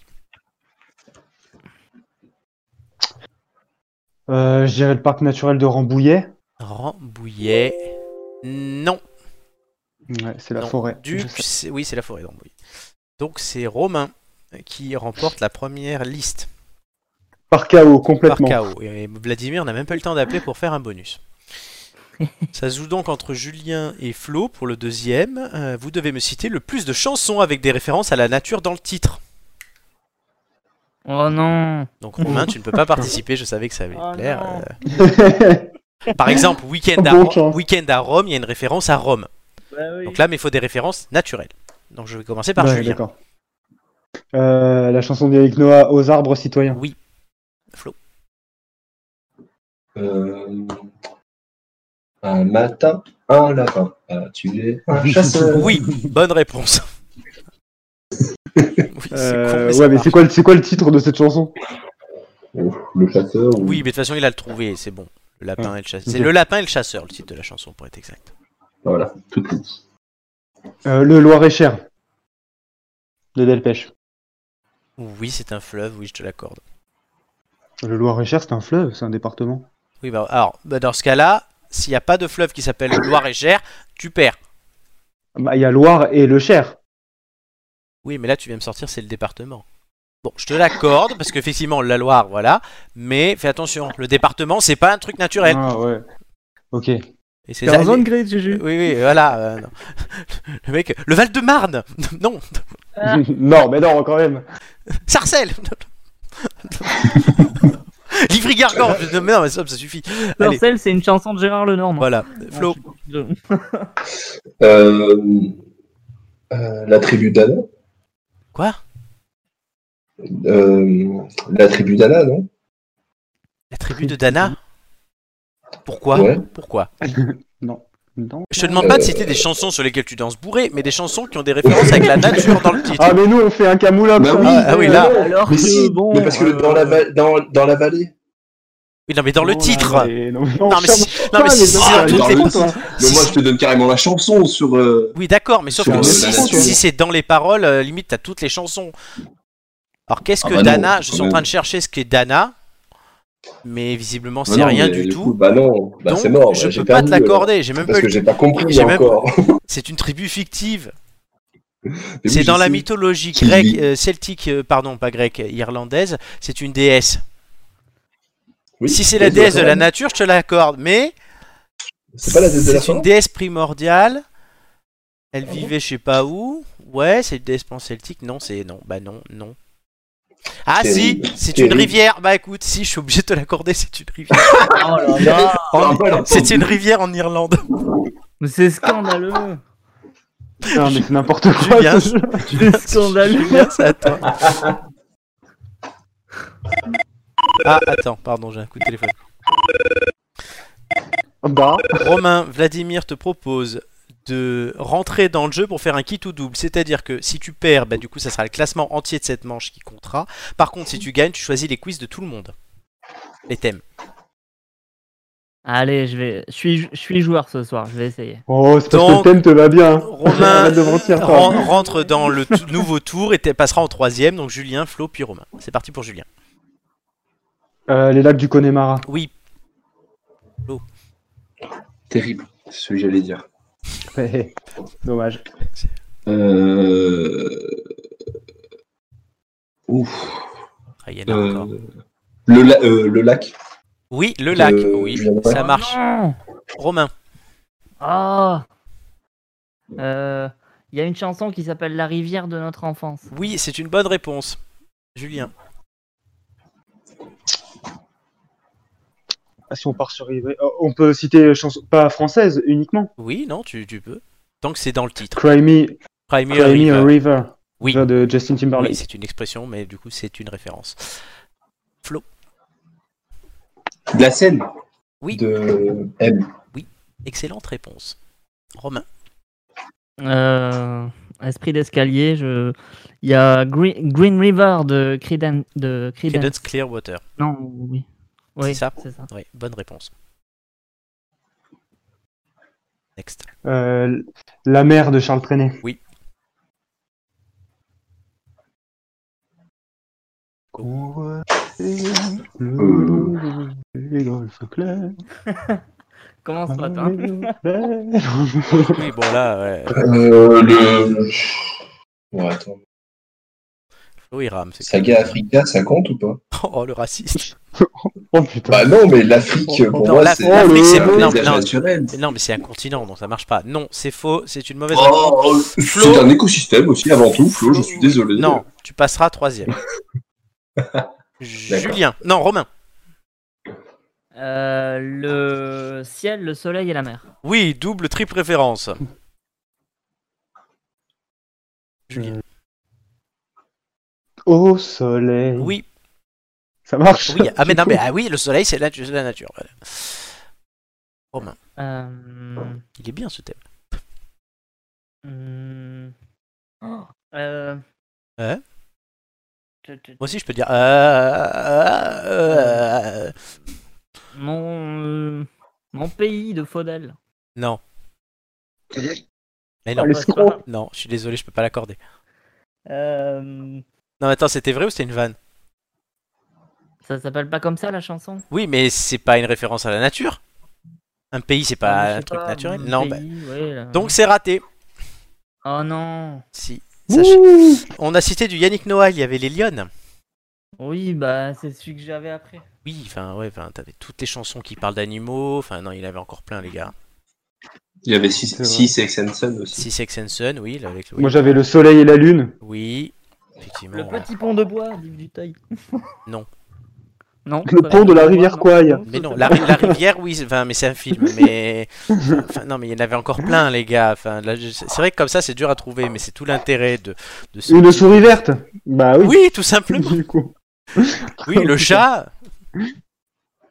Speaker 2: Euh, je dirais le parc naturel de Rambouillet.
Speaker 1: Rambouillet. Non.
Speaker 2: Ouais, c'est la
Speaker 1: non.
Speaker 2: forêt.
Speaker 1: Duc,
Speaker 2: Je sais.
Speaker 1: c'est- oui, c'est la forêt de Rambouillet. Donc c'est Romain qui remporte la première liste
Speaker 2: Par chaos,
Speaker 1: par
Speaker 2: complètement.
Speaker 1: KO. Et Vladimir n'a même pas eu le temps d'appeler pour faire un bonus. Ça se joue donc entre Julien et Flo pour le deuxième. Euh, vous devez me citer le plus de chansons avec des références à la nature dans le titre.
Speaker 4: Oh non
Speaker 1: Donc Romain, tu ne peux pas participer, je savais que ça allait te
Speaker 4: Oh
Speaker 1: plaire.
Speaker 4: non.
Speaker 1: Euh, par exemple, Weekend à,
Speaker 2: Bonne
Speaker 1: Ro-
Speaker 2: chance.
Speaker 1: Weekend à Rome, il y a une référence à Rome.
Speaker 4: Bah
Speaker 1: Donc là, mais il faut des références naturelles. Donc je vais commencer par
Speaker 2: Ouais,
Speaker 1: Julien.
Speaker 2: d'accord. Euh, la chanson d'Éric Noah, Aux arbres citoyens.
Speaker 1: Oui.
Speaker 3: Euh, un matin, un lapin a tué un chasseur.
Speaker 1: Oui, bonne réponse. oui, c'est con,
Speaker 2: Euh,
Speaker 1: mais ça
Speaker 2: ouais, mais
Speaker 1: marche.
Speaker 2: c'est quoi, le- c'est quoi le titre de cette chanson
Speaker 3: Oh, Le chasseur. ou-
Speaker 1: Oui, mais de toute façon, il a le trouvé, c'est bon. Le lapin et le chasseur. C'est
Speaker 2: Ok.
Speaker 1: le lapin et le chasseur, le titre de la chanson, pour être exact.
Speaker 3: Ah, Voilà, tout petit.
Speaker 2: Euh, Le Loir-et-Cher. De Delpech.
Speaker 1: Oui, c'est un fleuve, oui, je te l'accorde.
Speaker 2: Le Loir-et-Cher, c'est un fleuve, c'est un département.
Speaker 1: Oui, bah, alors, bah, dans ce cas-là, s'il n'y a pas de fleuve qui s'appelle le Loir-et-Cher, tu perds.
Speaker 2: Bah, Il y a Loire et le Cher.
Speaker 1: Oui, mais là, tu viens me sortir, c'est le département. Bon, je te l'accorde, parce qu'effectivement, la Loire, voilà. Mais fais attention, le département, c'est pas un truc naturel.
Speaker 2: Ah ouais. Ok.
Speaker 1: Et c'est
Speaker 7: T'es en zone grise, Juju.
Speaker 1: Oui, oui, voilà. euh, non. Le mec, le Val-de-Marne Non,
Speaker 4: Ah.
Speaker 2: non, mais non, quand même.
Speaker 1: Sarcelles Livry-Gargan je- Mais non, mais ça, ça suffit. Allez.
Speaker 4: Marcel, c'est une chanson de Gérard Lenormand.
Speaker 1: Voilà,
Speaker 7: Ah,
Speaker 1: Flo.
Speaker 4: Je-
Speaker 3: Euh, euh, la tribu d'Anna.
Speaker 1: Quoi
Speaker 3: Euh, la tribu d'Anna, non
Speaker 1: La tribu de Dana Pourquoi
Speaker 3: Ouais.
Speaker 1: Pourquoi
Speaker 2: Non.
Speaker 1: Je te demande pas de citer des chansons sur lesquelles tu danses bourré, mais des chansons qui ont des références avec la nature dans le titre.
Speaker 2: Ah, mais nous, on fait un camoulable.
Speaker 3: Bah
Speaker 2: ça.
Speaker 3: oui,
Speaker 1: Ah, ah oui,
Speaker 3: mais
Speaker 1: là.
Speaker 3: non,
Speaker 4: Alors
Speaker 3: mais
Speaker 4: que
Speaker 3: si,
Speaker 4: bon,
Speaker 3: mais parce
Speaker 1: euh,
Speaker 3: que le- dans, la va- dans, dans la vallée,
Speaker 1: Oui, non, mais dans le
Speaker 2: Non, là,
Speaker 1: titre
Speaker 2: mais Non,
Speaker 1: Non, mais si, non, mais si c'est
Speaker 3: ça,
Speaker 1: dans
Speaker 3: mais
Speaker 1: toutes
Speaker 3: dans
Speaker 1: les-
Speaker 3: le-
Speaker 1: Si
Speaker 3: mais moi
Speaker 1: c'est-
Speaker 3: je te donne carrément la chanson sur. euh,
Speaker 1: Oui, d'accord, mais sauf
Speaker 3: Sur
Speaker 1: que
Speaker 2: le
Speaker 1: si,
Speaker 2: même
Speaker 1: si c'est dans les paroles, euh, limite, t'as toutes les chansons. Alors, qu'est-ce
Speaker 3: Ah
Speaker 1: que
Speaker 3: bah non,
Speaker 1: Dana
Speaker 3: quand
Speaker 1: Je suis en
Speaker 3: même.
Speaker 1: train de chercher ce qu'est Dana, mais visiblement, c'est
Speaker 3: bah non,
Speaker 1: rien
Speaker 3: mais
Speaker 1: du tout.
Speaker 3: coup, Bah non, bah
Speaker 1: Donc,
Speaker 3: c'est mort.
Speaker 1: je
Speaker 3: bah, j'ai
Speaker 1: peux pas te
Speaker 3: perdu, alors.
Speaker 1: l'accorder. J'ai même pas
Speaker 3: Parce
Speaker 1: eu
Speaker 3: que
Speaker 1: le-
Speaker 3: j'ai pas compris
Speaker 1: j'ai même-
Speaker 3: encore.
Speaker 1: C'est une tribu fictive.
Speaker 3: Mais
Speaker 1: C'est
Speaker 3: oui,
Speaker 1: dans
Speaker 3: je
Speaker 1: la
Speaker 3: sais.
Speaker 1: mythologie
Speaker 3: Qui-
Speaker 1: grecque, euh, celtique, euh, pardon, pas grecque, irlandaise. C'est une déesse.
Speaker 3: Oui,
Speaker 1: si c'est la
Speaker 3: mais
Speaker 1: déesse de la
Speaker 3: même.
Speaker 1: nature, je te l'accorde. Mais
Speaker 3: C'est pas la déesse de la
Speaker 1: c'est une
Speaker 3: forêt Ah
Speaker 1: déesse primordiale. Elle vivait je sais pas où. Ouais, c'est une déesse pan-celtique. Non, c'est non. Bah non, non. Ah si,
Speaker 3: Terrible.
Speaker 1: c'est une
Speaker 3: Terrible.
Speaker 1: rivière. Bah écoute, si, je suis obligé de te l'accorder, c'est une rivière.
Speaker 4: oh là là,
Speaker 3: Ah, voilà.
Speaker 1: C'est une rivière en Irlande.
Speaker 4: mais c'est scandaleux.
Speaker 2: Putain, mais c'est n'importe quoi.
Speaker 1: Julien.
Speaker 2: ce jeu.
Speaker 4: C'est scandaleux.
Speaker 1: Julien, c'est à toi. Ah, attends, pardon, j'ai un coup de téléphone.
Speaker 2: Bah.
Speaker 1: Romain, Vladimir te propose de rentrer dans le jeu pour faire un kit ou double. C'est-à-dire que si tu perds, bah, du coup, ça sera le classement entier de cette manche qui comptera. Par contre, si tu gagnes, tu choisis les quiz de tout le monde. Les thèmes.
Speaker 4: Allez, je vais, je suis, je suis joueur ce soir, je vais essayer.
Speaker 2: Oh, c'est parce que
Speaker 1: Donc,
Speaker 2: le thème te va bien.
Speaker 1: Romain
Speaker 2: Arrête de mentir, toi.
Speaker 1: ren- rentre dans le t- nouveau tour et t- passera en troisième. Donc Julien, Flo, puis Romain. C'est parti pour Julien.
Speaker 2: Euh, les lacs du Connemara.
Speaker 1: Oui,
Speaker 3: Terrible, c'est ce que j'allais dire.
Speaker 2: Dommage.
Speaker 3: Euh... Ouf.
Speaker 1: Ah, il y en a encore.
Speaker 3: euh, Le, la- euh, le lac.
Speaker 1: Oui, le lac.
Speaker 3: Euh,
Speaker 1: oui,
Speaker 3: Julien.
Speaker 1: ça marche.
Speaker 4: Non
Speaker 1: Romain.
Speaker 4: Ah Euh, Il y a une chanson qui s'appelle La rivière de notre enfance.
Speaker 1: Oui, c'est une bonne réponse. Julien.
Speaker 2: Ah, si on part sur River- oh, on peut citer chanson pas française uniquement.
Speaker 1: Oui, non, tu, tu peux. Tant que c'est dans le titre.
Speaker 2: Cry Me,
Speaker 1: Cry Me a
Speaker 2: Cry Me a
Speaker 1: River.
Speaker 2: River.
Speaker 1: Oui.
Speaker 2: de Justin Timberlake.
Speaker 1: Oui, c'est une expression, mais du coup, c'est une référence.
Speaker 3: De la Seine.
Speaker 1: Oui.
Speaker 3: De M.
Speaker 1: Excellente réponse. Romain.
Speaker 4: Euh, Esprit d'escalier, je... il y a Green, Green River de Creedence. De Creedence-
Speaker 1: Cadence Clearwater.
Speaker 4: Non, oui. Oui,
Speaker 1: C'est ça
Speaker 4: c'est ça.
Speaker 1: Oui, bonne réponse. Next.
Speaker 2: Euh, la mère de Charles Trenet.
Speaker 1: Oui.
Speaker 2: Convoiter
Speaker 1: Euh.
Speaker 2: Mmh.
Speaker 3: euh,
Speaker 2: le- les golfes clairs,
Speaker 4: Comment ça va, toi
Speaker 2: les
Speaker 1: Mmh.
Speaker 2: clairs.
Speaker 1: Oui, bon, là, ouais,
Speaker 3: Euh, le. Bon, attends.
Speaker 1: Flo, il rame. c'est
Speaker 3: Saga Africa, ça compte ou pas
Speaker 1: Oh, le raciste.
Speaker 2: Oh putain.
Speaker 3: Bah non, mais l'Afrique, pour
Speaker 1: Non,
Speaker 3: moi,
Speaker 1: l'Af-
Speaker 3: c'est
Speaker 1: l'Afrique,
Speaker 2: c'est-
Speaker 3: un
Speaker 1: non,
Speaker 3: paysage
Speaker 1: non.
Speaker 3: naturel.
Speaker 1: Non, mais c'est un continent, donc ça marche pas. Non, c'est faux, c'est une mauvaise réponse.
Speaker 3: Oh,
Speaker 1: Flo-
Speaker 3: c'est un écosystème aussi, avant tout, Flo, je suis désolé.
Speaker 1: Non, tu passeras troisième. Julien. Non, Romain.
Speaker 4: Euh, Le ciel, le soleil et la mer.
Speaker 1: Oui, double, triple référence. Julien.
Speaker 2: Au soleil.
Speaker 1: Oui,
Speaker 2: Ça marche.
Speaker 1: oui. Ah, mais non, mais ah, oui, le soleil, c'est la, c'est la nature. voilà.
Speaker 4: Euh,
Speaker 1: Il est bien ce thème.
Speaker 4: hum, euh,
Speaker 1: Ouais.
Speaker 4: tu- tu-
Speaker 1: Moi aussi, je peux dire. euh, euh, euh,
Speaker 4: Mon, euh, mon pays de Faudel.
Speaker 1: non. Mais
Speaker 2: Ah,
Speaker 1: non,
Speaker 2: le
Speaker 4: Ouais, c'est pas
Speaker 2: scroll.
Speaker 4: grave.
Speaker 1: non, je suis désolé, je peux pas l'accorder.
Speaker 4: Euh,
Speaker 1: Non, attends, c'était vrai ou c'était une vanne
Speaker 4: ça s'appelle pas comme ça la chanson
Speaker 1: Oui, mais c'est pas une référence à la nature. Un pays, c'est
Speaker 4: Ah, Je
Speaker 1: pas
Speaker 4: sais
Speaker 1: un truc
Speaker 4: pas,
Speaker 1: naturel.
Speaker 4: mon
Speaker 1: Non, bah,
Speaker 4: pays, euh, ouais, là.
Speaker 1: donc c'est raté.
Speaker 4: Oh non
Speaker 1: Si.
Speaker 2: Ouh.
Speaker 1: Sachez- On a cité du Yannick Noah, il y avait les Lyonnes.
Speaker 4: Oui, bah c'est celui que j'avais après.
Speaker 1: Oui, enfin, ouais, enfin, t'avais toutes les chansons qui parlent d'animaux. Enfin, non, il y en avait encore plein, les gars.
Speaker 3: Il y avait 6
Speaker 2: C'est vrai.
Speaker 3: Sex and Sun aussi.
Speaker 1: Six Sex and Sun, oui, là, avec le.
Speaker 2: Moi j'avais le soleil et la lune.
Speaker 1: Oui, effectivement.
Speaker 4: Le
Speaker 1: ouais.
Speaker 4: petit pont de bois d'Yves Duteil.
Speaker 1: Non.
Speaker 4: Non.
Speaker 2: Le
Speaker 4: ça
Speaker 2: pont de la
Speaker 4: non,
Speaker 2: rivière
Speaker 4: non,
Speaker 2: Kouaï.
Speaker 4: non, ça,
Speaker 1: Mais non,
Speaker 4: c'est
Speaker 1: la,
Speaker 4: pas-
Speaker 1: ri- la rivière, oui, c'est- enfin, mais c'est un film. Mais enfin, non, mais il y en avait encore plein, les gars. Enfin, là, je- c'est c'est vrai que comme ça, c'est dur à trouver, mais c'est tout l'intérêt de, de ce.
Speaker 2: Une souris verte. Bah oui.
Speaker 1: Oui, tout simplement.
Speaker 2: Du coup.
Speaker 1: Oui, le chat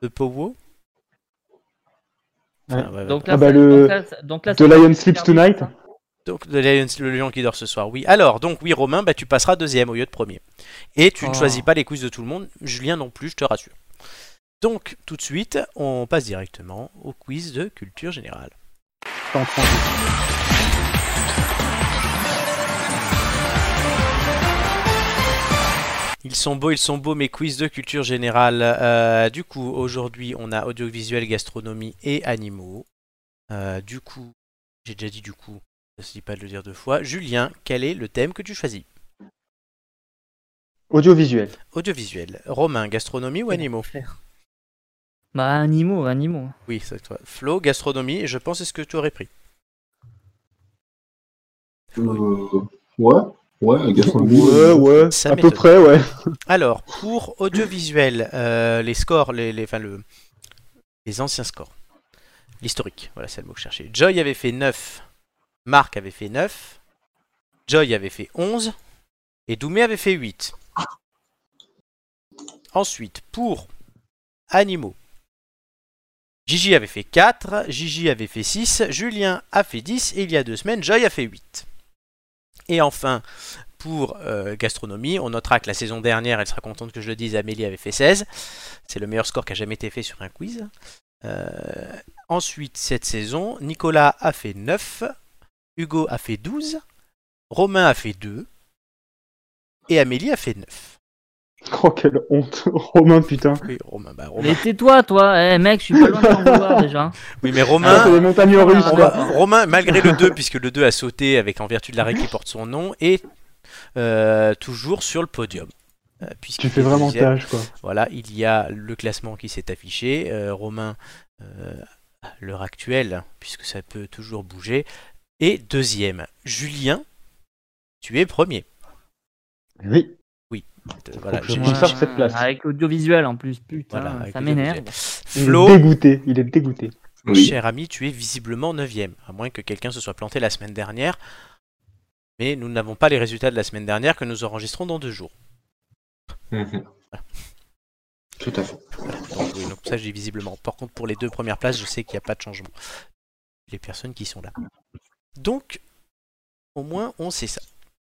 Speaker 1: de Powo. Enfin, ouais, ouais.
Speaker 4: Donc
Speaker 2: Ah
Speaker 4: là,
Speaker 2: bah,
Speaker 4: c'est-
Speaker 2: le-
Speaker 4: donc là, c'est- donc là,
Speaker 2: The
Speaker 4: c'est-
Speaker 2: Lion Sleeps Tonight.
Speaker 1: Donc, de Lion- le lion qui dort ce soir, oui. Alors, donc, oui, Romain, bah, tu passeras deuxième au lieu de premier. Et tu ne
Speaker 4: Oh.
Speaker 1: choisis pas les quiz de tout le monde, Julien non plus, je te rassure. Donc, tout de suite, on passe directement au quiz de culture générale.
Speaker 2: Attends, attends.
Speaker 1: Ils sont beaux, ils sont beaux, mes quiz de culture générale. Euh, du coup, aujourd'hui, on a audiovisuel, gastronomie et animaux. Euh, du coup, j'ai déjà dit du coup, ça se dit pas de le dire deux fois. Julien, quel est le thème que tu choisis
Speaker 2: Audiovisuel.
Speaker 1: Audiovisuel. Romain, gastronomie ou animaux
Speaker 4: Bah animaux, animaux.
Speaker 1: Oui, c'est toi. Flo, gastronomie, je pense, c'est ce que tu aurais pris.
Speaker 3: Euh, ouais, ouais, gastronomie.
Speaker 2: Ouais, ouais.
Speaker 1: Ça
Speaker 2: À peu
Speaker 1: m'étonne.
Speaker 2: près, ouais.
Speaker 1: Alors, pour audiovisuel, euh, les scores, les, les, enfin, le, les anciens scores. L'historique, voilà, c'est le mot que je cherchais. Joy avait fait 9, Marc avait fait 9, Joy avait fait 11, et Doumé avait fait 8. Ensuite, pour animaux, Gigi avait fait 4, Gigi avait fait 6, Julien a fait 10, et il y a deux semaines, Joy a fait 8. Et enfin, pour euh, gastronomie. On notera que la saison dernière, elle sera contente que je le dise, Amélie avait fait 16. C'est le meilleur score qui a jamais été fait sur un quiz. Euh, ensuite, cette saison, Nicolas a fait 9, Hugo a fait 12, Romain a fait 2 et Amélie a fait 9.
Speaker 2: Oh, quelle honte. Romain, putain.
Speaker 1: Oui, Romain, bah, Romain.
Speaker 4: Mais tais-toi, toi, eh, mec, je suis pas loin de t'en vouloir déjà.
Speaker 1: Oui, mais
Speaker 2: Ah, c'est
Speaker 1: Romain,
Speaker 2: les montagnes russes,
Speaker 4: Ah,
Speaker 2: là.
Speaker 1: Romain, Romain, malgré le 2, puisque le 2 a sauté avec en vertu de l'arrêt qui porte son nom, est euh, toujours sur le podium. Euh, puisqu'il
Speaker 2: Tu fais
Speaker 1: est
Speaker 2: vraiment
Speaker 1: deuxième.
Speaker 2: tâche, quoi.
Speaker 1: Voilà, il y a le classement qui s'est affiché. Euh, Romain, euh, à l'heure actuelle, puisque ça peut toujours bouger, est deuxième. Julien, tu es premier.
Speaker 2: Oui.
Speaker 1: Euh, Voilà,
Speaker 2: Faut que
Speaker 1: j'ai-
Speaker 2: je
Speaker 1: j'ai-
Speaker 2: me cherche cette place.
Speaker 4: Avec l'audiovisuel en plus, putain,
Speaker 1: voilà, avec
Speaker 4: ça
Speaker 1: le
Speaker 4: m'énerve.
Speaker 1: deuxième.
Speaker 2: Il est
Speaker 1: Flo,
Speaker 2: dégoûté. Il est dégoûté.
Speaker 3: Oui.
Speaker 1: cher ami, tu es visiblement neuvième, à moins que quelqu'un se soit planté la semaine dernière. Mais nous n'avons pas les résultats de la semaine dernière que nous enregistrons dans deux jours.
Speaker 3: Mhm. Tout à fait.
Speaker 1: Donc, oui, donc ça, j'ai visiblement. Par contre, pour les deux premières places, je sais qu'il n'y a pas de changement. Les personnes qui sont là. Donc, Au moins, on sait ça.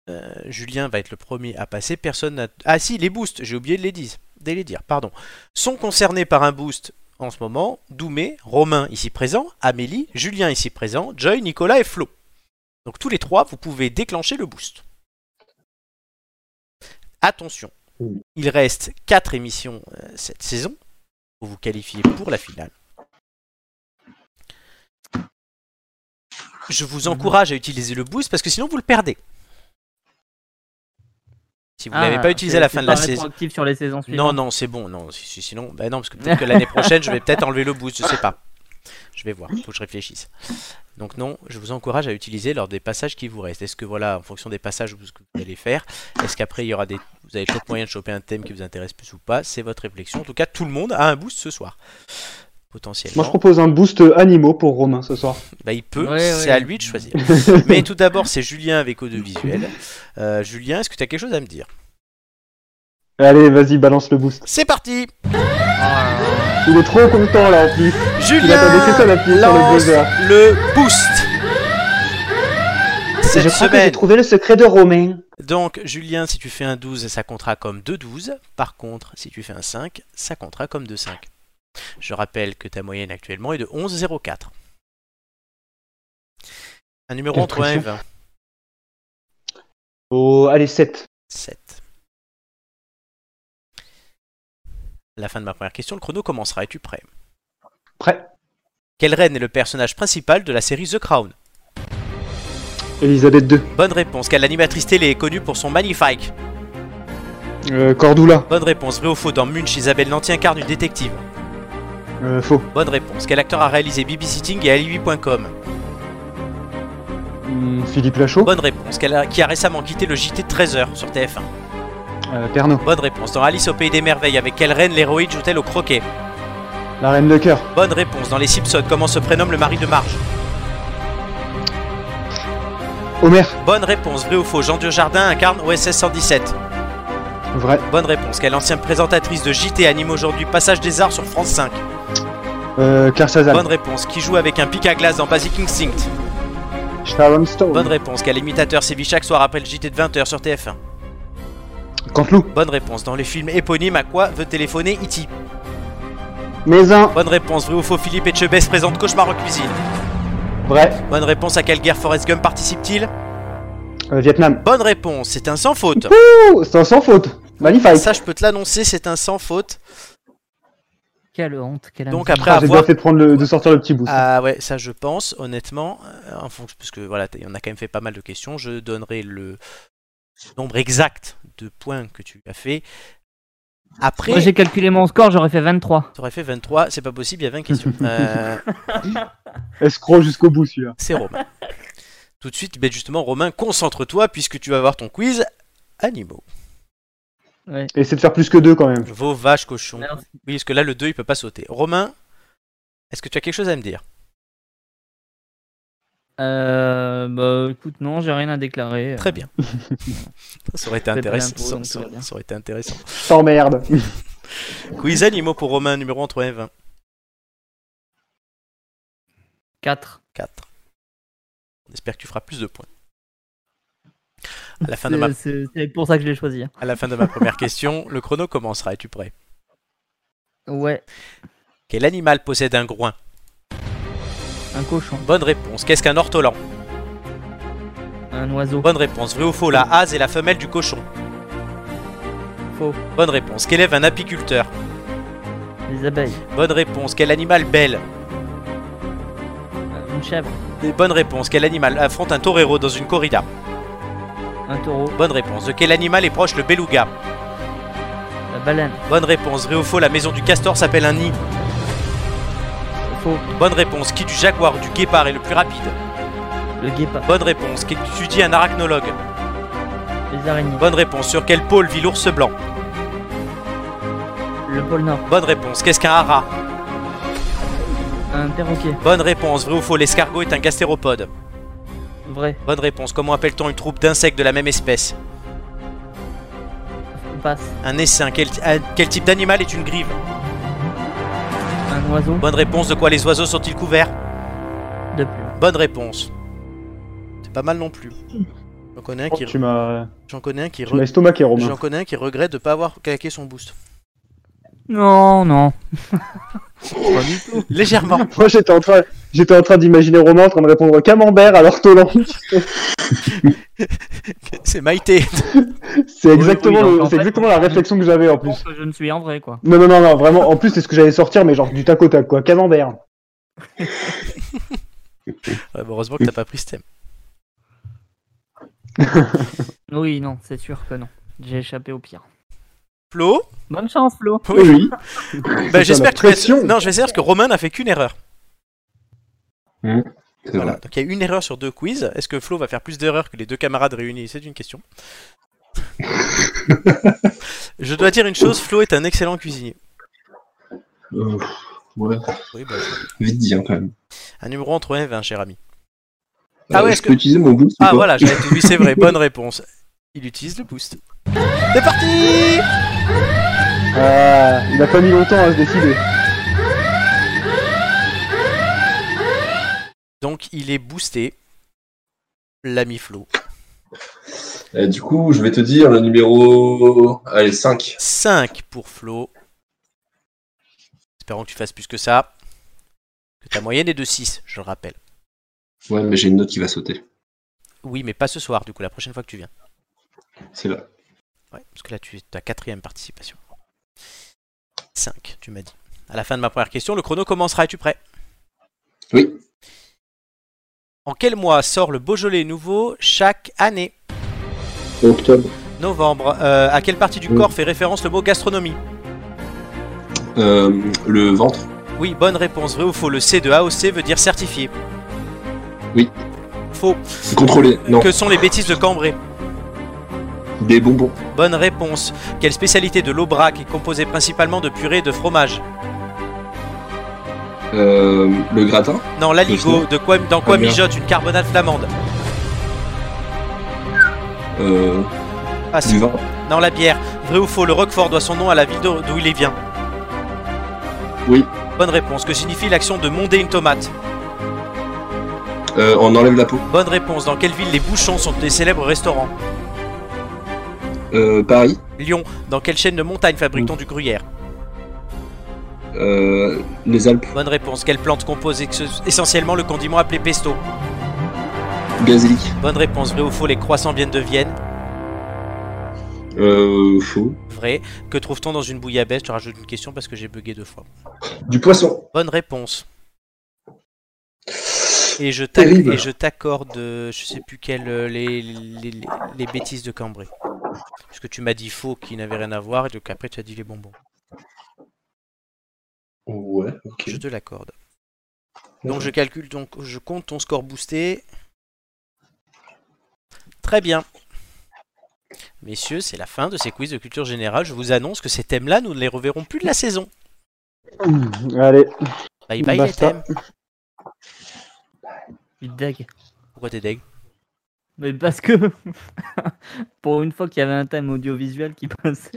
Speaker 1: Euh, Julien va être le premier à passer. Personne n'a. Ah si, les boosts, j'ai oublié de les, dire, de les dire. Pardon. Sont concernés par un boost en ce moment Doumé, Romain ici présent, Amélie, Julien ici présent, Joy, Nicolas et Flo. Donc tous les trois, vous pouvez déclencher le boost. Attention, il reste 4 émissions euh, cette saison pour vous qualifier pour la finale. Je vous encourage à utiliser le boost parce que sinon vous le perdez. Si
Speaker 4: Ah,
Speaker 1: vous ne l'avez pas utilisé à la fin de la saison.
Speaker 4: sur les saisons
Speaker 1: Non,
Speaker 4: suivantes.
Speaker 1: non, c'est bon. Non, si- si- sinon, bah non, parce que peut-être que l'année prochaine, je vais peut-être enlever le boost, je sais pas. Je vais voir, faut que je réfléchisse. Donc non, je vous encourage à utiliser lors des passages qui vous restent. Est-ce que voilà, en fonction des passages que vous allez faire, est-ce qu'après il y aura des, vous avez peut-être moyen de choper un thème qui vous intéresse plus ou pas C'est votre réflexion. En tout cas, tout le monde a un boost ce soir, potentiellement.
Speaker 2: Moi, je propose un boost animaux pour Romain ce soir.
Speaker 1: Bah, il peut,
Speaker 4: Ouais,
Speaker 1: c'est
Speaker 4: ouais.
Speaker 1: à lui de choisir. Mais tout d'abord, c'est Julien avec Audiovisuel. Euh, Julien, est-ce que tu as quelque chose à me dire
Speaker 2: Allez, vas-y, balance le boost.
Speaker 1: C'est parti,
Speaker 2: Il est trop content là en plus. Il attendait
Speaker 1: Julien.
Speaker 2: que ça d'appuyer sur le
Speaker 1: lance
Speaker 2: buzzer.
Speaker 1: le boost. Cette
Speaker 2: je crois que j'ai
Speaker 1: semaine,
Speaker 2: trouvé le secret de Romain.
Speaker 1: donc Julien, si tu fais un 12, ça comptera comme 2 12. Par contre, si tu fais un 5, ça comptera comme 2 5. Je rappelle que ta moyenne actuellement est de 11,04. Un numéro
Speaker 2: Quelle
Speaker 1: entre 1 et
Speaker 2: pression.
Speaker 1: 20.
Speaker 2: Oh, allez, 7.
Speaker 1: 7. À la fin de ma première question, le chrono commencera. Es-tu prêt
Speaker 2: Prêt.
Speaker 1: Quelle reine est le personnage principal de la série The Crown
Speaker 2: Elisabeth 2.
Speaker 1: Bonne réponse. Quelle animatrice télé est connue pour son magnifique
Speaker 2: Euh, Cordula.
Speaker 1: Bonne réponse. Vrai ou faux Dans Munch, Isabelle Nanty incarne une détective.
Speaker 2: Euh, faux.
Speaker 1: Bonne réponse. Quel acteur a réalisé Babysitting et Alibi.com
Speaker 2: Hmm, Philippe Lachaud.
Speaker 1: Bonne réponse. Quel a- Qui a récemment quitté le JT de 13h sur TF1
Speaker 2: Euh, Pernod.
Speaker 1: Bonne réponse. Dans Alice au Pays des Merveilles, avec quelle reine l'héroïne joue-t-elle au croquet
Speaker 2: La reine de cœur.
Speaker 1: Bonne réponse. Dans Les Simpsons, comment se prénomme le mari de Marge
Speaker 2: Homer.
Speaker 1: Bonne réponse. Vrai ou faux Jean Diojardin incarne OSS 117
Speaker 2: Vrai.
Speaker 1: Bonne réponse. Quelle ancienne présentatrice de JT anime aujourd'hui Passage des Arts sur France 5
Speaker 2: Euh, Claire Chazal.
Speaker 1: Bonne réponse. Qui joue avec un pic à glace dans Basic Instinct
Speaker 2: Sharon Stone.
Speaker 1: Bonne réponse. Quel imitateur sévit chaque soir après le JT de 20h sur TF1
Speaker 2: Canteloup.
Speaker 1: Bonne réponse. Dans les films éponymes, à quoi veut téléphoner E.T.
Speaker 2: Mézin.
Speaker 1: Bonne réponse. Vrai ou faux, Philippe Etchebest présente Cauchemar en cuisine.
Speaker 2: Vrai.
Speaker 1: Bonne réponse. À quelle guerre Forrest Gump participe-t-il
Speaker 2: Euh, Vietnam.
Speaker 1: Bonne réponse. C'est un sans faute.
Speaker 2: Ouh, c'est un sans faute. Magnifique.
Speaker 1: Ça, je peux te l'annoncer, c'est un sans faute.
Speaker 4: Quelle honte, quelle
Speaker 1: Donc
Speaker 4: honte.
Speaker 1: après
Speaker 2: Ah, j'ai
Speaker 1: avoir.
Speaker 2: bien fait de, prendre le, de sortir le petit boost.
Speaker 1: Ah ouais, ça je pense, honnêtement, euh, en fonction, parce que voilà, on a quand même fait pas mal de questions, je donnerai le nombre exact de points que tu as fait. Après,
Speaker 4: Moi j'ai calculé mon score, j'aurais fait 23.
Speaker 1: tu aurais fait 23, c'est pas possible, il y a 20 questions. Euh,
Speaker 2: Escroc jusqu'au bout celui-là.
Speaker 1: c'est Romain. Tout de suite, ben justement, Romain, concentre-toi puisque tu vas avoir ton quiz animaux.
Speaker 2: Et c'est de faire plus que deux quand même.
Speaker 1: Vos vaches, cochons.
Speaker 4: Merci.
Speaker 1: Oui, parce que là, le 2, il peut pas sauter. Romain, est-ce que tu as quelque chose à me dire
Speaker 4: Euh, bah écoute, non, j'ai rien à déclarer.
Speaker 1: Très bien. Ça aurait été
Speaker 4: Fais pas
Speaker 1: intéressant.
Speaker 4: l'impôt, donc
Speaker 1: Ça-
Speaker 4: tout va bien.
Speaker 1: ça aurait été intéressant.
Speaker 2: Sans merde.
Speaker 1: Quiz animaux pour Romain, numéro entre 1 et 20.
Speaker 4: 4.
Speaker 1: 4. On espère que tu feras plus de points. À la fin de ma,
Speaker 4: C'est c'est pour ça que je l'ai choisi.
Speaker 1: à la fin de ma première question, le chrono commencera. Es-tu prêt
Speaker 4: Ouais,
Speaker 1: Quel animal possède un groin
Speaker 4: un cochon,
Speaker 1: Bonne réponse. Qu'est-ce qu'un ortolan
Speaker 4: un oiseau,
Speaker 1: Bonne réponse. Vrai ou faux La hase est la femelle du cochon.
Speaker 4: faux,
Speaker 1: Bonne réponse. Qu'élève un apiculteur
Speaker 4: les abeilles,
Speaker 1: Bonne réponse. Quel animal belle
Speaker 4: euh, une chèvre,
Speaker 1: Bonne réponse. Quel animal affronte un torero dans une corrida
Speaker 4: un taureau,
Speaker 1: Bonne réponse. De quel animal est proche le beluga
Speaker 4: la baleine,
Speaker 1: Bonne réponse. Vrai ou faux La maison du castor s'appelle un nid.
Speaker 4: faux,
Speaker 1: Bonne réponse. Qui du jaguar ou du guépard est le plus rapide
Speaker 4: le guépard,
Speaker 1: Bonne réponse. Qu'étudie un arachnologue
Speaker 4: les araignées,
Speaker 1: Bonne réponse. Sur quel pôle vit l'ours blanc
Speaker 4: le pôle nord,
Speaker 1: Bonne réponse. Qu'est-ce qu'un hara
Speaker 4: un perroquet,
Speaker 1: Bonne réponse. Vrai ou faux L'escargot est un gastéropode.
Speaker 4: vrai,
Speaker 1: Bonne réponse. Comment appelle-t-on une troupe d'insectes de la même espèce
Speaker 4: passe,
Speaker 1: Un essaim. Quel, un- quel type d'animal est une grive
Speaker 4: un oiseau,
Speaker 1: Bonne réponse. De quoi les oiseaux sont-ils couverts
Speaker 4: de plumes,
Speaker 1: Bonne réponse. pas mal non plus. J'en connais un qui,
Speaker 2: Tu m'as
Speaker 1: j'en connais un qui,
Speaker 2: tu m'as
Speaker 1: re-
Speaker 2: estomaqué, Romain.
Speaker 1: j'en connais un qui regrette de pas avoir claqué son boost.
Speaker 4: Non, non. pas du tout.
Speaker 1: Légèrement.
Speaker 2: Moi, j'étais en train, j'étais en train d'imaginer Romain en train de répondre camembert à l'ortolan.
Speaker 1: C'est Maïté.
Speaker 2: C'est
Speaker 4: oui,
Speaker 2: exactement,
Speaker 4: donc
Speaker 2: le-
Speaker 4: en
Speaker 2: c'est
Speaker 4: fait,
Speaker 2: exactement la réflexion que j'avais en
Speaker 4: Bon,
Speaker 2: plus.
Speaker 4: que je ne suis en vrai, quoi.
Speaker 2: Non, non, non, non, vraiment. En plus, c'est ce que j'allais sortir, mais genre du tac au tac, quoi. Camembert.
Speaker 1: Ouais, bah, heureusement que t'as pas pris ce thème.
Speaker 4: Oui, non, c'est sûr que non. J'ai échappé au pire.
Speaker 1: Flo
Speaker 4: Bonne chance, Flo.
Speaker 2: Oui.
Speaker 1: bah, J'espère que tu vas être-
Speaker 2: pression.
Speaker 1: Non, je vais essayer parce que Romain n'a fait qu'une erreur.
Speaker 3: C'est
Speaker 1: Voilà.
Speaker 3: vrai.
Speaker 1: Donc il y a une erreur sur deux quiz. Est-ce que Flo va faire plus d'erreurs que les deux camarades réunis C'est une question. je dois dire une chose Flo est un excellent cuisinier.
Speaker 3: Euh, ouais,
Speaker 1: Oui, bah,
Speaker 3: vite dit hein, quand même.
Speaker 1: un numéro entre 1 et 20, cher ami. Ah ouais,
Speaker 3: Euh,
Speaker 1: est-ce
Speaker 3: je peux utiliser mon boost ou
Speaker 1: Ah
Speaker 3: pas
Speaker 1: voilà, j'avais tout vu, c'est vrai, bonne réponse. Il utilise le boost. C'est parti
Speaker 2: Ah, il a pas mis longtemps à se décider.
Speaker 1: Donc il est boosté. L'ami Flo.
Speaker 3: Euh, du coup, je vais te dire le numéro allez 5.
Speaker 1: 5 pour Flo. Espérons que tu fasses plus que ça. Que ta moyenne est de 6, je le rappelle.
Speaker 3: Ouais, mais j'ai une note qui va sauter.
Speaker 1: Oui, mais pas ce soir, du coup, la prochaine fois que tu viens.
Speaker 3: C'est là.
Speaker 1: Ouais, parce que là, tu es ta quatrième participation. 5, tu m'as dit. À la fin de ma première question, le chrono commencera. Es-tu prêt
Speaker 3: Oui.
Speaker 1: En quel mois sort le Beaujolais nouveau chaque année
Speaker 3: Octobre.
Speaker 1: Novembre. Euh, à quelle partie du corps fait référence le mot gastronomie
Speaker 3: Euh, le ventre.
Speaker 1: Oui, bonne réponse. Vrai ou faux Le C de AOC veut dire certifié.
Speaker 3: Oui.
Speaker 1: Faux.
Speaker 3: Contrôlé. Non.
Speaker 1: Que sont les bêtises de Cambrai
Speaker 3: Des bonbons.
Speaker 1: Bonne réponse. Quelle spécialité de l'Aubrac est composée principalement de purée et de fromage
Speaker 3: Euh, le gratin.
Speaker 1: Non, l'aligot. De quoi, dans quoi
Speaker 3: Ah, bien.
Speaker 1: mijote une carbonade flamande
Speaker 3: Euh,
Speaker 1: Ah, si.
Speaker 3: du vin.
Speaker 1: Non, la bière. Vrai ou faux Le Roquefort doit son nom à la ville d'o- d'où il y vient.
Speaker 3: Oui.
Speaker 1: Bonne réponse. Que signifie l'action de monder une tomate
Speaker 3: Euh, on enlève la peau.
Speaker 1: Bonne réponse. Dans quelle ville les bouchons sont des célèbres restaurants
Speaker 3: Euh, Paris.
Speaker 1: Lyon. Dans quelle chaîne de montagne fabrique-t-on du gruyère
Speaker 3: Euh, les Alpes.
Speaker 1: Bonne réponse. Quelle plante compose ex- essentiellement le condiment appelé pesto
Speaker 3: Basilic.
Speaker 1: Bonne réponse. Vrai ou faux Les croissants viennent de Vienne.
Speaker 3: Euh, faux.
Speaker 1: Vrai. Que trouve-t-on dans une bouillabaisse Je te rajoute une question parce que j'ai bugué deux fois.
Speaker 3: Du poisson.
Speaker 1: Bonne réponse. Et je t'ac-
Speaker 3: Terrible.
Speaker 1: et je t'accorde, euh, je sais plus quelles euh, les, les, les- les bêtises de Cambrai. Parce que tu m'as dit faux qui n'avait rien à voir et donc après tu as dit les bonbons.
Speaker 3: Ouais, ok.
Speaker 1: Je te l'accorde. Donc je calcule, donc je compte ton score boosté. Très bien. Messieurs, c'est la fin de ces quiz de culture générale. Je vous annonce que ces thèmes-là, nous ne les reverrons plus de la saison.
Speaker 2: Mmh, Allez.
Speaker 1: Bye
Speaker 3: Bah,
Speaker 1: bye les
Speaker 2: Basta.
Speaker 1: thèmes.
Speaker 4: Je suis deg.
Speaker 1: Pourquoi t'es deg
Speaker 4: Mais parce que. Pour une fois qu'il y avait un thème audiovisuel qui passait.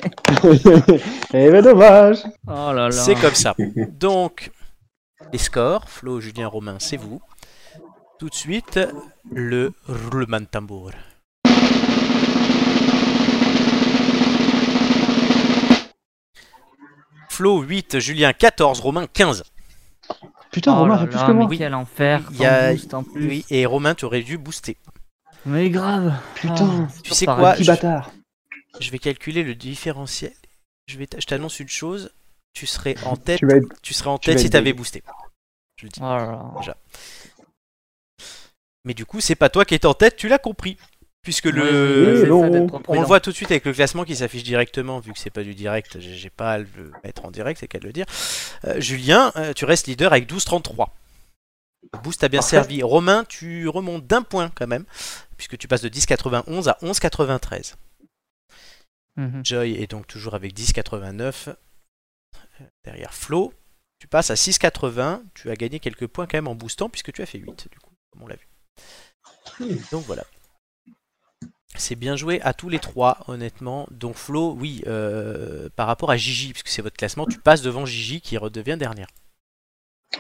Speaker 2: Eh ben, dommage.
Speaker 4: Oh là là.
Speaker 1: C'est comme ça. Donc, les scores, Flo, Julien, Romain, c'est vous. Tout de suite, le roulement de tambour. Flo 8, Julien 14, Romain 15.
Speaker 2: Putain,
Speaker 4: Oh
Speaker 2: Romain
Speaker 4: là
Speaker 2: fait plus
Speaker 4: là,
Speaker 2: que moi.
Speaker 4: Mais quel enfer.
Speaker 1: Il y a-
Speaker 4: sans boost en plus.
Speaker 1: Oui, et Romain, tu aurais dû booster.
Speaker 4: Mais grave.
Speaker 2: Putain.
Speaker 4: c'est
Speaker 1: Tu
Speaker 4: toujours
Speaker 1: sais
Speaker 4: pareil.
Speaker 1: quoi
Speaker 2: Petit
Speaker 1: je-
Speaker 2: bâtard.
Speaker 1: Je vais calculer le différentiel. Je, vais t- je t'annonce une chose, tu serais en tête,
Speaker 2: Tu vas être.
Speaker 1: tu serais en
Speaker 2: tu vas
Speaker 1: tête si
Speaker 2: être
Speaker 1: t'avais boosté. Je le dis.
Speaker 4: Oh là là.
Speaker 1: Mais du coup, c'est pas toi qui es en tête, tu l'as compris. Puisque
Speaker 4: Ouais,
Speaker 1: le,
Speaker 4: c'est ça,
Speaker 2: non.
Speaker 4: d'être
Speaker 1: On le
Speaker 4: prudent.
Speaker 1: voit tout de suite avec le classement qui s'affiche directement, vu que c'est pas du direct, j'ai j'ai pas à le mettre en direct, c'est qu'à le dire. Euh, Julien, euh, tu restes leader avec 12-33. Le Boost a bien
Speaker 3: Parfait.
Speaker 1: servi. Romain, tu remontes d'un point quand même, puisque tu passes de 10,91 à 11,93.
Speaker 4: Mhm.
Speaker 1: Joy est donc toujours avec 10,89. Euh, Derrière Flo, tu passes à 6,80. Tu as gagné quelques points quand même en boostant, puisque tu as fait 8, du coup, comme on l'a vu. Donc voilà. C'est bien joué à tous les trois, honnêtement. Donc Flo, oui, euh, par rapport à Gigi, puisque c'est votre classement, tu passes devant Gigi qui redevient dernière.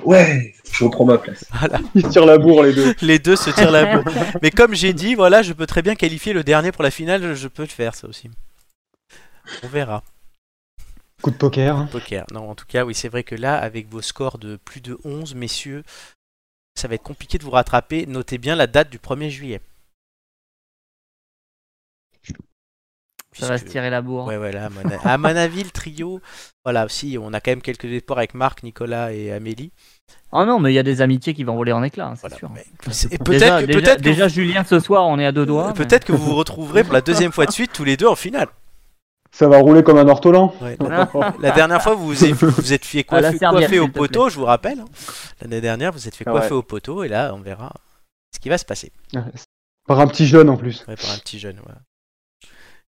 Speaker 3: Ouais, je reprends ma place.
Speaker 2: Ils se tirent la bourre, les deux.
Speaker 1: Les deux se tirent la bourre. Mais comme j'ai dit, voilà, je peux très bien qualifier le dernier pour la finale, je peux le faire ça aussi. On verra.
Speaker 2: Coup de poker.
Speaker 1: Poker. Non, en tout cas, oui, c'est vrai que là, avec vos scores de plus de 11, messieurs, ça va être compliqué de vous rattraper. Notez bien la date du 1er juillet.
Speaker 4: Ça va se
Speaker 1: Puisque-
Speaker 4: tirer la bourre.
Speaker 1: Ouais, ouais, là, à mon, à mon avis, le trio. Voilà, si, on a quand même quelques espoirs avec Marc, Nicolas et Amélie.
Speaker 4: Ah non, mais il y a des amitiés qui vont voler en éclats, hein, c'est
Speaker 1: Voilà.
Speaker 4: sûr.
Speaker 1: mais- Et
Speaker 4: déjà,
Speaker 1: peut-être que,
Speaker 4: déjà-
Speaker 1: peut-être que
Speaker 4: déjà, Julien, ce soir, on est à deux
Speaker 1: vous-
Speaker 4: doigts. mais-
Speaker 1: peut-être que vous vous retrouverez pour la deuxième fois de suite tous les deux en finale.
Speaker 2: Ça va rouler comme un ortolan.
Speaker 1: Ouais, la- La dernière fois, vous vous êtes, vous vous êtes fait
Speaker 4: À la
Speaker 1: coiffer,
Speaker 4: serviette,
Speaker 1: coiffer au
Speaker 4: s'il te plaît.
Speaker 1: poteau, je vous rappelle. hein. L'année dernière, vous vous êtes fait
Speaker 2: Ah
Speaker 1: coiffer
Speaker 2: ouais.
Speaker 1: au poteau, et là, on verra ce qui va se passer.
Speaker 2: Par un petit jeune en plus.
Speaker 1: Ouais, par un petit jeune. voilà.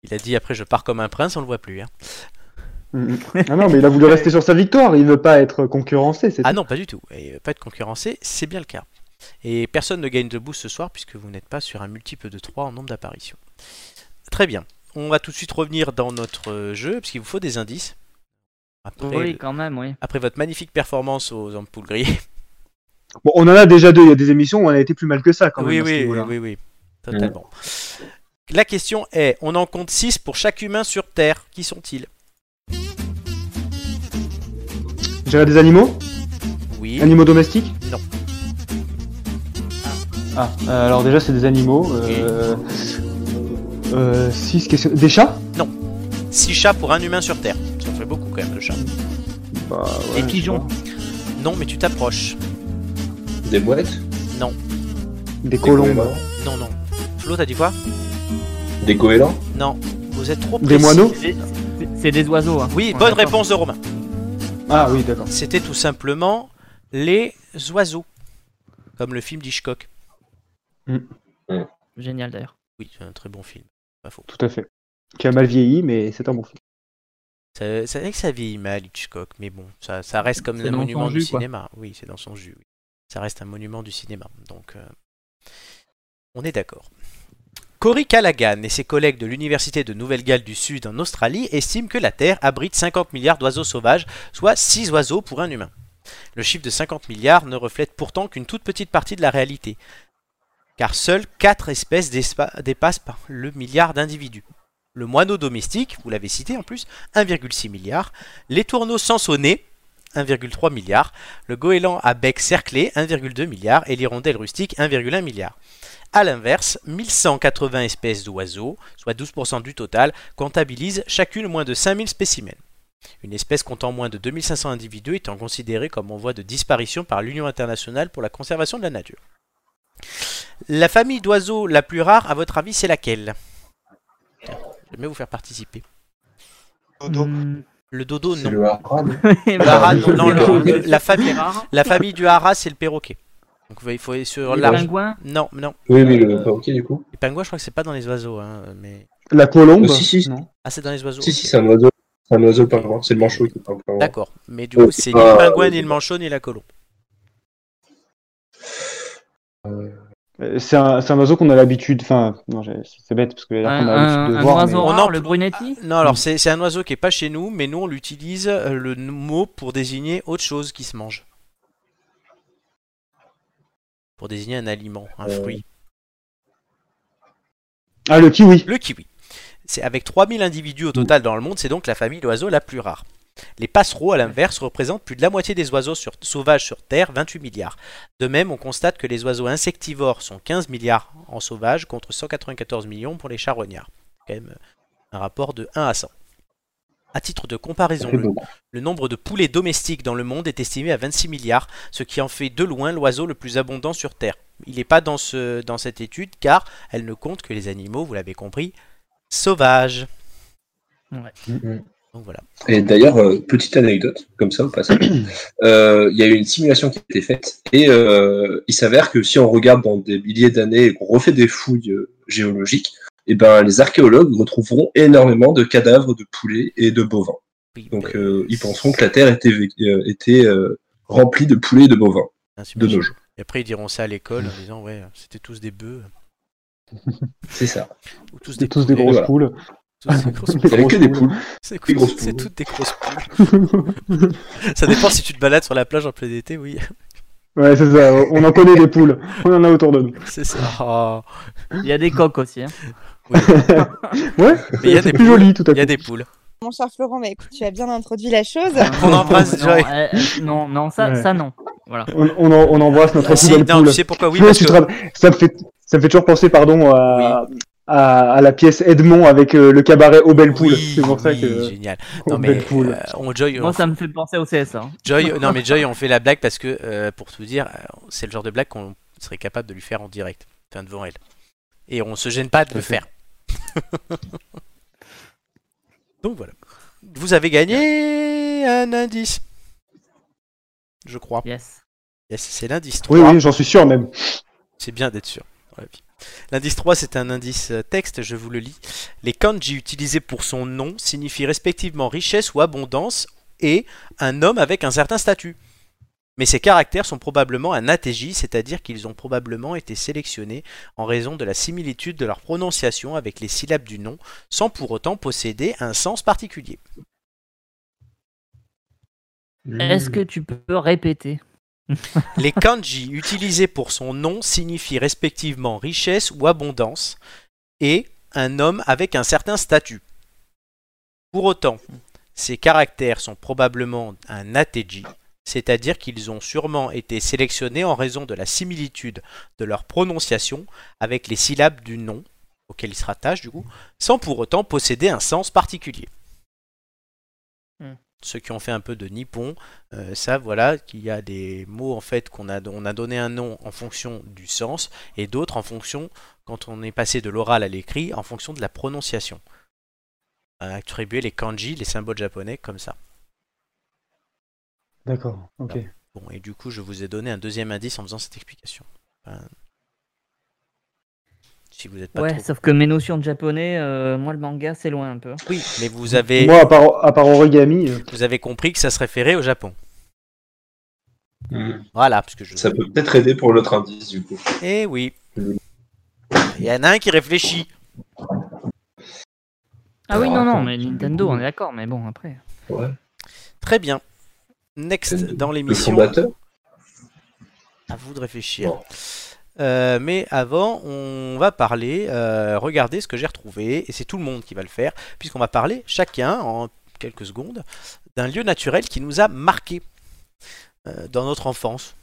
Speaker 1: Il a dit après, je pars comme un prince, on le voit plus. hein.
Speaker 2: Mm. ah non, mais il a voulu rester sur sa victoire. Il veut pas être concurrencé. C'est
Speaker 1: Ah non, pas du tout. Et euh, pas de concurrencé, c'est bien le cas. Et personne ne gagne de boost ce soir, puisque vous n'êtes pas sur un multiple de 3 en nombre d'apparitions. Très bien. On va tout de suite revenir dans notre euh, jeu, puisqu'il vous faut des indices. Après,
Speaker 4: Oui,
Speaker 1: le-
Speaker 4: quand même, oui.
Speaker 1: après votre magnifique performance aux ampoules grillées.
Speaker 2: Bon, on en a déjà deux. Il y a des émissions où on a été plus mal que ça quand même.
Speaker 1: oui,
Speaker 2: à ce
Speaker 1: oui, oui,
Speaker 2: niveau-là. Mm.
Speaker 1: oui, oui. totalement. La question est, on en compte 6 pour chaque humain sur Terre. Qui sont-ils
Speaker 2: Gérer des animaux
Speaker 1: Oui.
Speaker 2: Animaux domestiques
Speaker 1: Non.
Speaker 2: Ah, euh, alors déjà, c'est des animaux. Euh... euh, six questions. Des chats
Speaker 1: 6 chats pour un humain sur Terre. Ça fait beaucoup quand même de chats.
Speaker 2: bah,
Speaker 4: Des pigeons.
Speaker 1: Non, mais tu t'approches.
Speaker 3: Des boîtes
Speaker 1: Non,
Speaker 2: Des colombes.
Speaker 1: non, non. Flo, t'as dit quoi
Speaker 3: Des goélands
Speaker 1: Non, vous êtes trop
Speaker 2: Des
Speaker 1: précis.
Speaker 2: moineaux
Speaker 4: C'est- C'est des oiseaux. hein.
Speaker 1: Oui,
Speaker 4: On est
Speaker 1: bonne
Speaker 4: d'accord.
Speaker 1: réponse de Romain.
Speaker 2: Ah oui, d'accord.
Speaker 1: C'était tout simplement les oiseaux. Comme le film d'Hitchcock.
Speaker 4: Génial d'ailleurs.
Speaker 1: Oui, c'est un très bon film. Pas faux.
Speaker 2: Tout à fait. Qui a mal vieilli, mais c'est un bon film.
Speaker 1: Ça- C'est vrai que ça vieillit mal, Hitchcock, mais bon, ça, ça reste comme
Speaker 4: C'est
Speaker 1: un
Speaker 4: dans son
Speaker 1: monument du
Speaker 4: jus, quoi.
Speaker 1: cinéma. Oui, c'est dans son jus. oui. Ça reste un monument du cinéma. Donc, euh, on est d'accord. Cory Callaghan et ses collègues de l'Université de Nouvelle-Galles du Sud en Australie estiment que la Terre abrite 50 milliards d'oiseaux sauvages, soit 6 oiseaux pour un humain. Le chiffre de 50 milliards ne reflète pourtant qu'une toute petite partie de la réalité, car seules 4 espèces d'espa- dépassent par le milliard d'individus. Le moineau domestique, vous l'avez cité en plus, 1,6 milliard, les tourneaux sans sonner, 1,3 milliard, le goéland à bec cerclé, 1,2 milliard, et l'hirondelle rustique, 1,1 milliard. A l'inverse, 1180 espèces d'oiseaux, soit 12% du total, comptabilisent chacune moins de 5000 spécimens. Une espèce comptant moins de 2500 individus étant considérée comme en voie de disparition par l'Union internationale pour la conservation de la nature. La famille d'oiseaux la plus rare, à votre avis, c'est laquelle Tiens, J'aimerais vous faire participer.
Speaker 2: Mm.
Speaker 4: Hmm.
Speaker 1: Le dodo,
Speaker 3: C'est
Speaker 1: non.
Speaker 3: le harpran
Speaker 4: Et
Speaker 1: Ah, Le haras,
Speaker 4: bah,
Speaker 1: non, non, le-
Speaker 4: le-
Speaker 1: la famille,
Speaker 4: rare.
Speaker 1: la famille du haras, c'est le perroquet. Donc il faut aller sur
Speaker 4: Les
Speaker 1: l'arbre.
Speaker 4: pingouins.
Speaker 1: Non, non.
Speaker 3: Oui, mais le perroquet, du coup
Speaker 1: Les pingouins, je crois que c'est pas dans les oiseaux, hein, mais
Speaker 2: La colombe
Speaker 3: Euh, Si, si,
Speaker 2: Non.
Speaker 1: ah, c'est dans les oiseaux.
Speaker 3: si,
Speaker 1: ok.
Speaker 3: si, c'est un oiseau. C'est un oiseau pingouin. C'est le manchot qui est pingouin.
Speaker 1: D'accord. Mais du
Speaker 3: Euh,
Speaker 1: coup, Oh, c'est ni le
Speaker 3: euh,
Speaker 1: pingouin, ni le manchot, ni la colombe.
Speaker 3: Euh,
Speaker 2: Euh, C'est un, c'est un oiseau qu'on a l'habitude. Enfin, non, j'ai- c'est bête parce que
Speaker 4: Un,
Speaker 2: on a l'habitude
Speaker 4: un-
Speaker 2: de
Speaker 4: un
Speaker 2: voir. mais-
Speaker 4: oiseau
Speaker 1: mais-
Speaker 4: rare,
Speaker 1: On en-
Speaker 4: le brunetti.
Speaker 1: Non, alors c'est c'est un oiseau qui est pas chez nous, mais nous on l'utilise euh, le n- mot pour désigner autre chose qui se mange. Pour désigner un aliment, un
Speaker 3: Euh,
Speaker 1: fruit.
Speaker 2: Ah, le kiwi.
Speaker 1: Le kiwi. C'est avec 3000 individus au total dans le monde, c'est donc la famille d'oiseaux la plus rare. Les passereaux, à l'inverse, représentent plus de la moitié des oiseaux sur- sauvages sur Terre, 28 milliards. De même, on constate que les oiseaux insectivores sont 15 milliards en sauvages contre 194 millions pour les charognards. Quand même euh, un rapport de 1 à 100. À titre de comparaison,
Speaker 3: c'est
Speaker 1: le,
Speaker 3: bon.
Speaker 1: le nombre de poulets domestiques dans le monde est estimé à 26 milliards, ce qui en fait de loin l'oiseau le plus abondant sur Terre. Il n'est pas dans, ce- dans cette étude car elle ne compte que les animaux, vous l'avez compris, sauvages.
Speaker 3: Mhm.
Speaker 1: Donc voilà.
Speaker 3: Et d'ailleurs, euh, petite anecdote, comme ça au passage, Euh, il y a eu une simulation qui a été faite et euh, il s'avère que si on regarde dans des milliers d'années et qu'on refait des fouilles euh, géologiques, et ben, les archéologues retrouveront énormément de cadavres de poulets et de bovins.
Speaker 1: Oui,
Speaker 3: Donc
Speaker 1: ben,
Speaker 3: euh, ils penseront que la Terre était, vé- euh, était euh, remplie de poulets et de bovins
Speaker 1: hein, c'est
Speaker 3: de
Speaker 1: bien.
Speaker 3: nos jours. Mm.
Speaker 1: Et après ils diront ça à l'école en disant ouais, c'était tous des bœufs
Speaker 3: C'est ça.
Speaker 1: ou tous des
Speaker 2: C'est tous des
Speaker 1: poulets,
Speaker 2: grosses
Speaker 3: voilà.
Speaker 2: poules.
Speaker 1: C'est grosses
Speaker 2: Des
Speaker 3: Il y avait
Speaker 1: poules.
Speaker 2: grosses
Speaker 3: que des
Speaker 2: poules.
Speaker 3: poules.
Speaker 1: C'est
Speaker 3: des grosses
Speaker 1: c'est
Speaker 3: poules.
Speaker 1: toutes des grosses poules. Ça dépend si tu te balades sur la plage en plein été, oui.
Speaker 2: ouais, c'est ça. On en connaît des poules. On en a autour de nous.
Speaker 1: C'est ça. Oh.
Speaker 4: Il y a des coques aussi. hein.
Speaker 2: Ouais.
Speaker 1: Mais il y a des
Speaker 2: C'est
Speaker 1: poules.
Speaker 2: plus joli tout à
Speaker 1: Il y a
Speaker 2: coup.
Speaker 1: des poules.
Speaker 7: Mon cher Florent, mais écoute, tu as bien introduit la chose.
Speaker 1: On embrasse
Speaker 4: non,
Speaker 1: Joy.
Speaker 4: euh, euh, non, non, ça,
Speaker 2: Ouais.
Speaker 4: ça non. Voilà.
Speaker 2: On, on en- on embrasse notre
Speaker 1: Ah, si,
Speaker 2: poubelle
Speaker 1: non,
Speaker 2: poule.
Speaker 1: tu sais pourquoi Oui,
Speaker 2: Je sais,
Speaker 1: parce
Speaker 2: tu
Speaker 1: que
Speaker 2: te rappelles- ça, me fait, ça me fait toujours penser, pardon, à, à, à la pièce Edmond avec euh, le cabaret Au Belle Poule.
Speaker 1: Oui,
Speaker 2: c'est pour ça
Speaker 1: oui,
Speaker 2: que. euh,
Speaker 1: génial.
Speaker 2: Au
Speaker 1: Non mais,
Speaker 2: Belle Poule.
Speaker 1: euh, on Joy,
Speaker 4: Moi,
Speaker 1: on-
Speaker 4: ça me fait penser au CSA. hein.
Speaker 1: Joy, non mais Joy, on fait la blague parce que euh, pour tout dire, euh, c'est le genre de blague qu'on serait capable de lui faire en direct, enfin devant elle, et on se gêne pas de le faire. Donc voilà. Vous avez gagné un indice, je crois.
Speaker 4: Yes.
Speaker 1: Yes, c'est l'indice 3.
Speaker 2: Oui, oui, j'en suis sûr même.
Speaker 1: C'est bien d'être sûr. dans la vie. L'indice 3, c'est un indice euh, texte, je vous le lis. Les kanji utilisés pour son nom signifient respectivement richesse ou abondance et un homme avec un certain statut. Mais ces caractères sont probablement un ATJ, c'est-à-dire qu'ils ont probablement été sélectionnés en raison de la similitude de leur prononciation avec les syllabes du nom, sans pour autant posséder un sens particulier.
Speaker 4: Est-ce que tu peux répéter
Speaker 1: Les kanji utilisés pour son nom signifient respectivement richesse ou abondance et un homme avec un certain statut. Pour autant, ces caractères sont probablement un ateji, c'est-à-dire qu'ils ont sûrement été sélectionnés en raison de la similitude de leur prononciation avec les syllabes du nom auquel ils se rattachent du coup, sans pour autant posséder un sens particulier.
Speaker 4: Hmm.
Speaker 1: Ceux qui ont fait un peu de nippon euh, ça, voilà, qu'il y a des mots en fait qu'on a, on a donné un nom en fonction du sens et d'autres en fonction, quand on est passé de l'oral à l'écrit, en fonction de la prononciation. On a attribué les kanji, les symboles japonais, comme ça.
Speaker 2: D'accord, ok.
Speaker 1: Bon, et du coup, je vous ai donné un deuxième indice en faisant cette explication. Enfin, si vous n'êtes pas
Speaker 4: Ouais,
Speaker 1: trop.
Speaker 4: sauf que mes notions de japonais, euh, moi, le manga, c'est loin un peu.
Speaker 1: Oui, mais vous avez,
Speaker 2: Moi, à part, à part origami, euh,
Speaker 1: vous avez compris que ça se référait au Japon.
Speaker 3: Hmm.
Speaker 1: Voilà, parce que je.
Speaker 3: Ça peut peut-être aider pour l'autre indice, du coup.
Speaker 1: Eh oui. Il y en a un qui réfléchit.
Speaker 4: Ah oui,
Speaker 3: Alors,
Speaker 4: non, non,
Speaker 3: attends,
Speaker 4: mais
Speaker 3: tu-
Speaker 4: Nintendo, on est d'accord, mais bon, après.
Speaker 1: Très bien. Next
Speaker 3: Le-
Speaker 1: dans
Speaker 3: Le
Speaker 1: l'émission.
Speaker 3: fondateur
Speaker 1: À vous de réfléchir.
Speaker 3: Bon.
Speaker 1: Euh, mais avant, on va parler, euh, regardez ce que j'ai retrouvé, et c'est tout le monde qui va le faire, puisqu'on va parler chacun, en quelques secondes, d'un lieu naturel qui nous a marqué euh, dans notre enfance,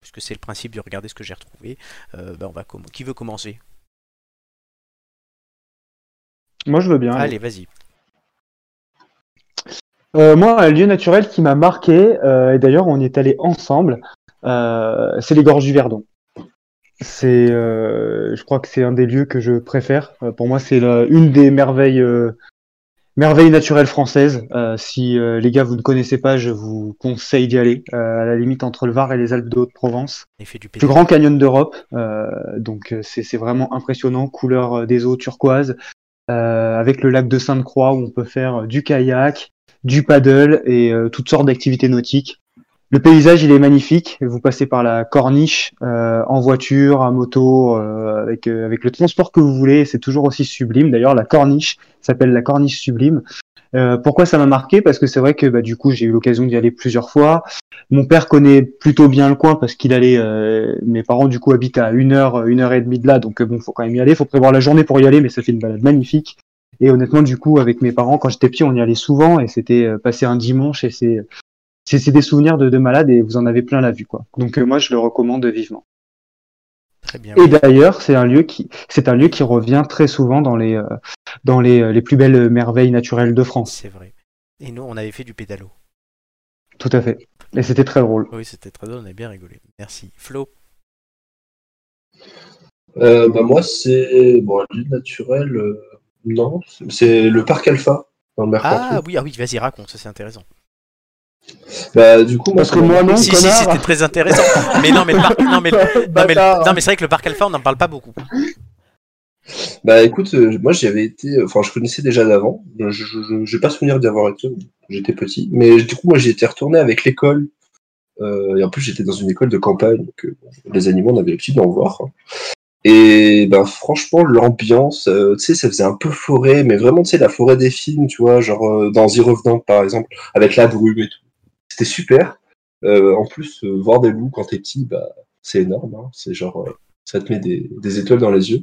Speaker 1: puisque c'est le principe de regarder ce que j'ai retrouvé. Euh, ben, on va comm- Qui veut commencer
Speaker 2: moi je veux bien.
Speaker 1: Allez, vas-y.
Speaker 2: Euh, moi, un lieu naturel qui m'a marqué, euh, et d'ailleurs on y est allé ensemble, euh, c'est les gorges du Verdon. C'est, euh, je crois que c'est un des lieux que je préfère. Euh, pour moi, c'est la- une des merveilles, euh, merveilles naturelles françaises. Euh, si euh, les gars vous ne connaissez pas, je vous conseille d'y aller. euh, à la limite entre le Var et les Alpes de Haute-Provence
Speaker 1: Il fait du
Speaker 2: plus
Speaker 1: pédale.
Speaker 2: grand canyon d'Europe. euh, donc euh, c'est c'est vraiment impressionnant, couleur euh, des eaux turquoise, euh, avec le lac de Sainte-Croix où on peut faire euh, du kayak, du paddle et euh, toutes sortes d'activités nautiques. Le paysage, il est magnifique. Vous passez par la corniche euh, en voiture, à moto, euh, avec, euh, avec le transport que vous voulez. C'est toujours aussi sublime. D'ailleurs, la corniche s'appelle la corniche sublime. Euh, pourquoi ça m'a marqué Parce que c'est vrai que bah, du coup, j'ai eu l'occasion d'y aller plusieurs fois. Mon père connaît plutôt bien le coin parce qu'il allait. euh, mes parents du coup habitent à une heure, euh, une heure et demie de là, donc euh, bon, faut quand même y aller. Faut prévoir la journée pour y aller, mais ça fait une balade magnifique. Et honnêtement, du coup, avec mes parents, quand j'étais petit, on y allait souvent et c'était euh, passer un dimanche et c'est c'est c'est des souvenirs de, de malade et vous en avez plein la vue quoi. Donc euh, moi, je le recommande vivement.
Speaker 1: Très bien.
Speaker 2: Et d'ailleurs, c'est un lieu qui c'est un lieu qui revient très souvent dans les euh, dans les, euh, les plus belles merveilles naturelles de France.
Speaker 1: C'est vrai. Et nous, on avait fait du pédalo.
Speaker 2: Tout à fait. Et c'était très drôle.
Speaker 1: Oui, c'était très drôle, on a bien rigolé. Merci. Flo,
Speaker 3: Euh, bah, moi, c'est. Bon, l'île naturelle, euh, non. C'est le parc Alpha, dans le
Speaker 1: Ah
Speaker 3: Mercantour.
Speaker 1: oui, ah oui, vas-y, raconte, ça c'est intéressant.
Speaker 3: Bah, du coup, moi,
Speaker 2: Parce que moi non,
Speaker 1: si, si, si,
Speaker 2: connard.
Speaker 1: c'était très intéressant. mais non, mais le parc- non, mais le- Non mais,
Speaker 2: Bâtard.
Speaker 1: non, mais c'est vrai que le parc Alpha on n'en parle pas beaucoup.
Speaker 3: Bah, écoute, euh, moi, j'avais été. Enfin, je connaissais déjà d'avant. Je- Je je- j'ai pas souvenir d'y avoir été. J'étais petit. Mais du coup, moi, j'y étais retourné avec l'école. Euh, et en plus, j'étais dans une école de campagne. Donc, euh, les animaux, on avait l'habitude d'en voir. Et ben franchement, l'ambiance, euh, tu sais, ça faisait un peu forêt, mais vraiment, tu sais, la forêt des films, tu vois, genre euh, dans Y Revenant, par exemple, avec la brume et tout. C'était super. Euh, en plus, euh, voir des loups quand t'es petit, bah, c'est énorme. hein. C'est genre, euh, ça te met des, des étoiles dans les yeux.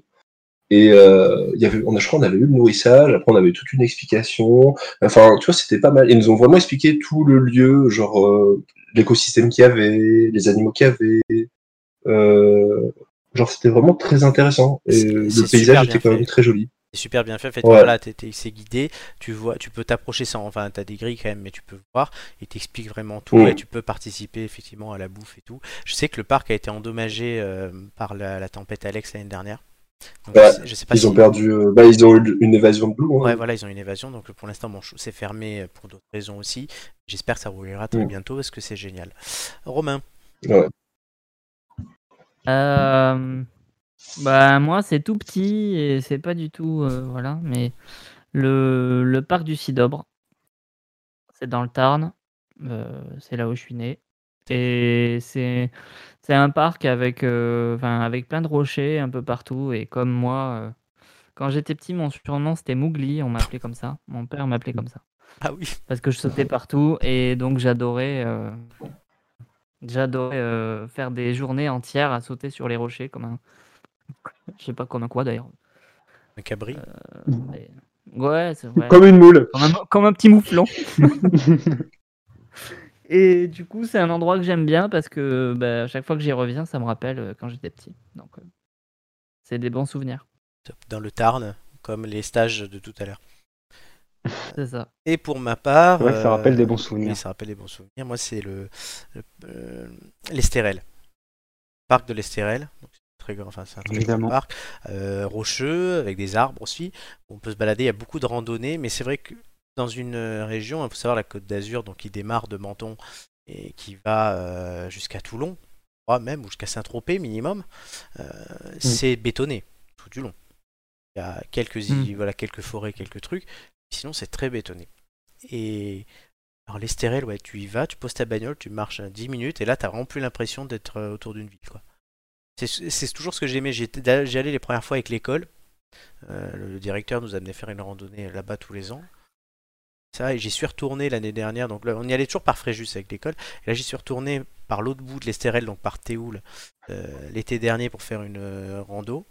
Speaker 3: Et euh, il y avait, on a, je crois, on avait eu le nourrissage. Après, on avait toute une explication. Enfin, tu vois, c'était pas mal. Ils nous ont vraiment expliqué tout le lieu, genre euh, l'écosystème qu'il y avait, les animaux qu'il y avait. Euh, genre, c'était vraiment très intéressant. Et
Speaker 1: C'est-
Speaker 3: le
Speaker 1: c'est
Speaker 3: paysage
Speaker 1: super
Speaker 3: était
Speaker 1: bien
Speaker 3: quand même
Speaker 1: fait.
Speaker 3: très joli.
Speaker 1: C'est super bien fait. En fait,
Speaker 3: Ouais.
Speaker 1: voilà, t'es- t'es- c'est guidé. Tu vois, tu peux t'approcher sans. Enfin, t'as des grilles quand même, mais tu peux voir. Il t'explique vraiment tout
Speaker 3: Mm.
Speaker 1: et tu peux participer effectivement à la bouffe et tout. Je sais que le parc a été endommagé euh, par la, la tempête Alex l'année dernière. Donc,
Speaker 3: Ouais,
Speaker 1: je sais- je sais pas
Speaker 3: ils
Speaker 1: si-
Speaker 3: ont perdu. euh, bah, ils ont eu une évasion de loup. hein.
Speaker 1: Ouais, voilà, ils ont une évasion. Donc pour l'instant, bon, c'est fermé euh, pour d'autres raisons aussi. J'espère que ça roulera très
Speaker 3: Mm.
Speaker 1: bientôt parce que c'est génial. Romain,
Speaker 4: Euh, bah moi c'est tout petit et c'est pas du tout euh, voilà mais le, le parc du Cidobre c'est dans le Tarn euh, c'est là où je suis né et c'est c'est un parc avec euh, enfin, avec plein de rochers un peu partout et comme moi euh, quand j'étais petit mon surnom c'était Mougli on m'appelait comme ça mon père m'appelait comme ça
Speaker 1: ah oui,
Speaker 4: parce que je sautais partout et donc j'adorais euh, j'adorais euh, faire des journées entières à sauter sur les rochers comme un je sais pas comme un quoi d'ailleurs
Speaker 1: un cabri.
Speaker 4: mais- ouais c'est vrai
Speaker 2: Comme une moule.
Speaker 4: comme un, comme un petit mouflon et du coup c'est un endroit que j'aime bien parce que bah, à chaque fois que j'y reviens ça me rappelle euh, quand j'étais petit donc euh, c'est des bons souvenirs
Speaker 1: dans le Tarn, comme les stages de tout à l'heure.
Speaker 4: c'est ça
Speaker 1: Et pour ma part, euh,
Speaker 2: C'est vrai que ça rappelle des bons
Speaker 1: oui,
Speaker 2: souvenirs.
Speaker 1: ça rappelle des bons souvenirs. Moi, c'est le, le- euh, l'Estérel, parc de l'Estérel. Donc, c'est un Très grand, enfin, c'est un très grand
Speaker 2: Évidemment.
Speaker 1: parc euh, rocheux avec des arbres aussi. On peut se balader. Il y a beaucoup de randonnées, mais c'est vrai que dans une euh, région, il faut savoir la Côte d'Azur, donc qui démarre de Menton et qui va euh, jusqu'à Toulon, je crois même ou jusqu'à Saint-Tropez minimum, euh, c'est bétonné tout du long. Il y a quelques i- voilà quelques forêts, quelques trucs. Sinon, c'est très bétonné. Et alors l'Estérel, ouais, tu y vas, tu poses ta bagnole, tu marches euh, 10 minutes, et là, t'as vraiment plus l'impression d'être euh, autour d'une ville, quoi. C'est c'est toujours ce que j'aimais. J'étais- d'a- J'y allais les premières fois avec l'école. Euh, le directeur nous amenait faire une randonnée là-bas tous les ans. Ça, et j'y suis retourné l'année dernière. Donc là, on y allait toujours par Fréjus avec l'école. Et là, j'y suis retourné par l'autre bout de l'Estérel, donc par Théoul, euh, l'été dernier pour faire une euh, rando.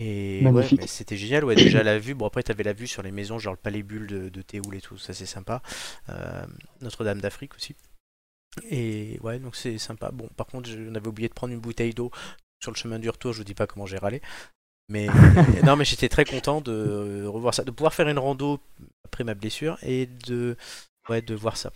Speaker 1: Et ouais,
Speaker 2: Magnifique.
Speaker 1: mais c'était génial. Ouais, déjà la vue. Bon, après, t'avais la vue sur les maisons, genre le palais bulle de, de Théoul et tout. Ça, c'est sympa. Euh, Notre-Dame d'Afrique aussi. Et ouais, donc c'est sympa. Bon, par contre, je- on avait oublié de prendre une bouteille d'eau sur le chemin du retour. Je vous dis pas comment j'ai râlé. Mais non, mais j'étais très content de euh, revoir ça, de pouvoir faire une rando après ma blessure et de, ouais, de voir ça.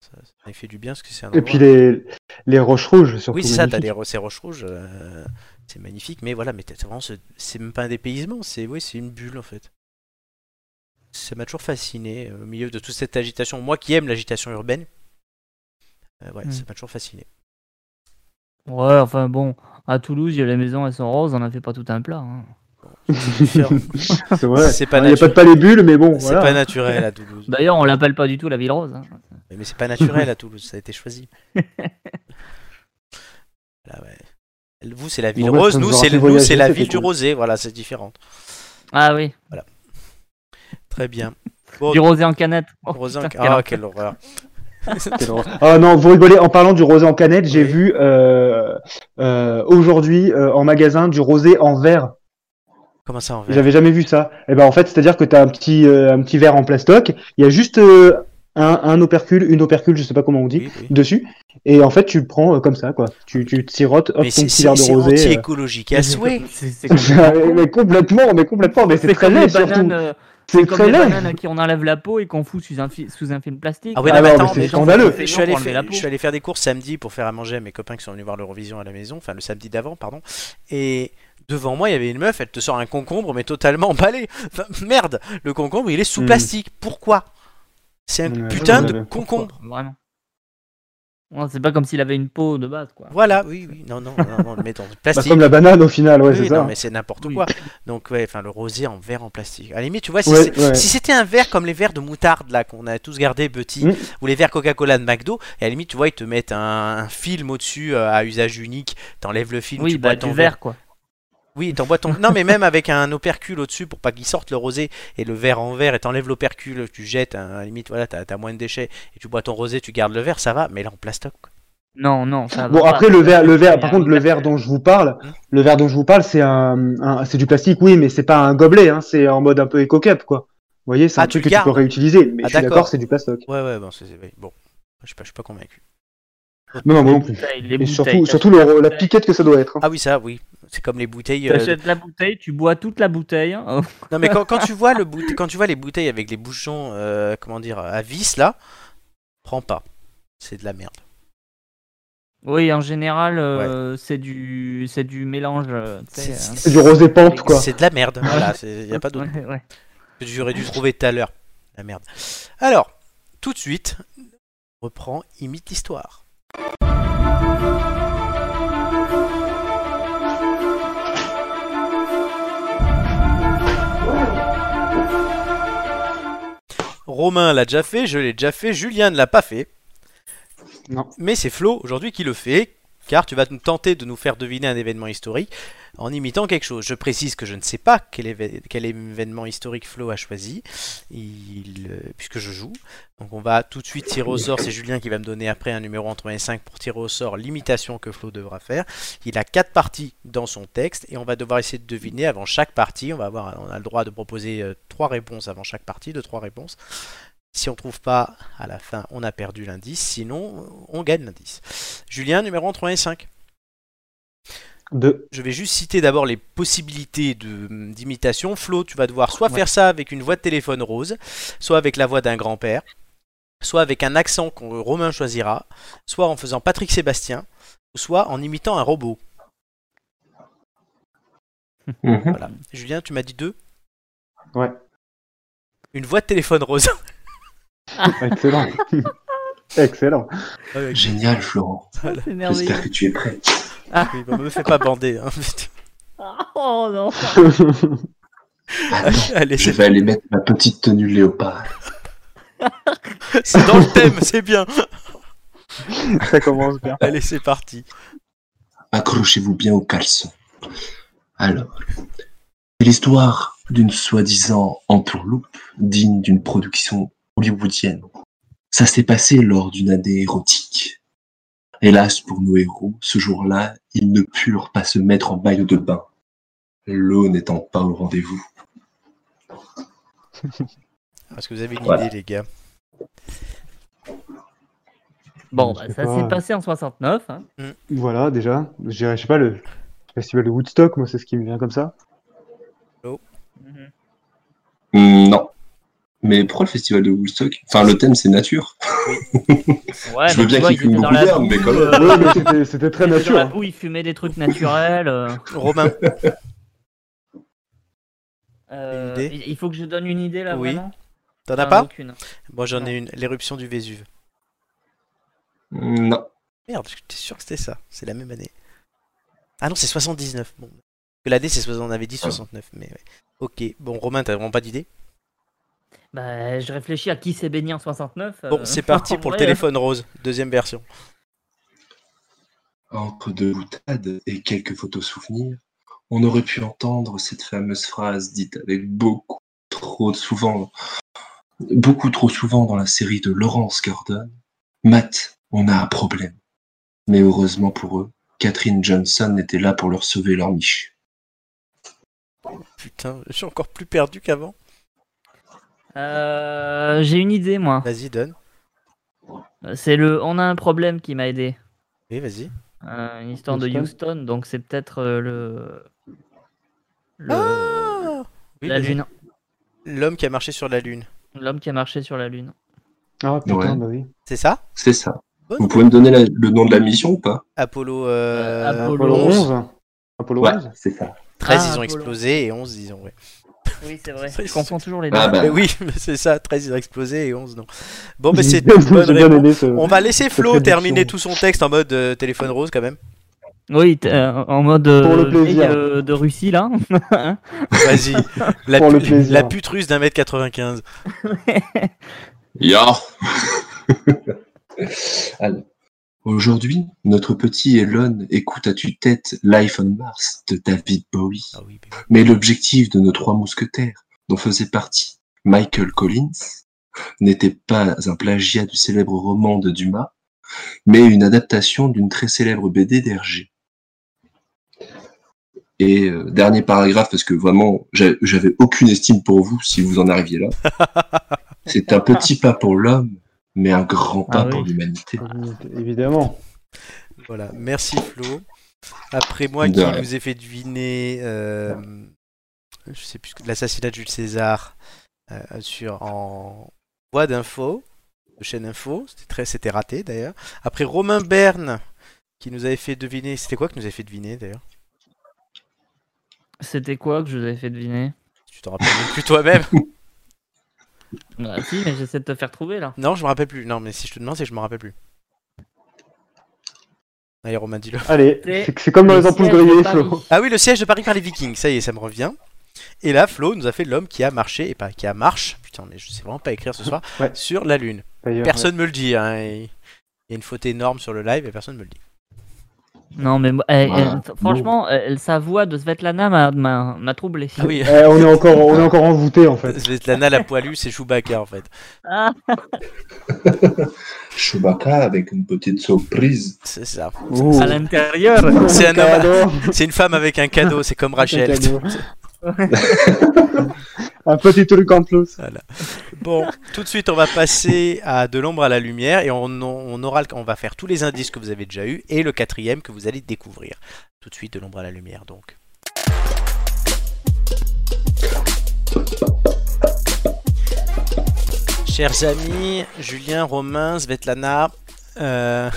Speaker 1: Ça, ça m'a fait du bien parce que c'est un
Speaker 2: Et
Speaker 1: endroit...
Speaker 2: puis les, les roches rouges, surtout.
Speaker 1: Oui, c'est ça, t'as
Speaker 2: magnifiques.
Speaker 1: les ro- ces roches rouges, euh, c'est magnifique, mais voilà, mais t'as t'as vraiment ce- c'est même pas un dépaysement, c'est oui, c'est une bulle en fait. Ça m'a toujours fasciné euh, au milieu de toute cette agitation. Moi qui aime l'agitation urbaine, euh, ouais,
Speaker 4: Mm.
Speaker 1: ça m'a toujours fasciné.
Speaker 4: ouais enfin bon à Toulouse il y a les maisons elles sont roses on a fait pas tout un plat hein.
Speaker 2: C'est vrai.
Speaker 1: C'est pas
Speaker 2: Il n'y
Speaker 1: naturel.
Speaker 2: a pas de palais bulle, mais bon,
Speaker 1: C'est pas
Speaker 2: voilà.
Speaker 1: naturel à Toulouse.
Speaker 4: d'ailleurs on l'appelle pas du tout la ville rose hein.
Speaker 1: Mais, mais c'est pas naturel à Toulouse, ça a été choisi. Voilà, ouais. Vous, c'est la ville
Speaker 2: Bon, bah,
Speaker 1: rose,
Speaker 2: ça nous
Speaker 1: nous,
Speaker 2: aura
Speaker 1: c'est
Speaker 2: fait
Speaker 1: nous,
Speaker 2: voyager,
Speaker 1: c'est la
Speaker 2: c'est
Speaker 1: ville du
Speaker 2: cool.
Speaker 1: rosé, voilà, c'est différent.
Speaker 4: ah oui
Speaker 1: Très bien. Bon,
Speaker 4: Du rosé en canette. Oh,
Speaker 1: rosé en-
Speaker 4: putain,
Speaker 1: Ah,
Speaker 4: quelle
Speaker 1: quelle horreur.
Speaker 2: Quelle horreur. Ah non, vous rigolez. En parlant du rosé en canette, j'ai
Speaker 1: Oui.
Speaker 2: vu euh, euh, aujourd'hui euh, en magasin du rosé en verre.
Speaker 1: Comment ça en verre
Speaker 2: J'avais jamais vu ça. Et ben en fait, c'est-à-dire que tu as un petit euh, un petit verre en plastoc. Il y a juste euh, un, un opercule, une opercule, je sais pas comment on dit,
Speaker 1: Oui, oui.
Speaker 2: dessus. Et en fait, tu le prends euh, comme ça, quoi. Tu, tu te sirotes, hop,
Speaker 1: Mais
Speaker 2: ton
Speaker 1: c'est
Speaker 2: petit
Speaker 1: c'est-
Speaker 2: verre de
Speaker 1: c'est
Speaker 2: rosé. euh.
Speaker 1: anti-écologique, à souhait.
Speaker 4: C'est c'est
Speaker 2: mais, mais complètement, mais complètement, mais c'est très
Speaker 4: comme les
Speaker 2: laid surtout.
Speaker 4: bananes, euh,
Speaker 2: C'est
Speaker 4: comme
Speaker 2: très
Speaker 4: les
Speaker 2: laid.
Speaker 4: bananes à qui on enlève la peau et qu'on fout sous un, fi- sous un film plastique.
Speaker 1: Ah oui,
Speaker 2: Ah
Speaker 1: non, mais attends,
Speaker 2: non, mais c'est
Speaker 1: mais-
Speaker 2: scandaleux.
Speaker 1: Je suis, allé
Speaker 4: Pour enlever
Speaker 1: faire,
Speaker 4: la peau.
Speaker 1: je suis allé faire des courses samedi pour faire à manger à mes copains qui sont venus voir l'Eurovision à la maison, enfin le samedi d'avant, pardon. Et devant moi, il y avait une meuf, elle te sort un concombre, mais totalement emballé. Enfin, merde, le concombre, il est sous
Speaker 2: Hmm.
Speaker 1: plastique. Pourquoi C'est un
Speaker 2: Ouais,
Speaker 1: putain
Speaker 2: ouais,
Speaker 1: de
Speaker 2: ouais,
Speaker 1: concombre.
Speaker 4: Vraiment. Ouais, c'est pas comme s'il avait une peau de base, quoi.
Speaker 1: Voilà, oui, oui, non, non, non, non, mais dans le
Speaker 2: Bah,
Speaker 1: plastique.
Speaker 2: comme la banane au final, ouais,
Speaker 1: Oui,
Speaker 2: c'est
Speaker 1: non,
Speaker 2: ça.
Speaker 1: mais c'est n'importe
Speaker 4: Oui.
Speaker 1: quoi. Donc, ouais, enfin, le rosé en verre en plastique. À la limite, tu vois, si
Speaker 2: Ouais,
Speaker 1: c'est-
Speaker 2: ouais.
Speaker 1: si c'était un verre comme les verres de moutarde, là, qu'on a tous gardé petits,
Speaker 2: Mm.
Speaker 1: ou les verres Coca-Cola de McDo, et à la limite, tu vois, ils te mettent un, un film au-dessus euh, à usage unique, t'enlèves le film,
Speaker 4: oui,
Speaker 1: tu
Speaker 4: bah,
Speaker 1: bois
Speaker 4: du
Speaker 1: ton
Speaker 4: verre, quoi.
Speaker 1: Oui, t'envoies ton. Non, mais même avec un opercule au-dessus pour pas qu'il sorte le rosé et le verre en verre et t'enlèves l'opercule, tu jettes, hein, à la limite, voilà, t'as t'as moins de déchets et tu bois ton rosé, tu gardes le verre, ça va, mais là en plastoc. quoi.
Speaker 4: Non, Ah, non, ça va
Speaker 2: Bon
Speaker 4: pas.
Speaker 2: après le verre, le verre, par
Speaker 4: Il y a
Speaker 2: contre
Speaker 4: un
Speaker 2: le verre dont je vous parle,
Speaker 4: Hum.
Speaker 2: le verre dont je vous parle, c'est un, un- c'est du plastique, oui, mais c'est pas un gobelet, hein, c'est en mode un peu éco cup quoi. Vous voyez, c'est
Speaker 1: Ah,
Speaker 2: un
Speaker 1: tu
Speaker 2: truc
Speaker 1: le
Speaker 2: que tu peux
Speaker 1: gardes.
Speaker 2: réutiliser, mais
Speaker 1: Ah,
Speaker 2: je suis
Speaker 1: d'accord.
Speaker 2: d'accord, c'est du plastoc.
Speaker 1: Ouais, ouais, bon, c'est. c'est- Bon, je suis pas, je suis pas convaincu.
Speaker 2: Non, non, moi non plus.
Speaker 4: bouteilles, les
Speaker 2: Et
Speaker 4: bouteilles,
Speaker 2: surtout,
Speaker 4: t'achètes
Speaker 2: surtout le-
Speaker 4: la
Speaker 2: la
Speaker 4: bouteille-
Speaker 2: piquette que ça doit être. hein.
Speaker 1: Ah oui, ça, oui. C'est comme les bouteilles. euh,
Speaker 4: T'achètes la bouteille, tu bois toute la bouteille. hein.
Speaker 1: Non mais quand, quand tu vois le boute- quand tu vois les bouteilles avec les bouchons euh, comment dire à vis là, prends pas. C'est de la merde.
Speaker 4: Oui, en général, euh, c'est du, c'est du mélange. euh, tu sais,
Speaker 1: C'est-
Speaker 4: hein.
Speaker 1: c'est
Speaker 2: du rosé pente, quoi.
Speaker 1: C'est de la merde. Voilà, il y a pas d'autre
Speaker 4: Ouais, ouais.
Speaker 1: que j'aurais dû trouver tout à l'heure. La merde. Alors, tout de suite, on reprend imite l'histoire. Romain l'a déjà fait, je l'ai déjà fait, Julien ne l'a pas fait.
Speaker 2: Non.
Speaker 1: Mais c'est Flo aujourd'hui qui le fait, car tu vas nous tenter de nous faire deviner un événement historique en imitant quelque chose. Je précise que je ne sais pas quel, éve- quel événement historique Flo a choisi, il, euh, puisque je joue. Donc on va tout de suite tirer au sort. C'est Julien qui va me donner après un numéro entre 1 et 5 pour tirer au sort l'imitation que Flo devra faire. Il a quatre parties dans son texte et on va devoir essayer de deviner avant chaque partie. On, va avoir, on a le droit de proposer euh, trois réponses avant chaque partie, de trois réponses. Si on trouve pas à la fin, on a perdu l'indice. Sinon, on gagne l'indice. Julien, numéro entre 1 et 5.
Speaker 2: De...
Speaker 1: Je vais juste citer d'abord les possibilités de- hum, d'imitation. Flo, tu vas devoir soit
Speaker 4: Ouais.
Speaker 1: faire ça avec une voix de téléphone rose, soit avec la voix d'un grand-père, soit avec un accent que Romain choisira, soit en faisant Patrick Sébastien, ou soit en imitant un robot.
Speaker 3: Mhm.
Speaker 1: Voilà. Julien, tu m'as dit deux
Speaker 2: Ouais.
Speaker 1: Une voix de téléphone rose.
Speaker 2: Excellent. Excellent.
Speaker 1: Ah
Speaker 3: Génial, Florent.
Speaker 4: Ah, C'est merveilleux.
Speaker 3: J'espère que tu es prêt.
Speaker 1: Oui, bah, me fais pas bander. hein.
Speaker 4: Ah, Oh non.
Speaker 3: Attends,
Speaker 1: Allez,
Speaker 3: je
Speaker 1: c'est
Speaker 3: vais aller mettre ma petite tenue léopard.
Speaker 1: c'est dans le thème, c'est bien.
Speaker 2: ça commence bien.
Speaker 1: Allez, c'est parti.
Speaker 3: Accrochez-vous bien au caleçon. Alors, c'est l'histoire d'une soi-disant entourloupe digne d'une production hollywoodienne. Ça s'est passé lors d'une année érotique. Hélas pour nos héros, ce jour-là, ils ne purent pas se mettre en maillot de bain, l'eau n'étant pas au rendez-vous.
Speaker 1: Parce que vous avez une
Speaker 3: Voilà.
Speaker 1: idée, les gars.
Speaker 4: Bon,
Speaker 2: Je
Speaker 4: bah,
Speaker 2: sais
Speaker 4: ça
Speaker 2: pas.
Speaker 4: s'est passé en 69. hein.
Speaker 2: Voilà, déjà. Je dirais, je sais pas, le festival de Woodstock, moi, c'est ce qui me vient comme ça.
Speaker 3: Mhm. Hmm, Non. Mais pourquoi le festival de Woodstock Enfin, le thème c'est nature.
Speaker 4: Ouais,
Speaker 3: Je veux
Speaker 4: mais
Speaker 3: bien
Speaker 4: tu vois,
Speaker 3: qu'il
Speaker 4: ils
Speaker 3: fume
Speaker 4: étaient dans
Speaker 3: beaucoup
Speaker 4: la
Speaker 3: d'herbe, mais
Speaker 4: boue,
Speaker 3: quand même.
Speaker 4: euh,
Speaker 2: Ouais, mais c'était- c'était très hein.
Speaker 4: ils étaient dans la
Speaker 2: naturel.
Speaker 4: boue, ils fumaient des trucs naturels. euh,
Speaker 1: Romain,
Speaker 4: euh,
Speaker 1: idée
Speaker 4: il faut que je donne une idée là,
Speaker 1: Oui.
Speaker 4: vraiment
Speaker 1: t'en as
Speaker 4: Enfin,
Speaker 1: pas
Speaker 4: aucune.
Speaker 1: Bon, j'en ai une. L'éruption du Vésuve.
Speaker 3: Hmm, Non.
Speaker 1: Merde, j'étais sûr que c'était ça. C'est la même année. Ah non, c'est 79. Bon. Parce que L'année, c'est 60. On avait dit 69. Mais ouais. Ok. Bon, Romain, t'as vraiment pas d'idée
Speaker 4: Bah, je réfléchis à qui s'est baigné en 69. euh,
Speaker 1: Bon, c'est parti
Speaker 4: en
Speaker 1: pour le
Speaker 4: vrai,
Speaker 1: téléphone rose. Deuxième version.
Speaker 3: Entre deux boutades et quelques photos souvenirs, on aurait pu entendre cette fameuse phrase dite avec beaucoup trop de souvent, beaucoup trop souvent dans la série de Laurence Gordon. Matt, on a un problème. Mais heureusement pour eux, Catherine Johnson était là pour leur sauver leur niche.
Speaker 1: Putain, je suis encore plus perdu qu'avant.
Speaker 4: euh, J'ai une idée, moi.
Speaker 1: Vas-y, donne.
Speaker 4: C'est le On a un problème qui m'a aidé.
Speaker 1: Oui, vas-y.
Speaker 4: Euh, une histoire de
Speaker 2: Houston.
Speaker 4: Houston, donc c'est peut-être euh, le. le-
Speaker 1: Ah Oui,
Speaker 4: la
Speaker 1: vas-y.
Speaker 4: Lune.
Speaker 1: L'homme qui a marché sur la lune.
Speaker 4: L'homme qui a marché sur la Lune.
Speaker 2: Ah putain,
Speaker 3: Ouais.
Speaker 2: bah oui.
Speaker 1: C'est ça
Speaker 3: C'est ça.
Speaker 1: Bonne
Speaker 3: Vous pouvez me donner la- le nom de la mission ou pas
Speaker 1: Apollo, euh,
Speaker 4: Euh, Apollo
Speaker 2: Apollo
Speaker 4: 11.
Speaker 2: 11. Apollo
Speaker 3: Ouais,
Speaker 2: 11
Speaker 3: c'est ça.
Speaker 1: 13,
Speaker 4: Ah,
Speaker 1: ils ont
Speaker 4: Apollo.
Speaker 1: explosé et 11, ils ont. Ouais.
Speaker 4: Oui, c'est vrai.
Speaker 1: C'est-
Speaker 4: Je confonds toujours les deux.
Speaker 3: Ah bah,
Speaker 1: Mais oui, c'est ça. 13, ils ont explosé et 11, non. Bon, mais c'est
Speaker 2: J'ai
Speaker 1: une bonne
Speaker 2: bien
Speaker 1: réponse.
Speaker 2: aimé ce.
Speaker 1: On va laisser Flo
Speaker 2: Cette
Speaker 1: terminer
Speaker 2: réduction.
Speaker 1: tout son texte en mode euh, téléphone rose quand même.
Speaker 4: Oui, t- euh, en mode. euh,
Speaker 2: Pour le plaisir.
Speaker 4: vieille, euh, de Russie, là.
Speaker 1: Vas-y. La,
Speaker 2: Pour le
Speaker 1: pu-
Speaker 2: plaisir.
Speaker 1: la pute russe d'un mètre 95.
Speaker 3: Ya Alors, Aujourd'hui, notre petit Elon écoute à tue-tête Life on Mars de David Bowie.
Speaker 1: Ah oui, bah oui.
Speaker 3: Mais l'objectif de nos trois mousquetaires, dont faisait partie Michael Collins, n'était pas un plagiat du célèbre roman de Dumas, mais une adaptation d'une très célèbre BD d'Hergé. Et euh, dernier paragraphe, parce que vraiment, j'a- j'avais aucune estime pour vous si vous en arriviez là. C'est un petit pas pour l'homme, mais un grand pas
Speaker 4: Ah oui.
Speaker 3: pour l'humanité.
Speaker 2: Évidemment.
Speaker 1: Voilà, merci Flo. Après moi
Speaker 3: De
Speaker 1: qui
Speaker 3: rien.
Speaker 1: nous ai fait deviner, euh, je sais plus, ce que- l'assassinat de Jules César euh, sur en voie d'info, de chaîne info, c'était très, c'était raté d'ailleurs. Après Romain Berne qui nous avait fait deviner, c'était quoi que nous avait fait deviner d'ailleurs
Speaker 4: C'était quoi que je vous avais fait deviner
Speaker 1: Tu t'en rappelles même plus toi-même
Speaker 4: Bah, si, mais j'essaie de te faire trouver là.
Speaker 1: Non, je me rappelle plus. Non, mais si je te demande, c'est que je me rappelle plus. Allez, Romain, dis-le.
Speaker 2: Allez,
Speaker 4: C'est-
Speaker 2: c'est c'est comme dans
Speaker 4: Le
Speaker 2: les ampoules
Speaker 4: siège de
Speaker 2: grillées,
Speaker 4: Paris.
Speaker 2: Flo.
Speaker 1: Ah oui, le siège de Paris par les Vikings, ça y est, ça me revient. Et là, Flo nous a fait l'homme qui a marché, et pas qui a marche, putain, mais je sais vraiment pas écrire ce soir,
Speaker 2: Ouais.
Speaker 1: sur la Lune.
Speaker 2: D'ailleurs,
Speaker 1: Personne me le dit, hein. et- Il y a une faute énorme sur le live et personne me le dit.
Speaker 4: Non, mais moi, elle-
Speaker 3: Ouais,
Speaker 2: Ah,
Speaker 4: elle- franchement, elle- sa voix de Svetlana m'a- m'a m'a troublé.
Speaker 1: Ah oui,
Speaker 2: ouais. Eh, on est encore, on est encore envoûté en fait.
Speaker 1: Svetlana la poilue, c'est Chewbacca en fait.
Speaker 4: Ah,
Speaker 3: Chewbacca avec une petite surprise.
Speaker 1: C'est ça.
Speaker 2: Ouh.
Speaker 4: à l'intérieur
Speaker 1: C'est un homme-
Speaker 2: cadeau.
Speaker 1: C'est une femme avec un cadeau, c'est comme Rachel.
Speaker 2: Un cadeau. Un petit truc en plus.
Speaker 1: Bon, tout de suite, on va passer à de l'ombre à la lumière et on, on aura, le- on va faire tous les indices que vous avez déjà eus et le quatrième que vous allez découvrir. Tout de suite, de l'ombre à la lumière, donc. Chers amis, Julien, Romain, Svetlana, euh,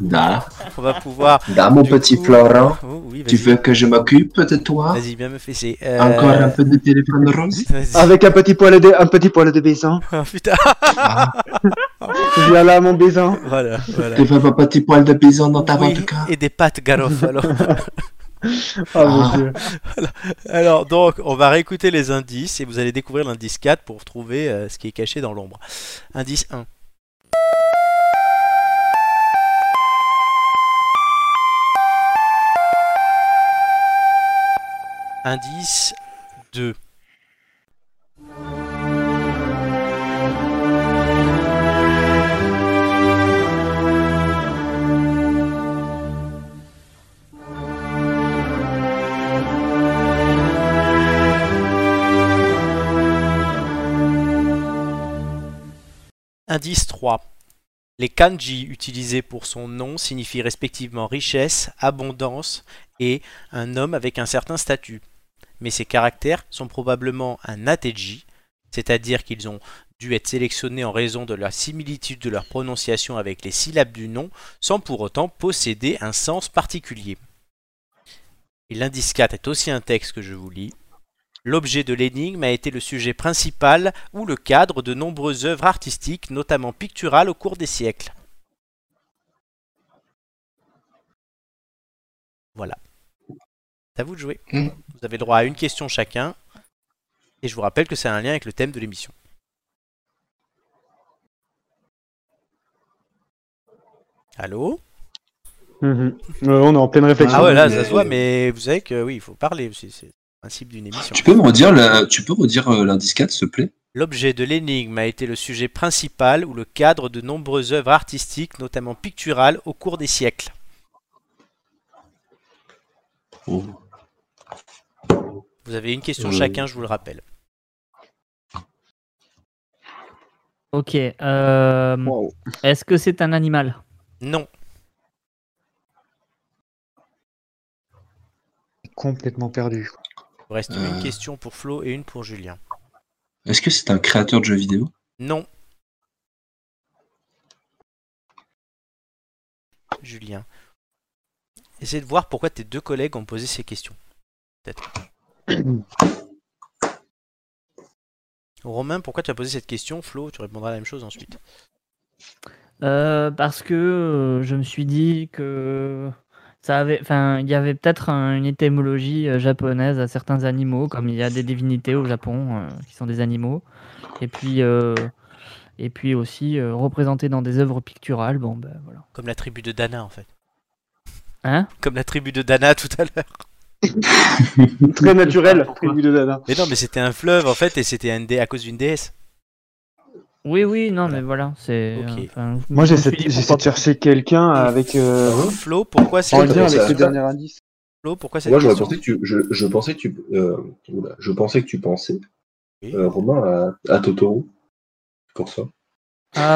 Speaker 3: Da,
Speaker 1: on va pouvoir.
Speaker 3: da mon
Speaker 1: du
Speaker 3: petit
Speaker 1: coup-
Speaker 3: Florent,
Speaker 1: Oh, oui,
Speaker 3: tu
Speaker 1: vas-y,
Speaker 3: veux que je m'occupe de toi
Speaker 1: vas-y, viens me fesser.
Speaker 3: Encore
Speaker 1: Euh,
Speaker 3: un Ah, peu de téléphone rose
Speaker 1: vas-y.
Speaker 2: Avec un petit poil de, un petit poil de baisin.
Speaker 1: Ah, putain,
Speaker 3: Ah,
Speaker 2: Viens là, mon baisin.
Speaker 1: voilà, voilà.
Speaker 3: Tu veux un petit poil de bison dans ta
Speaker 1: Oui,
Speaker 3: vodka
Speaker 1: et des pâtes Garofalo.
Speaker 2: Ah,
Speaker 3: Ah.
Speaker 2: mon dieu.
Speaker 1: Alors donc, on va réécouter les indices et vous allez découvrir l'indice 4 pour trouver euh, ce qui est caché dans l'ombre. Indice 1. Indice 2. Indice 3. Les kanji utilisés pour son nom signifient respectivement richesse, abondance et un homme avec un certain statut. Mais ces caractères sont probablement un ateji, c'est-à-dire qu'ils ont dû être sélectionnés en raison de la similitude de leur prononciation avec les syllabes du nom, sans pour autant posséder un sens particulier. Et l'indice 4 est aussi un texte que je vous lis. L'objet de l'énigme a été le sujet principal ou le cadre de nombreuses œuvres artistiques, notamment picturales, au cours des siècles. Voilà. C'est à vous de jouer.
Speaker 3: Mm.
Speaker 1: Vous avez le droit à une question chacun. Et je vous rappelle que c'est un lien avec le thème de l'émission. Allô
Speaker 2: Mhm. Euh, on est en pleine réflexion.
Speaker 1: Ah ouais, là,
Speaker 3: mais-
Speaker 1: ça se voit, mais vous savez que oui, il faut parler aussi. C'est le principe d'une émission.
Speaker 3: Tu peux me redire la- tu peux redire euh, l'indice 4, s'il te plaît
Speaker 1: L'objet de l'énigme a été le sujet principal ou le cadre de nombreuses œuvres artistiques, notamment picturales, au cours des siècles.
Speaker 3: Oh.
Speaker 1: Vous avez une question
Speaker 3: Euh.
Speaker 1: chacun, je vous le rappelle.
Speaker 4: Ok. euh,
Speaker 2: Wow.
Speaker 4: Est-ce que c'est un animal
Speaker 1: Non,
Speaker 2: Complètement perdu. quoi.
Speaker 1: il vous reste
Speaker 3: Euh.
Speaker 1: une question pour Flo et une pour Julien.
Speaker 3: Est-ce que c'est un créateur de jeux vidéo
Speaker 1: Non. Julien. Essayez de voir pourquoi tes deux collègues ont posé ces questions. Peut-être. Romain, pourquoi tu as posé cette question Flo, tu répondras à la même chose ensuite.
Speaker 4: Euh, parce que euh, je me suis dit que ça avait, enfin, il y avait peut-être un- une étymologie euh, japonaise à certains animaux, comme il y a des divinités au Japon euh, qui sont des animaux. Et puis, euh, et puis aussi euh, représenté dans des œuvres picturales. Bon, ben voilà.
Speaker 1: Comme la tribu de Dana, en fait.
Speaker 4: Hein
Speaker 1: Comme la tribu de Dana tout à l'heure.
Speaker 2: Très naturel,
Speaker 4: Pourquoi
Speaker 2: tribu de Dana.
Speaker 1: Mais non, mais c'était un fleuve, en fait, et c'était un dé à cause d'une déesse.
Speaker 4: Oui, oui, non, mais voilà, c'est. euh,
Speaker 1: Ok.
Speaker 4: enfin, je-
Speaker 2: Moi,
Speaker 4: je me
Speaker 2: j'essaie
Speaker 4: suis dit
Speaker 2: j'essaie
Speaker 4: pourquoi
Speaker 2: de chercher quelqu'un avec. euh,
Speaker 1: Flo, pourquoi
Speaker 2: en
Speaker 1: cette
Speaker 2: lien
Speaker 3: comme
Speaker 2: avec
Speaker 3: ça.
Speaker 2: le dernier indice.
Speaker 1: Flo, pourquoi cette
Speaker 3: Moi, j'aurais
Speaker 1: question
Speaker 3: pensé que tu, je, je pensais que tu, euh, oula, je pensais que tu pensais,
Speaker 1: Oui.
Speaker 3: euh, Romain, à, à Totoro. Pour ça.
Speaker 4: pas.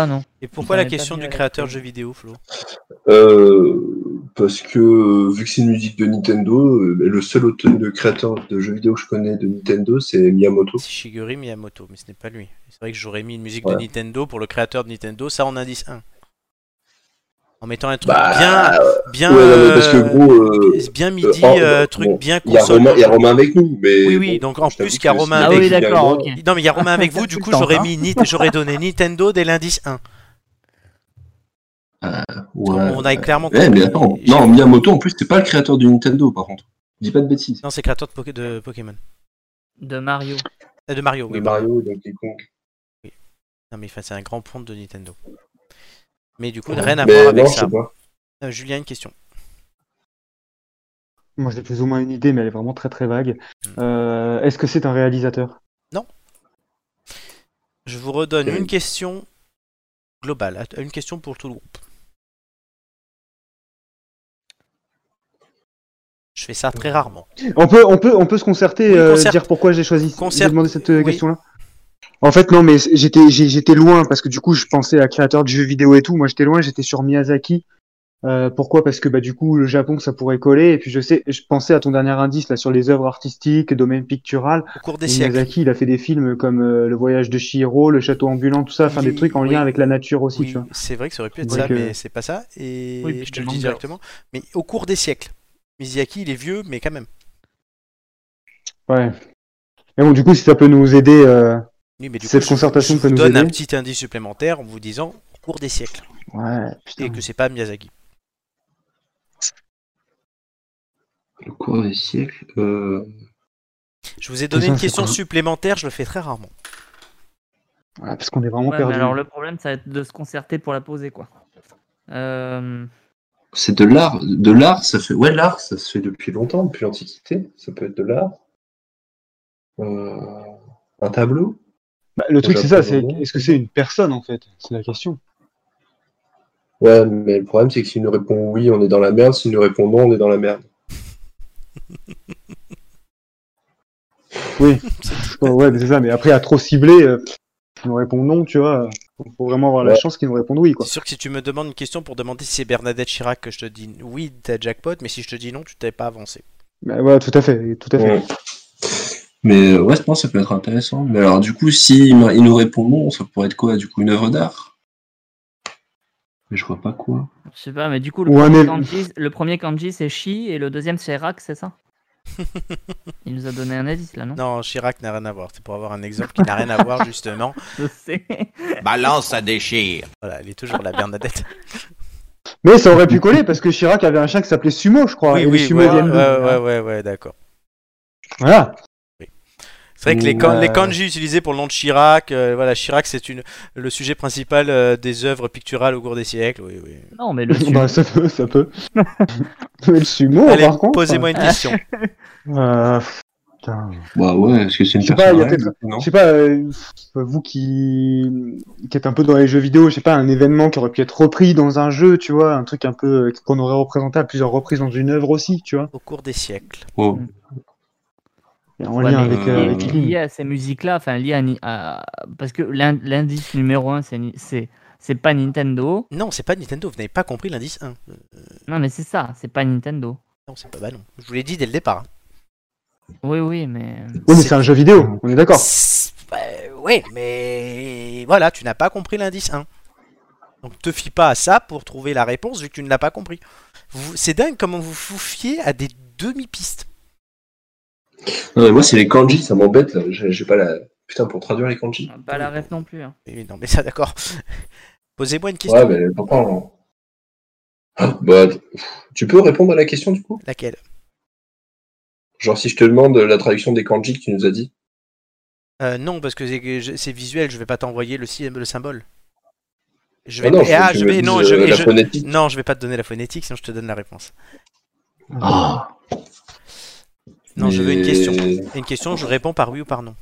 Speaker 4: Ah non.
Speaker 1: Et pourquoi la
Speaker 4: J'aurais pas
Speaker 1: question
Speaker 4: dû
Speaker 1: du
Speaker 4: aller
Speaker 1: créateur
Speaker 4: plus
Speaker 1: jeu vidéo, Flo
Speaker 3: Euh, parce que, euh, vu que c'est une musique de Nintendo, euh, le seul auteur, le créateur de jeux vidéo que je connais de Nintendo, c'est Miyamoto.
Speaker 1: C'est Shigeru Miyamoto, mais ce n'est pas lui. C'est vrai que j'aurais mis une musique
Speaker 3: Ouais.
Speaker 1: de Nintendo pour le créateur de Nintendo, ça en indice 1. En mettant un truc
Speaker 3: Bah,
Speaker 1: bien. bien
Speaker 3: ouais, non, mais parce que,
Speaker 1: euh,
Speaker 3: gros, euh,
Speaker 1: bien midi,
Speaker 3: oh,
Speaker 1: euh,
Speaker 3: bon,
Speaker 1: truc bien
Speaker 3: Il y, a
Speaker 1: console.
Speaker 3: Romain, il y a Romain avec nous, mais.
Speaker 1: Oui, oui, donc en
Speaker 3: je t'avoue
Speaker 1: plus
Speaker 3: que
Speaker 1: qu'il y a
Speaker 3: c'est-
Speaker 1: Romain
Speaker 3: c'est-
Speaker 4: Ah
Speaker 1: avec-
Speaker 4: oui,
Speaker 1: Avec
Speaker 4: d'accord, ok.
Speaker 1: Non, mais il y a Romain avec vous, du coup, j'aurais mis
Speaker 4: hein.
Speaker 1: Nit- j'aurais donné Nintendo dès l'indice 1.
Speaker 3: Ouais.
Speaker 1: On a clairement.
Speaker 3: euh, Ouais, mais attends, non, Miyamoto en plus, c'est pas le créateur de Nintendo par contre. Dis pas de bêtises.
Speaker 1: Non, c'est créateur de, Poké- de Pokémon.
Speaker 4: De Mario.
Speaker 1: Euh, De Mario, oui.
Speaker 3: De Mario, Donkey Kong.
Speaker 1: Non, mais enfin, c'est un grand pont de Nintendo. Mais du coup, rien à
Speaker 3: Mais
Speaker 1: voir
Speaker 3: non,
Speaker 1: avec
Speaker 3: je sais
Speaker 1: ça.
Speaker 3: pas.
Speaker 1: Euh, Julien, une question.
Speaker 2: Moi, j'ai plus ou moins une idée, mais elle est vraiment très très vague. Euh, Est-ce que c'est un réalisateur
Speaker 1: Je vous redonne
Speaker 3: Euh.
Speaker 1: une question globale, att- une question pour tout le groupe. Je fais ça très rarement.
Speaker 2: On peut, on peut, on peut se concerter,
Speaker 1: Oui,
Speaker 2: euh,
Speaker 1: concerte.
Speaker 2: dire pourquoi j'ai choisi.
Speaker 1: Concerte.
Speaker 2: J'ai demandé cette euh,
Speaker 1: Oui.
Speaker 2: question-là. En fait, non, mais c- j'étais, j'ai- j'étais loin parce que du coup, je pensais à créateur de jeux vidéo et tout. Moi, j'étais loin. J'étais sur Miyazaki. Euh, pourquoi Parce que bah du coup, le Japon, ça pourrait coller. Et puis, je sais, je pensais à ton dernier indice là sur les œuvres artistiques, domaine pictural.
Speaker 1: Au cours des
Speaker 2: Et
Speaker 1: siècles,
Speaker 2: Miyazaki, il a fait des films comme euh, Le Voyage de Chihiro, Le Château ambulant, tout ça, enfin des
Speaker 1: Oui,
Speaker 2: trucs en
Speaker 1: oui.
Speaker 2: lien avec la nature aussi,
Speaker 1: oui,
Speaker 2: tu vois.
Speaker 1: c'est vrai que ça aurait pu être
Speaker 2: Donc,
Speaker 1: ça,
Speaker 2: euh,
Speaker 1: mais c'est pas ça. Et
Speaker 4: oui, puis
Speaker 1: je te
Speaker 4: des
Speaker 1: le dis
Speaker 4: mangas
Speaker 1: directement. Mais au cours des siècles, Miyazaki, il est vieux, mais quand même.
Speaker 2: Ouais. Mais bon, du coup, si ça peut nous aider, euh,
Speaker 1: Oui, mais du
Speaker 2: Cette
Speaker 1: coup, je-
Speaker 2: concertation
Speaker 1: je
Speaker 2: peut
Speaker 1: vous
Speaker 2: nous
Speaker 1: donne un
Speaker 2: aider.
Speaker 1: petit indice supplémentaire en vous disant au cours des siècles
Speaker 2: ouais. Putain.
Speaker 1: et que c'est pas Miyazaki.
Speaker 3: Au cours des siècles. euh,
Speaker 1: Je vous ai donné
Speaker 2: Putain,
Speaker 1: une
Speaker 2: c'est
Speaker 1: question
Speaker 2: quoi
Speaker 1: supplémentaire, je le fais très rarement.
Speaker 2: Ouais, parce qu'on est vraiment
Speaker 4: Ouais, mais
Speaker 2: perdu.
Speaker 4: alors le problème, ça va être de se concerter pour la poser, quoi. Euh,
Speaker 3: C'est de l'art. De l'art, ça fait. Ouais, l'art, ça se fait depuis longtemps, depuis l'Antiquité. Ça peut être de l'art. Euh, Un tableau
Speaker 2: Bah, le truc,
Speaker 3: Déjà,
Speaker 2: c'est ça, c'est
Speaker 3: premièrement.
Speaker 2: est-ce que c'est une personne en fait C'est la question.
Speaker 3: Ouais, mais le problème, c'est que s'il nous répond oui, on est dans la merde. S'il nous répond non, on est dans la merde.
Speaker 2: Ouais, ouais, mais c'est ça, mais après, à trop cibler, euh, ils nous répondent non, tu vois. Il faut vraiment avoir la
Speaker 3: Ouais.
Speaker 2: chance qu'ils nous répondent oui, quoi.
Speaker 1: C'est sûr que si tu me demandes une question pour demander si c'est Bernadette Chirac que je te dis oui, t'as jackpot, mais si je te dis non, tu t'es pas avancé.
Speaker 2: Bah, ouais, tout à fait, tout à fait.
Speaker 3: Ouais. Mais euh, ouais, je pense que ça peut être intéressant. Mais alors, du coup, si il m'a- il nous répond non, ça pourrait être quoi Du coup, une œuvre d'art Mais je vois pas quoi.
Speaker 4: je sais pas, mais du coup, le,
Speaker 2: Ouais,
Speaker 4: premier,
Speaker 2: mais-
Speaker 4: kanji, le premier kanji, c'est Shi et le deuxième, c'est Rak, c'est ça Il nous a donné un indice
Speaker 2: Hein
Speaker 4: là, non,
Speaker 1: Non, Chirac n'a rien à voir. C'est pour avoir un exemple qui n'a rien à voir, justement.
Speaker 4: Je sais.
Speaker 8: Balance, ça déchire.
Speaker 1: Voilà, elle est toujours la Bernadette.
Speaker 2: Mais ça aurait pu coller parce que Chirac avait un chat qui s'appelait Sumo, je crois.
Speaker 1: oui,
Speaker 2: et les
Speaker 1: oui,
Speaker 2: Sumo
Speaker 1: ouais, ouais,
Speaker 2: viennent d'eux.
Speaker 1: ouais, ouais, ouais, d'accord.
Speaker 2: Voilà.
Speaker 1: C'est vrai que les,
Speaker 2: Ou,
Speaker 1: kan-
Speaker 2: euh,
Speaker 1: les kanji utilisés pour le nom de Chirac, euh, voilà, Chirac, c'est une le sujet principal euh, des œuvres picturales au cours des siècles. Oui, oui.
Speaker 4: Non, mais le sumo.
Speaker 2: Bah, ça peut, ça peut. Mais le Sumo,
Speaker 1: Allez,
Speaker 2: Oh, par contre. hein.
Speaker 1: posez-moi une question.
Speaker 2: euh, putain.
Speaker 3: Bah ouais, est-ce que c'est une
Speaker 2: Je sais pas, il y a
Speaker 3: personne
Speaker 2: peut-être-
Speaker 3: Non.
Speaker 2: Je sais pas, euh, vous qui... qui êtes un peu dans les jeux vidéo, je sais pas, un événement qui aurait pu être repris dans un jeu, tu vois, un truc un peu euh, qu'on aurait représenté à plusieurs reprises dans une œuvre aussi, tu vois,
Speaker 1: Au cours des siècles.
Speaker 3: Oh.
Speaker 2: Et en
Speaker 4: Ouais,
Speaker 2: lien
Speaker 4: mais
Speaker 2: avec, euh,
Speaker 4: lié-
Speaker 2: avec
Speaker 4: lié,
Speaker 2: Lynn.
Speaker 4: à ces musiques-là, enfin lié à, ni- à- parce que l'in- l'indice numéro un, c'est ni- c'est c'est pas Nintendo.
Speaker 1: Non, c'est pas Nintendo, vous n'avez pas compris l'indice 1. Euh,
Speaker 4: Non, mais c'est ça, c'est pas Nintendo.
Speaker 1: Non, c'est pas bah non. Je vous l'ai dit dès le départ.
Speaker 4: Oui, oui, mais
Speaker 2: Oui, mais
Speaker 1: C'est-
Speaker 2: c'est un jeu vidéo, on est d'accord.
Speaker 1: C'est- bah, ouais, mais voilà, tu n'as pas compris l'indice 1. Donc te fie pas à ça pour trouver la réponse vu que tu ne l'as pas compris. Vous- C'est dingue comment vous vous fiez à des demi-pistes.
Speaker 3: Non, mais moi, c'est les kanji, ça m'embête. là. J'ai j'ai pas la. Putain, pour traduire les kanji.
Speaker 4: euh, pas la ref non plus. hein.
Speaker 1: Et non, mais ça d'accord. Posez-moi une question.
Speaker 3: Ouais, mais pourquoi on. Ah, Bah, t- tu peux répondre à la question du coup
Speaker 1: Laquelle
Speaker 3: Genre, si je te demande la traduction des kanji que tu nous as dit.
Speaker 1: Euh, non, parce que c'est- c'est visuel, je vais pas t'envoyer le, sy- le symbole. Je vais,
Speaker 3: Ah non,
Speaker 1: et,
Speaker 3: faut
Speaker 1: ah,
Speaker 3: que tu
Speaker 1: je
Speaker 3: me
Speaker 1: vais, non,
Speaker 3: dises,
Speaker 1: je,
Speaker 3: euh,
Speaker 1: et
Speaker 3: la
Speaker 1: je-
Speaker 3: phonétique.
Speaker 1: non, je vais pas te donner la phonétique, sinon je te donne la réponse.
Speaker 3: Ah.
Speaker 1: Non, je veux une
Speaker 3: Mais-
Speaker 1: question. Une question, je réponds par oui ou par non.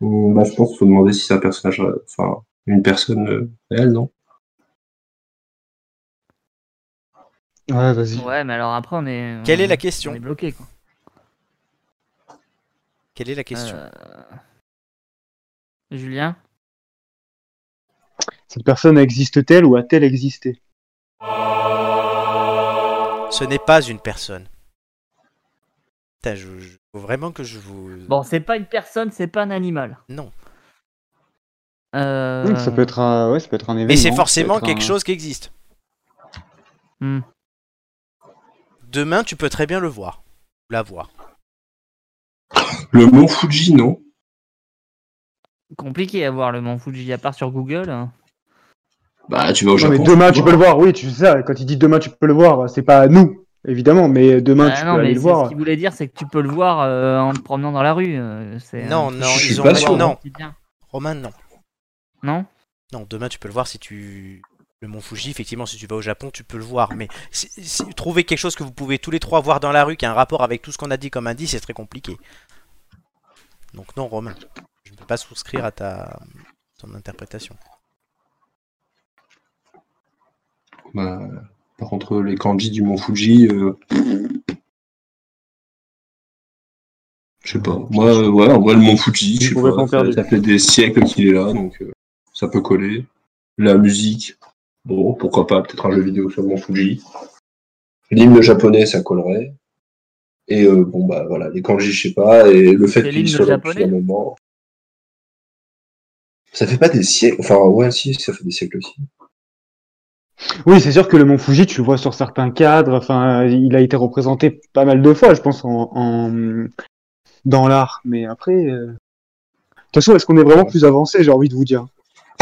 Speaker 3: Bah, je pense qu'il faut demander si c'est un personnage, euh, enfin, une personne euh, réelle, non
Speaker 2: Ouais, vas-y.
Speaker 4: Ouais, mais alors après, on est.
Speaker 1: Quelle est la
Speaker 4: on
Speaker 1: question
Speaker 4: est bloqué, quoi.
Speaker 1: Quelle est la question
Speaker 4: Euh, Julien
Speaker 2: Cette personne existe-t-elle ou a-t-elle existé
Speaker 1: Ce n'est pas une personne. Putain, je, je- faut vraiment que je vous.
Speaker 4: Bon, c'est pas une personne, c'est pas un animal.
Speaker 1: Non.
Speaker 4: Euh,
Speaker 2: Donc, ça peut être un, ouais, ça peut être un événement.
Speaker 1: Mais c'est
Speaker 2: ça peut
Speaker 1: forcément
Speaker 2: être
Speaker 1: quelque
Speaker 2: un-
Speaker 1: chose qui existe.
Speaker 4: hein. Hmm.
Speaker 1: Demain, tu peux très bien le voir. Ou La voir.
Speaker 3: Le mont Fuji, non
Speaker 4: Compliqué à voir le Mont Fuji, à part sur Google. hein.
Speaker 3: Bah, tu vas au
Speaker 2: Non,
Speaker 3: Japon.
Speaker 2: mais demain,
Speaker 3: tu
Speaker 2: tu
Speaker 3: vois.
Speaker 2: peux le voir. Oui, tu sais ça. Quand il dit demain, tu peux le voir, c'est pas nous, évidemment, mais demain,
Speaker 4: Ah
Speaker 2: tu
Speaker 4: non,
Speaker 2: peux
Speaker 4: mais
Speaker 2: aller le
Speaker 4: c'est-
Speaker 2: voir.
Speaker 4: ce qu'il voulait dire, c'est que tu peux le voir euh, en te promenant dans la rue. euh, c'est-
Speaker 1: Non,
Speaker 4: tu
Speaker 1: non,
Speaker 4: peux
Speaker 3: je
Speaker 1: ils
Speaker 3: suis
Speaker 1: ont.
Speaker 4: le
Speaker 3: pas sûr.
Speaker 4: voir,
Speaker 1: Non,
Speaker 4: c'est bien.
Speaker 1: Romain, non.
Speaker 4: Non
Speaker 1: Non, demain, tu peux le voir si tu. Le Mont Fuji, effectivement, si tu vas au Japon, tu peux le voir. Mais si, si- trouver quelque chose que vous pouvez tous les trois voir dans la rue qui a un rapport avec tout ce qu'on a dit comme indice, c'est très compliqué. Donc, non, Romain. Je ne peux pas souscrire à ta. ton interprétation.
Speaker 3: Bah, par contre, les kanji du mont Fuji, euh, je sais pas. Moi, euh, ouais, en vrai, le mont Fuji, je sais
Speaker 2: Vous pouvez
Speaker 3: pas,
Speaker 2: pas
Speaker 3: ça,
Speaker 2: faire
Speaker 3: ça fait des siècles qu'il est là, donc euh, ça peut coller. La musique, bon, pourquoi pas, peut-être un jeu vidéo sur le mont Fuji. L'hymne japonais, ça collerait. Et euh, bon, bah voilà, les kanji, je sais pas, et le fait
Speaker 4: C'est
Speaker 3: qu'il
Speaker 4: l'hymne
Speaker 3: soit là depuis
Speaker 4: japonais
Speaker 3: un moment. Ça fait pas des siècles, enfin ouais, si, ça fait des siècles aussi.
Speaker 2: Oui, c'est sûr que le Mont Fuji, tu le vois sur certains cadres. Enfin, il a été représenté pas mal de fois, je pense, en, en- dans l'art. Mais après, euh, de toute façon, est-ce qu'on est vraiment plus avancé J'ai envie de vous dire.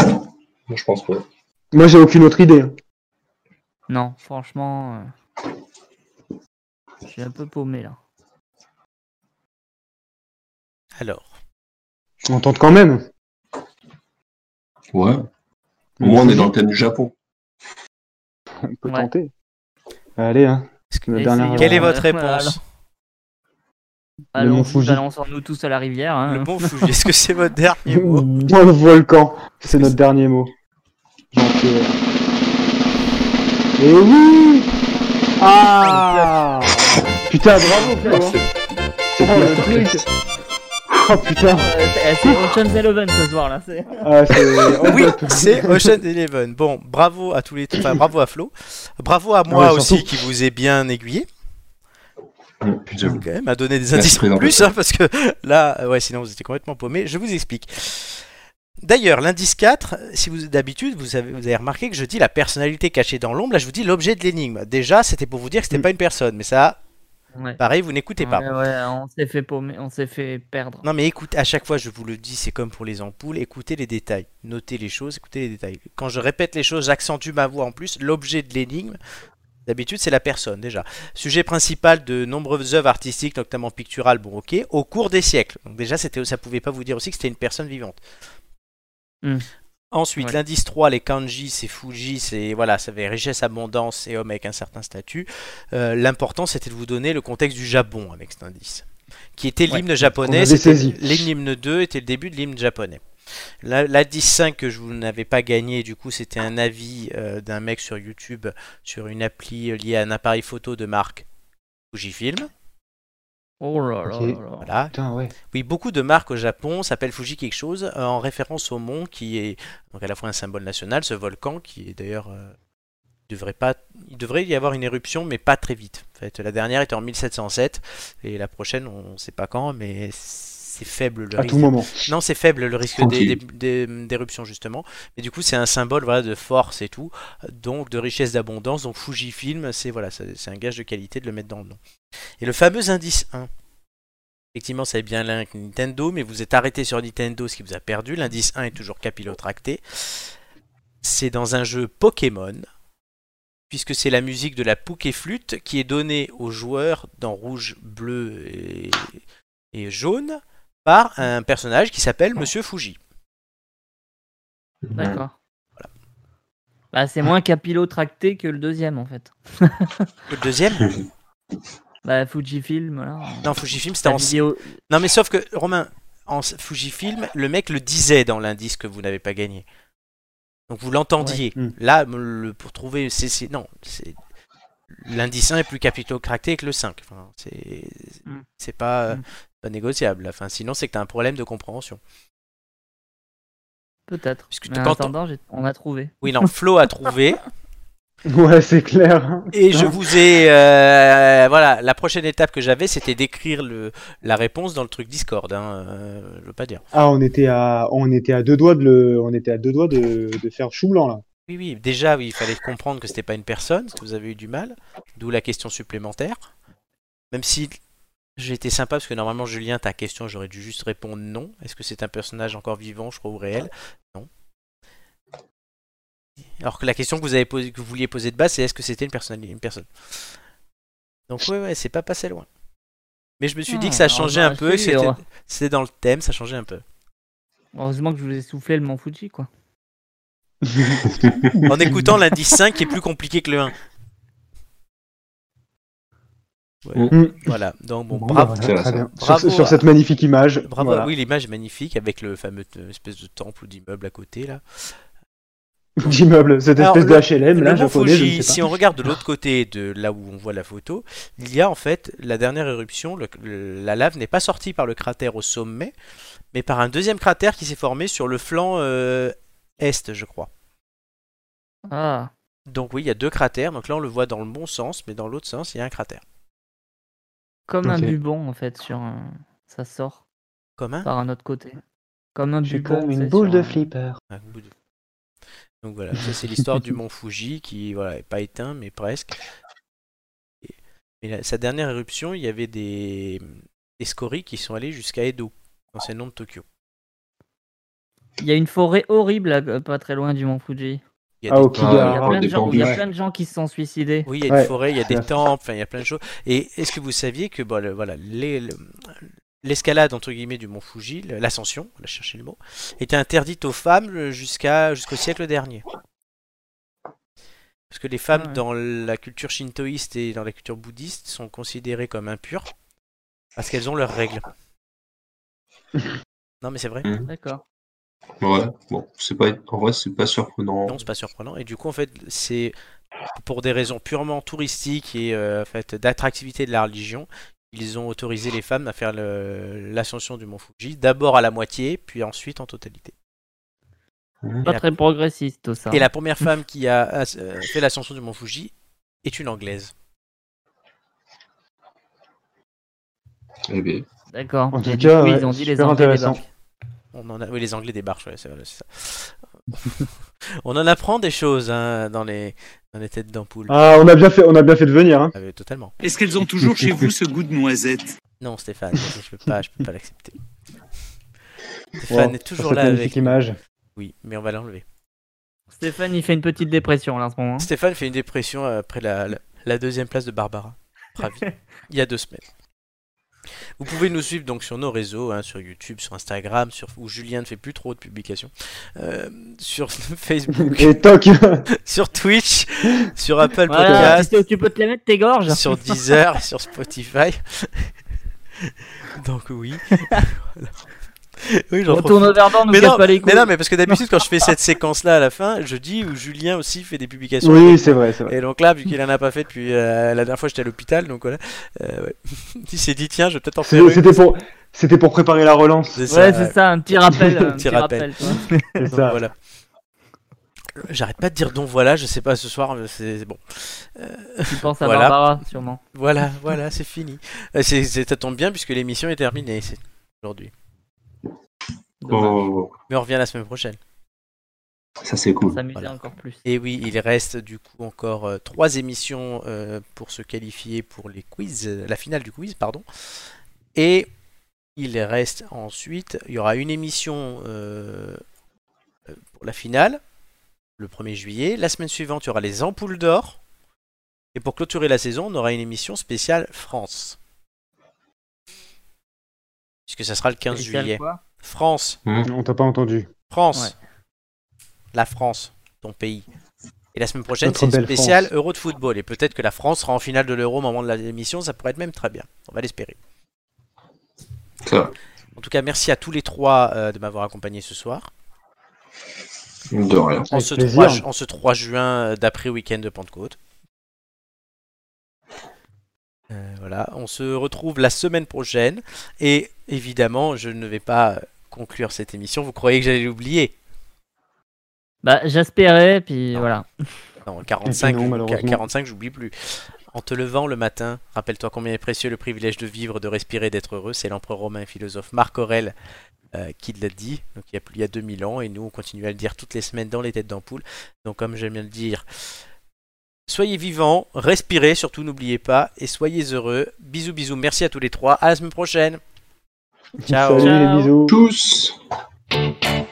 Speaker 3: Moi, je pense pas.
Speaker 2: Moi, j'ai aucune autre idée. hein.
Speaker 4: Non, franchement. euh, Je suis un peu paumé là.
Speaker 1: Alors.
Speaker 2: On tente quand même.
Speaker 3: Ouais. Au moins, on est dans le thème du Japon.
Speaker 2: On peut
Speaker 4: Ouais.
Speaker 2: tenter. Allez, hein. Le
Speaker 4: Essayons.
Speaker 2: dernier-
Speaker 1: Quelle est
Speaker 4: Euh,
Speaker 1: votre
Speaker 4: voilà.
Speaker 1: réponse
Speaker 2: Le Mont
Speaker 4: Allons-y,
Speaker 2: Fuji.
Speaker 4: balançons-nous tous à la rivière. hein.
Speaker 1: Le Mont Fuji, est-ce que c'est votre dernier mot
Speaker 2: Dans le volcan. C'est notre dernier mot. Donc, euh, Et oui Ah Putain, bravo, Clément.
Speaker 3: C'est
Speaker 2: Oh, le truc. Oh putain
Speaker 4: Euh, c'est c'est Ocean's Eleven ce soir là. c'est-
Speaker 2: Ah, c'est- on
Speaker 1: Oui,
Speaker 2: peut tout.
Speaker 1: c'est Ocean Eleven. Bon, bravo à tous les, enfin bravo à Flo, bravo à moi
Speaker 2: Ouais,
Speaker 1: aussi
Speaker 2: surtout.
Speaker 1: qui vous ai bien aiguillé,
Speaker 3: J'avoue.
Speaker 1: quand même, à donner des
Speaker 3: Merci
Speaker 1: indices en
Speaker 3: d'avoir
Speaker 1: plus,
Speaker 3: fait
Speaker 1: hein, parce que là, euh, ouais, sinon vous étiez complètement paumé. Je vous explique. D'ailleurs, l'indice 4, si vous d'habitude, vous avez, vous avez remarqué que je dis la personnalité cachée dans l'ombre, là je vous dis l'objet de l'énigme. Déjà, c'était pour vous dire que c'était
Speaker 2: Mm.
Speaker 1: pas une personne, mais ça,
Speaker 4: Ouais.
Speaker 1: pareil, vous n'écoutez Bah, pas.
Speaker 4: Ouais, ouais, on s'est fait paumer, on s'est fait perdre.
Speaker 1: Non mais écoute, à chaque fois je vous le dis, c'est comme pour les ampoules, écoutez les détails, notez les choses, écoutez les détails. Quand je répète les choses, j'accentue ma voix en plus. L'objet de l'énigme, d'habitude c'est la personne déjà. Sujet principal de nombreuses œuvres artistiques, notamment picturales, bon ok, au cours des siècles. Donc déjà c'était, ça pouvait pas vous dire aussi que c'était une personne vivante.
Speaker 4: Hmm.
Speaker 1: Ensuite,
Speaker 4: Ouais.
Speaker 1: l'indice 3, les kanji, c'est Fuji, c'est voilà, ça fait richesse, abondance et homme avec un certain statut. Euh, L'important c'était de vous donner le contexte du Japon avec cet indice, qui était l'hymne
Speaker 2: On
Speaker 1: japonais.
Speaker 2: avait
Speaker 1: c'était-
Speaker 2: saisi.
Speaker 1: L'hymne 2 était le début de l'hymne japonais. La, la 10-5 que je vous n'avais pas gagné, du coup, c'était un avis euh, d'un mec sur YouTube sur une appli euh, liée à un appareil photo de marque Fujifilm.
Speaker 4: Oh là là
Speaker 2: Ok.
Speaker 4: là là.
Speaker 1: Voilà.
Speaker 2: Putain, ouais.
Speaker 1: Oui, beaucoup de marques au Japon s'appellent Fuji quelque chose euh, en référence au mont qui est donc à la fois un symbole national, ce volcan qui est d'ailleurs euh, devrait pas, il devrait y avoir une éruption, mais pas très vite. En fait, la dernière était en 1707 et la prochaine, on ne sait pas quand, mais c'est faible le
Speaker 2: À
Speaker 1: risque
Speaker 2: tout moment.
Speaker 1: non, c'est faible le risque des-
Speaker 3: Tranquille.
Speaker 1: des- des- d'éruption justement. Mais du coup, c'est un symbole voilà, de force et tout, donc de richesse, d'abondance. Donc Fujifilm, c'est voilà, c'est c'est un gage de qualité de le mettre dans le nom. Et le fameux indice 1. Effectivement, ça est bien là avec Nintendo, mais vous êtes arrêté sur Nintendo, ce qui vous a perdu. L'indice 1 est toujours capillotracté. C'est dans un jeu Pokémon, puisque c'est la musique de la Pokéflûte qui est donnée aux joueurs dans rouge, bleu et, et jaune par un personnage qui s'appelle Monsieur Fuji.
Speaker 4: D'accord. Bah, c'est moins capillotracté que le deuxième en fait.
Speaker 1: Le deuxième
Speaker 4: Bah, Fujifilm, voilà.
Speaker 1: Non, Fujifilm, c'était
Speaker 4: La
Speaker 1: en
Speaker 4: vidéo...
Speaker 1: Non, mais sauf que, Romain, en s- Fujifilm, le mec le disait dans l'indice que vous n'avez pas gagné. Donc vous l'entendiez.
Speaker 4: Hmm.
Speaker 2: Ouais. Mm.
Speaker 1: Là, me le, pour trouver. c'est c'est- non, c'est. L'indice 1 est plus capitocraté que le 5. Enfin, c'est
Speaker 4: Mm.
Speaker 1: c'est pas, euh,
Speaker 4: Mm.
Speaker 1: pas négociable. Enfin, sinon, c'est que tu as un problème de compréhension.
Speaker 4: Peut-être.
Speaker 1: Parce que
Speaker 4: Mais en
Speaker 1: quand on-
Speaker 4: attendant, j'ai- on a trouvé.
Speaker 1: Oui, non, Flo a trouvé.
Speaker 2: Ouais, c'est clair.
Speaker 1: Et je vous ai. euh, voilà, la prochaine étape que j'avais, c'était d'écrire le- la réponse dans le truc Discord. Hein, euh, je veux pas dire.
Speaker 2: Ah, on était à, on était à deux doigts de le, on était à deux doigts de, de faire chou blanc là.
Speaker 1: Oui, oui, déjà, oui, il fallait comprendre que c'était pas une personne, parce que vous avez eu du mal, d'où la question supplémentaire. Même si j'ai été sympa, parce que normalement, Julien, ta question, j'aurais dû juste répondre non. Est-ce que c'est un personnage encore vivant, je crois, ou réel Non. Alors que la question que vous, avez posée- que vous vouliez poser de base, c'est est-ce que c'était une, personne- une personne Donc, ouais, ouais, c'est pas passé loin. Mais je me suis dit que ça
Speaker 4: Ah,
Speaker 1: changeait
Speaker 4: alors,
Speaker 1: un
Speaker 4: je
Speaker 1: peu,
Speaker 4: te
Speaker 1: que
Speaker 4: dis,
Speaker 1: c'était
Speaker 4: alors.
Speaker 1: c'était dans le thème, ça changeait un peu.
Speaker 4: Heureusement que je vous ai soufflé le Mont Fuji, quoi.
Speaker 1: En écoutant l'indice 5 qui est plus compliqué que le 1. Ouais.
Speaker 2: Mm.
Speaker 1: Voilà, donc bon,
Speaker 2: Bon,
Speaker 1: bravo.
Speaker 2: bah,
Speaker 3: c'est
Speaker 2: voilà, très
Speaker 3: ça.
Speaker 2: bien. Sur,
Speaker 1: Bravo
Speaker 2: ce- sur
Speaker 1: à-
Speaker 2: cette magnifique image.
Speaker 1: Bravo,
Speaker 2: voilà.
Speaker 1: oui, l'image est magnifique avec le fameux euh, espèce de temple ou d'immeuble à côté là.
Speaker 2: D'immeuble, cette
Speaker 1: Alors,
Speaker 2: espèce
Speaker 1: le-
Speaker 2: d'HLM
Speaker 1: le
Speaker 2: là,
Speaker 1: mont
Speaker 2: japonais, je
Speaker 1: Fuji,
Speaker 2: ne sais
Speaker 1: si
Speaker 2: pas.
Speaker 1: on regarde de l'autre côté de là où on voit la photo, il y a en fait la dernière éruption, le- le- la lave n'est pas sortie par le cratère au sommet, mais par un deuxième cratère qui s'est formé sur le flanc euh, est, je crois.
Speaker 4: Ah,
Speaker 1: Donc oui, il y a deux cratères, donc là on le voit dans le bon sens, mais dans l'autre sens, il y a un cratère.
Speaker 4: comme un
Speaker 2: Ok.
Speaker 4: bubon en fait, sur un... ça sort
Speaker 1: Comme un
Speaker 4: par un autre côté. Comme un
Speaker 2: J'ai
Speaker 4: bubon.
Speaker 2: comme
Speaker 4: tu
Speaker 2: une
Speaker 4: sais,
Speaker 2: boule
Speaker 4: sur
Speaker 2: de
Speaker 4: un-
Speaker 2: flipper.
Speaker 1: Un bout de- Donc voilà, ça c'est l'histoire du mont Fuji qui voilà, est pas éteint mais presque. Et, mais la- sa dernière éruption, il y avait des, des scories qui sont allées jusqu'à Edo, ancien nom de Tokyo.
Speaker 4: Il y a une forêt horrible là, pas très loin du Mont Fuji.
Speaker 1: Il y a
Speaker 2: Ah,
Speaker 1: des-
Speaker 2: ok.
Speaker 4: Il y a,
Speaker 3: Ah,
Speaker 4: plein, de
Speaker 3: des
Speaker 4: gens, il y a
Speaker 3: bambous.
Speaker 4: plein de gens qui se sont suicidés.
Speaker 1: Oui, il y a une
Speaker 2: Ouais.
Speaker 1: forêt, il y a des
Speaker 2: Ouais.
Speaker 1: temples, enfin, il y a plein de choses. Et est-ce que vous saviez que bon, le- voilà, les- le- l'escalade entre guillemets du mont Fuji, le- l'ascension, on a cherché le mot, était interdite aux femmes euh, jusqu'à jusqu'au siècle dernier. Parce que les femmes
Speaker 4: Ah ouais.
Speaker 1: dans la culture shintoïste et dans la culture bouddhiste sont considérées comme impures parce qu'elles ont leurs règles. Non mais c'est vrai.
Speaker 4: D'accord.
Speaker 3: Ouais, bon, c'est pas, en vrai, c'est pas surprenant.
Speaker 1: Non, c'est pas surprenant. Et du coup, en fait, c'est pour des raisons purement touristiques et euh, en fait, d'attractivité de la religion, ils ont autorisé les femmes à faire le- l'ascension du mont Fuji, d'abord à la moitié, puis ensuite en totalité.
Speaker 3: Mmh.
Speaker 4: Pas
Speaker 1: la-
Speaker 4: très progressiste tout ça.
Speaker 1: Et la première femme qui a as- euh, fait l'ascension du mont Fuji est une Anglaise.
Speaker 3: Eh bien,
Speaker 4: D'accord.
Speaker 2: En tout
Speaker 4: Et du
Speaker 2: cas,
Speaker 4: coup,
Speaker 2: ouais,
Speaker 4: ils ont dit les
Speaker 2: super
Speaker 4: Anglais
Speaker 2: intéressant.
Speaker 4: débarquent.
Speaker 1: On en a... Oui, les Anglais débarquent, ouais, c'est voilà, c'est ça. On en apprend des choses hein, dans, les... dans les têtes d'ampoule.
Speaker 2: Ah, on a bien fait, on a bien fait de venir. Hein.
Speaker 1: Ah, mais Totalement.
Speaker 9: Est-ce qu'elles ont toujours chez vous ce goût de noisette
Speaker 1: Non, Stéphane, je peux pas, je peux pas l'accepter. Stéphane
Speaker 2: Wow,
Speaker 1: est
Speaker 2: sur
Speaker 1: toujours
Speaker 2: cette
Speaker 1: là
Speaker 2: magnifique
Speaker 1: avec.
Speaker 2: image.
Speaker 1: Oui, mais on va l'enlever.
Speaker 4: Stéphane, il fait une petite dépression là en ce moment.
Speaker 1: Stéphane fait une dépression euh, après la, la- la deuxième place de Barbara. Ravi. Il y a deux semaines. Vous pouvez nous suivre donc sur nos réseaux, hein, sur YouTube, sur Instagram, sur où Julien ne fait plus trop de publications, euh, sur Facebook,
Speaker 2: Et toc.
Speaker 1: sur Twitch, sur Apple
Speaker 4: Voilà, tu
Speaker 1: Podcast,
Speaker 4: sais- tu peux te les mettre tes gorges.
Speaker 1: sur Deezer, sur Spotify. donc oui. Voilà. Oui, j'en
Speaker 4: Retourne au Verdun, nous
Speaker 1: Mais
Speaker 4: casse
Speaker 1: non,
Speaker 4: pas les couilles.
Speaker 1: Mais non, mais parce que d'habitude, quand je fais cette séquence-là à la fin, je dis où Julien aussi fait des publications.
Speaker 2: oui, c'est vrai, c'est vrai.
Speaker 1: Et donc là, vu qu'il en a pas fait depuis euh, la dernière fois, j'étais à l'hôpital, donc voilà. euh, ouais. Il s'est dit, tiens, je vais peut-être en faire
Speaker 2: C'est-
Speaker 1: une.
Speaker 2: C'était pour, c'était pour préparer la relance.
Speaker 1: C'est ça,
Speaker 4: Ouais,
Speaker 1: ouais.
Speaker 4: c'est ça, un petit rappel. un
Speaker 1: Petit
Speaker 4: petit
Speaker 1: rappel.
Speaker 4: rappel. quoi.
Speaker 2: C'est
Speaker 1: Donc,
Speaker 2: ça.
Speaker 1: voilà. J'arrête pas de dire donc voilà, je sais pas ce soir, mais c'est c'est bon.
Speaker 4: Tu penses à
Speaker 1: Voilà.
Speaker 4: Barbara, sûrement.
Speaker 1: Voilà, voilà, c'est fini. Euh, c'est- c'est- ça tombe bien puisque l'émission est terminée c'est aujourd'hui.
Speaker 3: oh,
Speaker 1: Mais on revient la semaine prochaine.
Speaker 3: ça c'est cool.
Speaker 4: S'amuser
Speaker 1: Voilà.
Speaker 4: encore plus.
Speaker 1: Et oui, il reste du coup encore euh, trois émissions euh, pour se qualifier pour les quiz, euh, la finale du quiz, pardon. Et il reste ensuite, il y aura une émission euh, euh, pour la finale, le 1er juillet. La semaine suivante, il y aura les ampoules d'or. Et pour clôturer la saison, on aura une émission spéciale France. puisque ça sera le 15
Speaker 4: Spécial
Speaker 1: juillet.
Speaker 4: quoi
Speaker 1: France,
Speaker 2: On t'a pas entendu.
Speaker 1: France,
Speaker 4: Ouais.
Speaker 1: la France, ton pays. Et la semaine prochaine,
Speaker 2: Notre
Speaker 1: c'est une
Speaker 2: belle
Speaker 1: spéciale
Speaker 2: France.
Speaker 1: Euro de football. Et peut-être que la France sera en finale de l'Euro au moment de la émission. Ça pourrait être même très bien. On va l'espérer.
Speaker 3: Ça,
Speaker 1: En tout cas, merci à tous les trois euh, de m'avoir accompagné ce soir.
Speaker 3: de rien.
Speaker 1: En
Speaker 2: Avec
Speaker 1: ce,
Speaker 2: plaisir.
Speaker 1: 3, ju- en ce 3 juin euh, d'après week-end de Pentecôte. Euh, voilà, on se retrouve la semaine prochaine. Et évidemment, je ne vais pas euh, conclure cette émission. Vous croyez que j'allais l'oublier
Speaker 4: Bah, j'espérais, puis voilà.
Speaker 1: Non, 45,
Speaker 2: Et puis non, malheureusement.
Speaker 1: 45 j'oublie plus. En te levant le matin, rappelle-toi combien est précieux le privilège de vivre, de respirer, d'être heureux. C'est l'empereur romain et philosophe Marc Aurèle euh, qui l'a dit, donc il y, a, plus- il y a 2000 ans, et nous on continue à le dire toutes les semaines dans les têtes d'ampoule. Donc comme j'aime bien le dire, soyez vivants, respirez, surtout n'oubliez pas, et soyez heureux. Bisous, bisous, merci à tous les trois, à la semaine prochaine. Ciao.
Speaker 2: Salut, les
Speaker 4: Ciao.
Speaker 2: bisous.
Speaker 3: Tous.
Speaker 2: Ciao.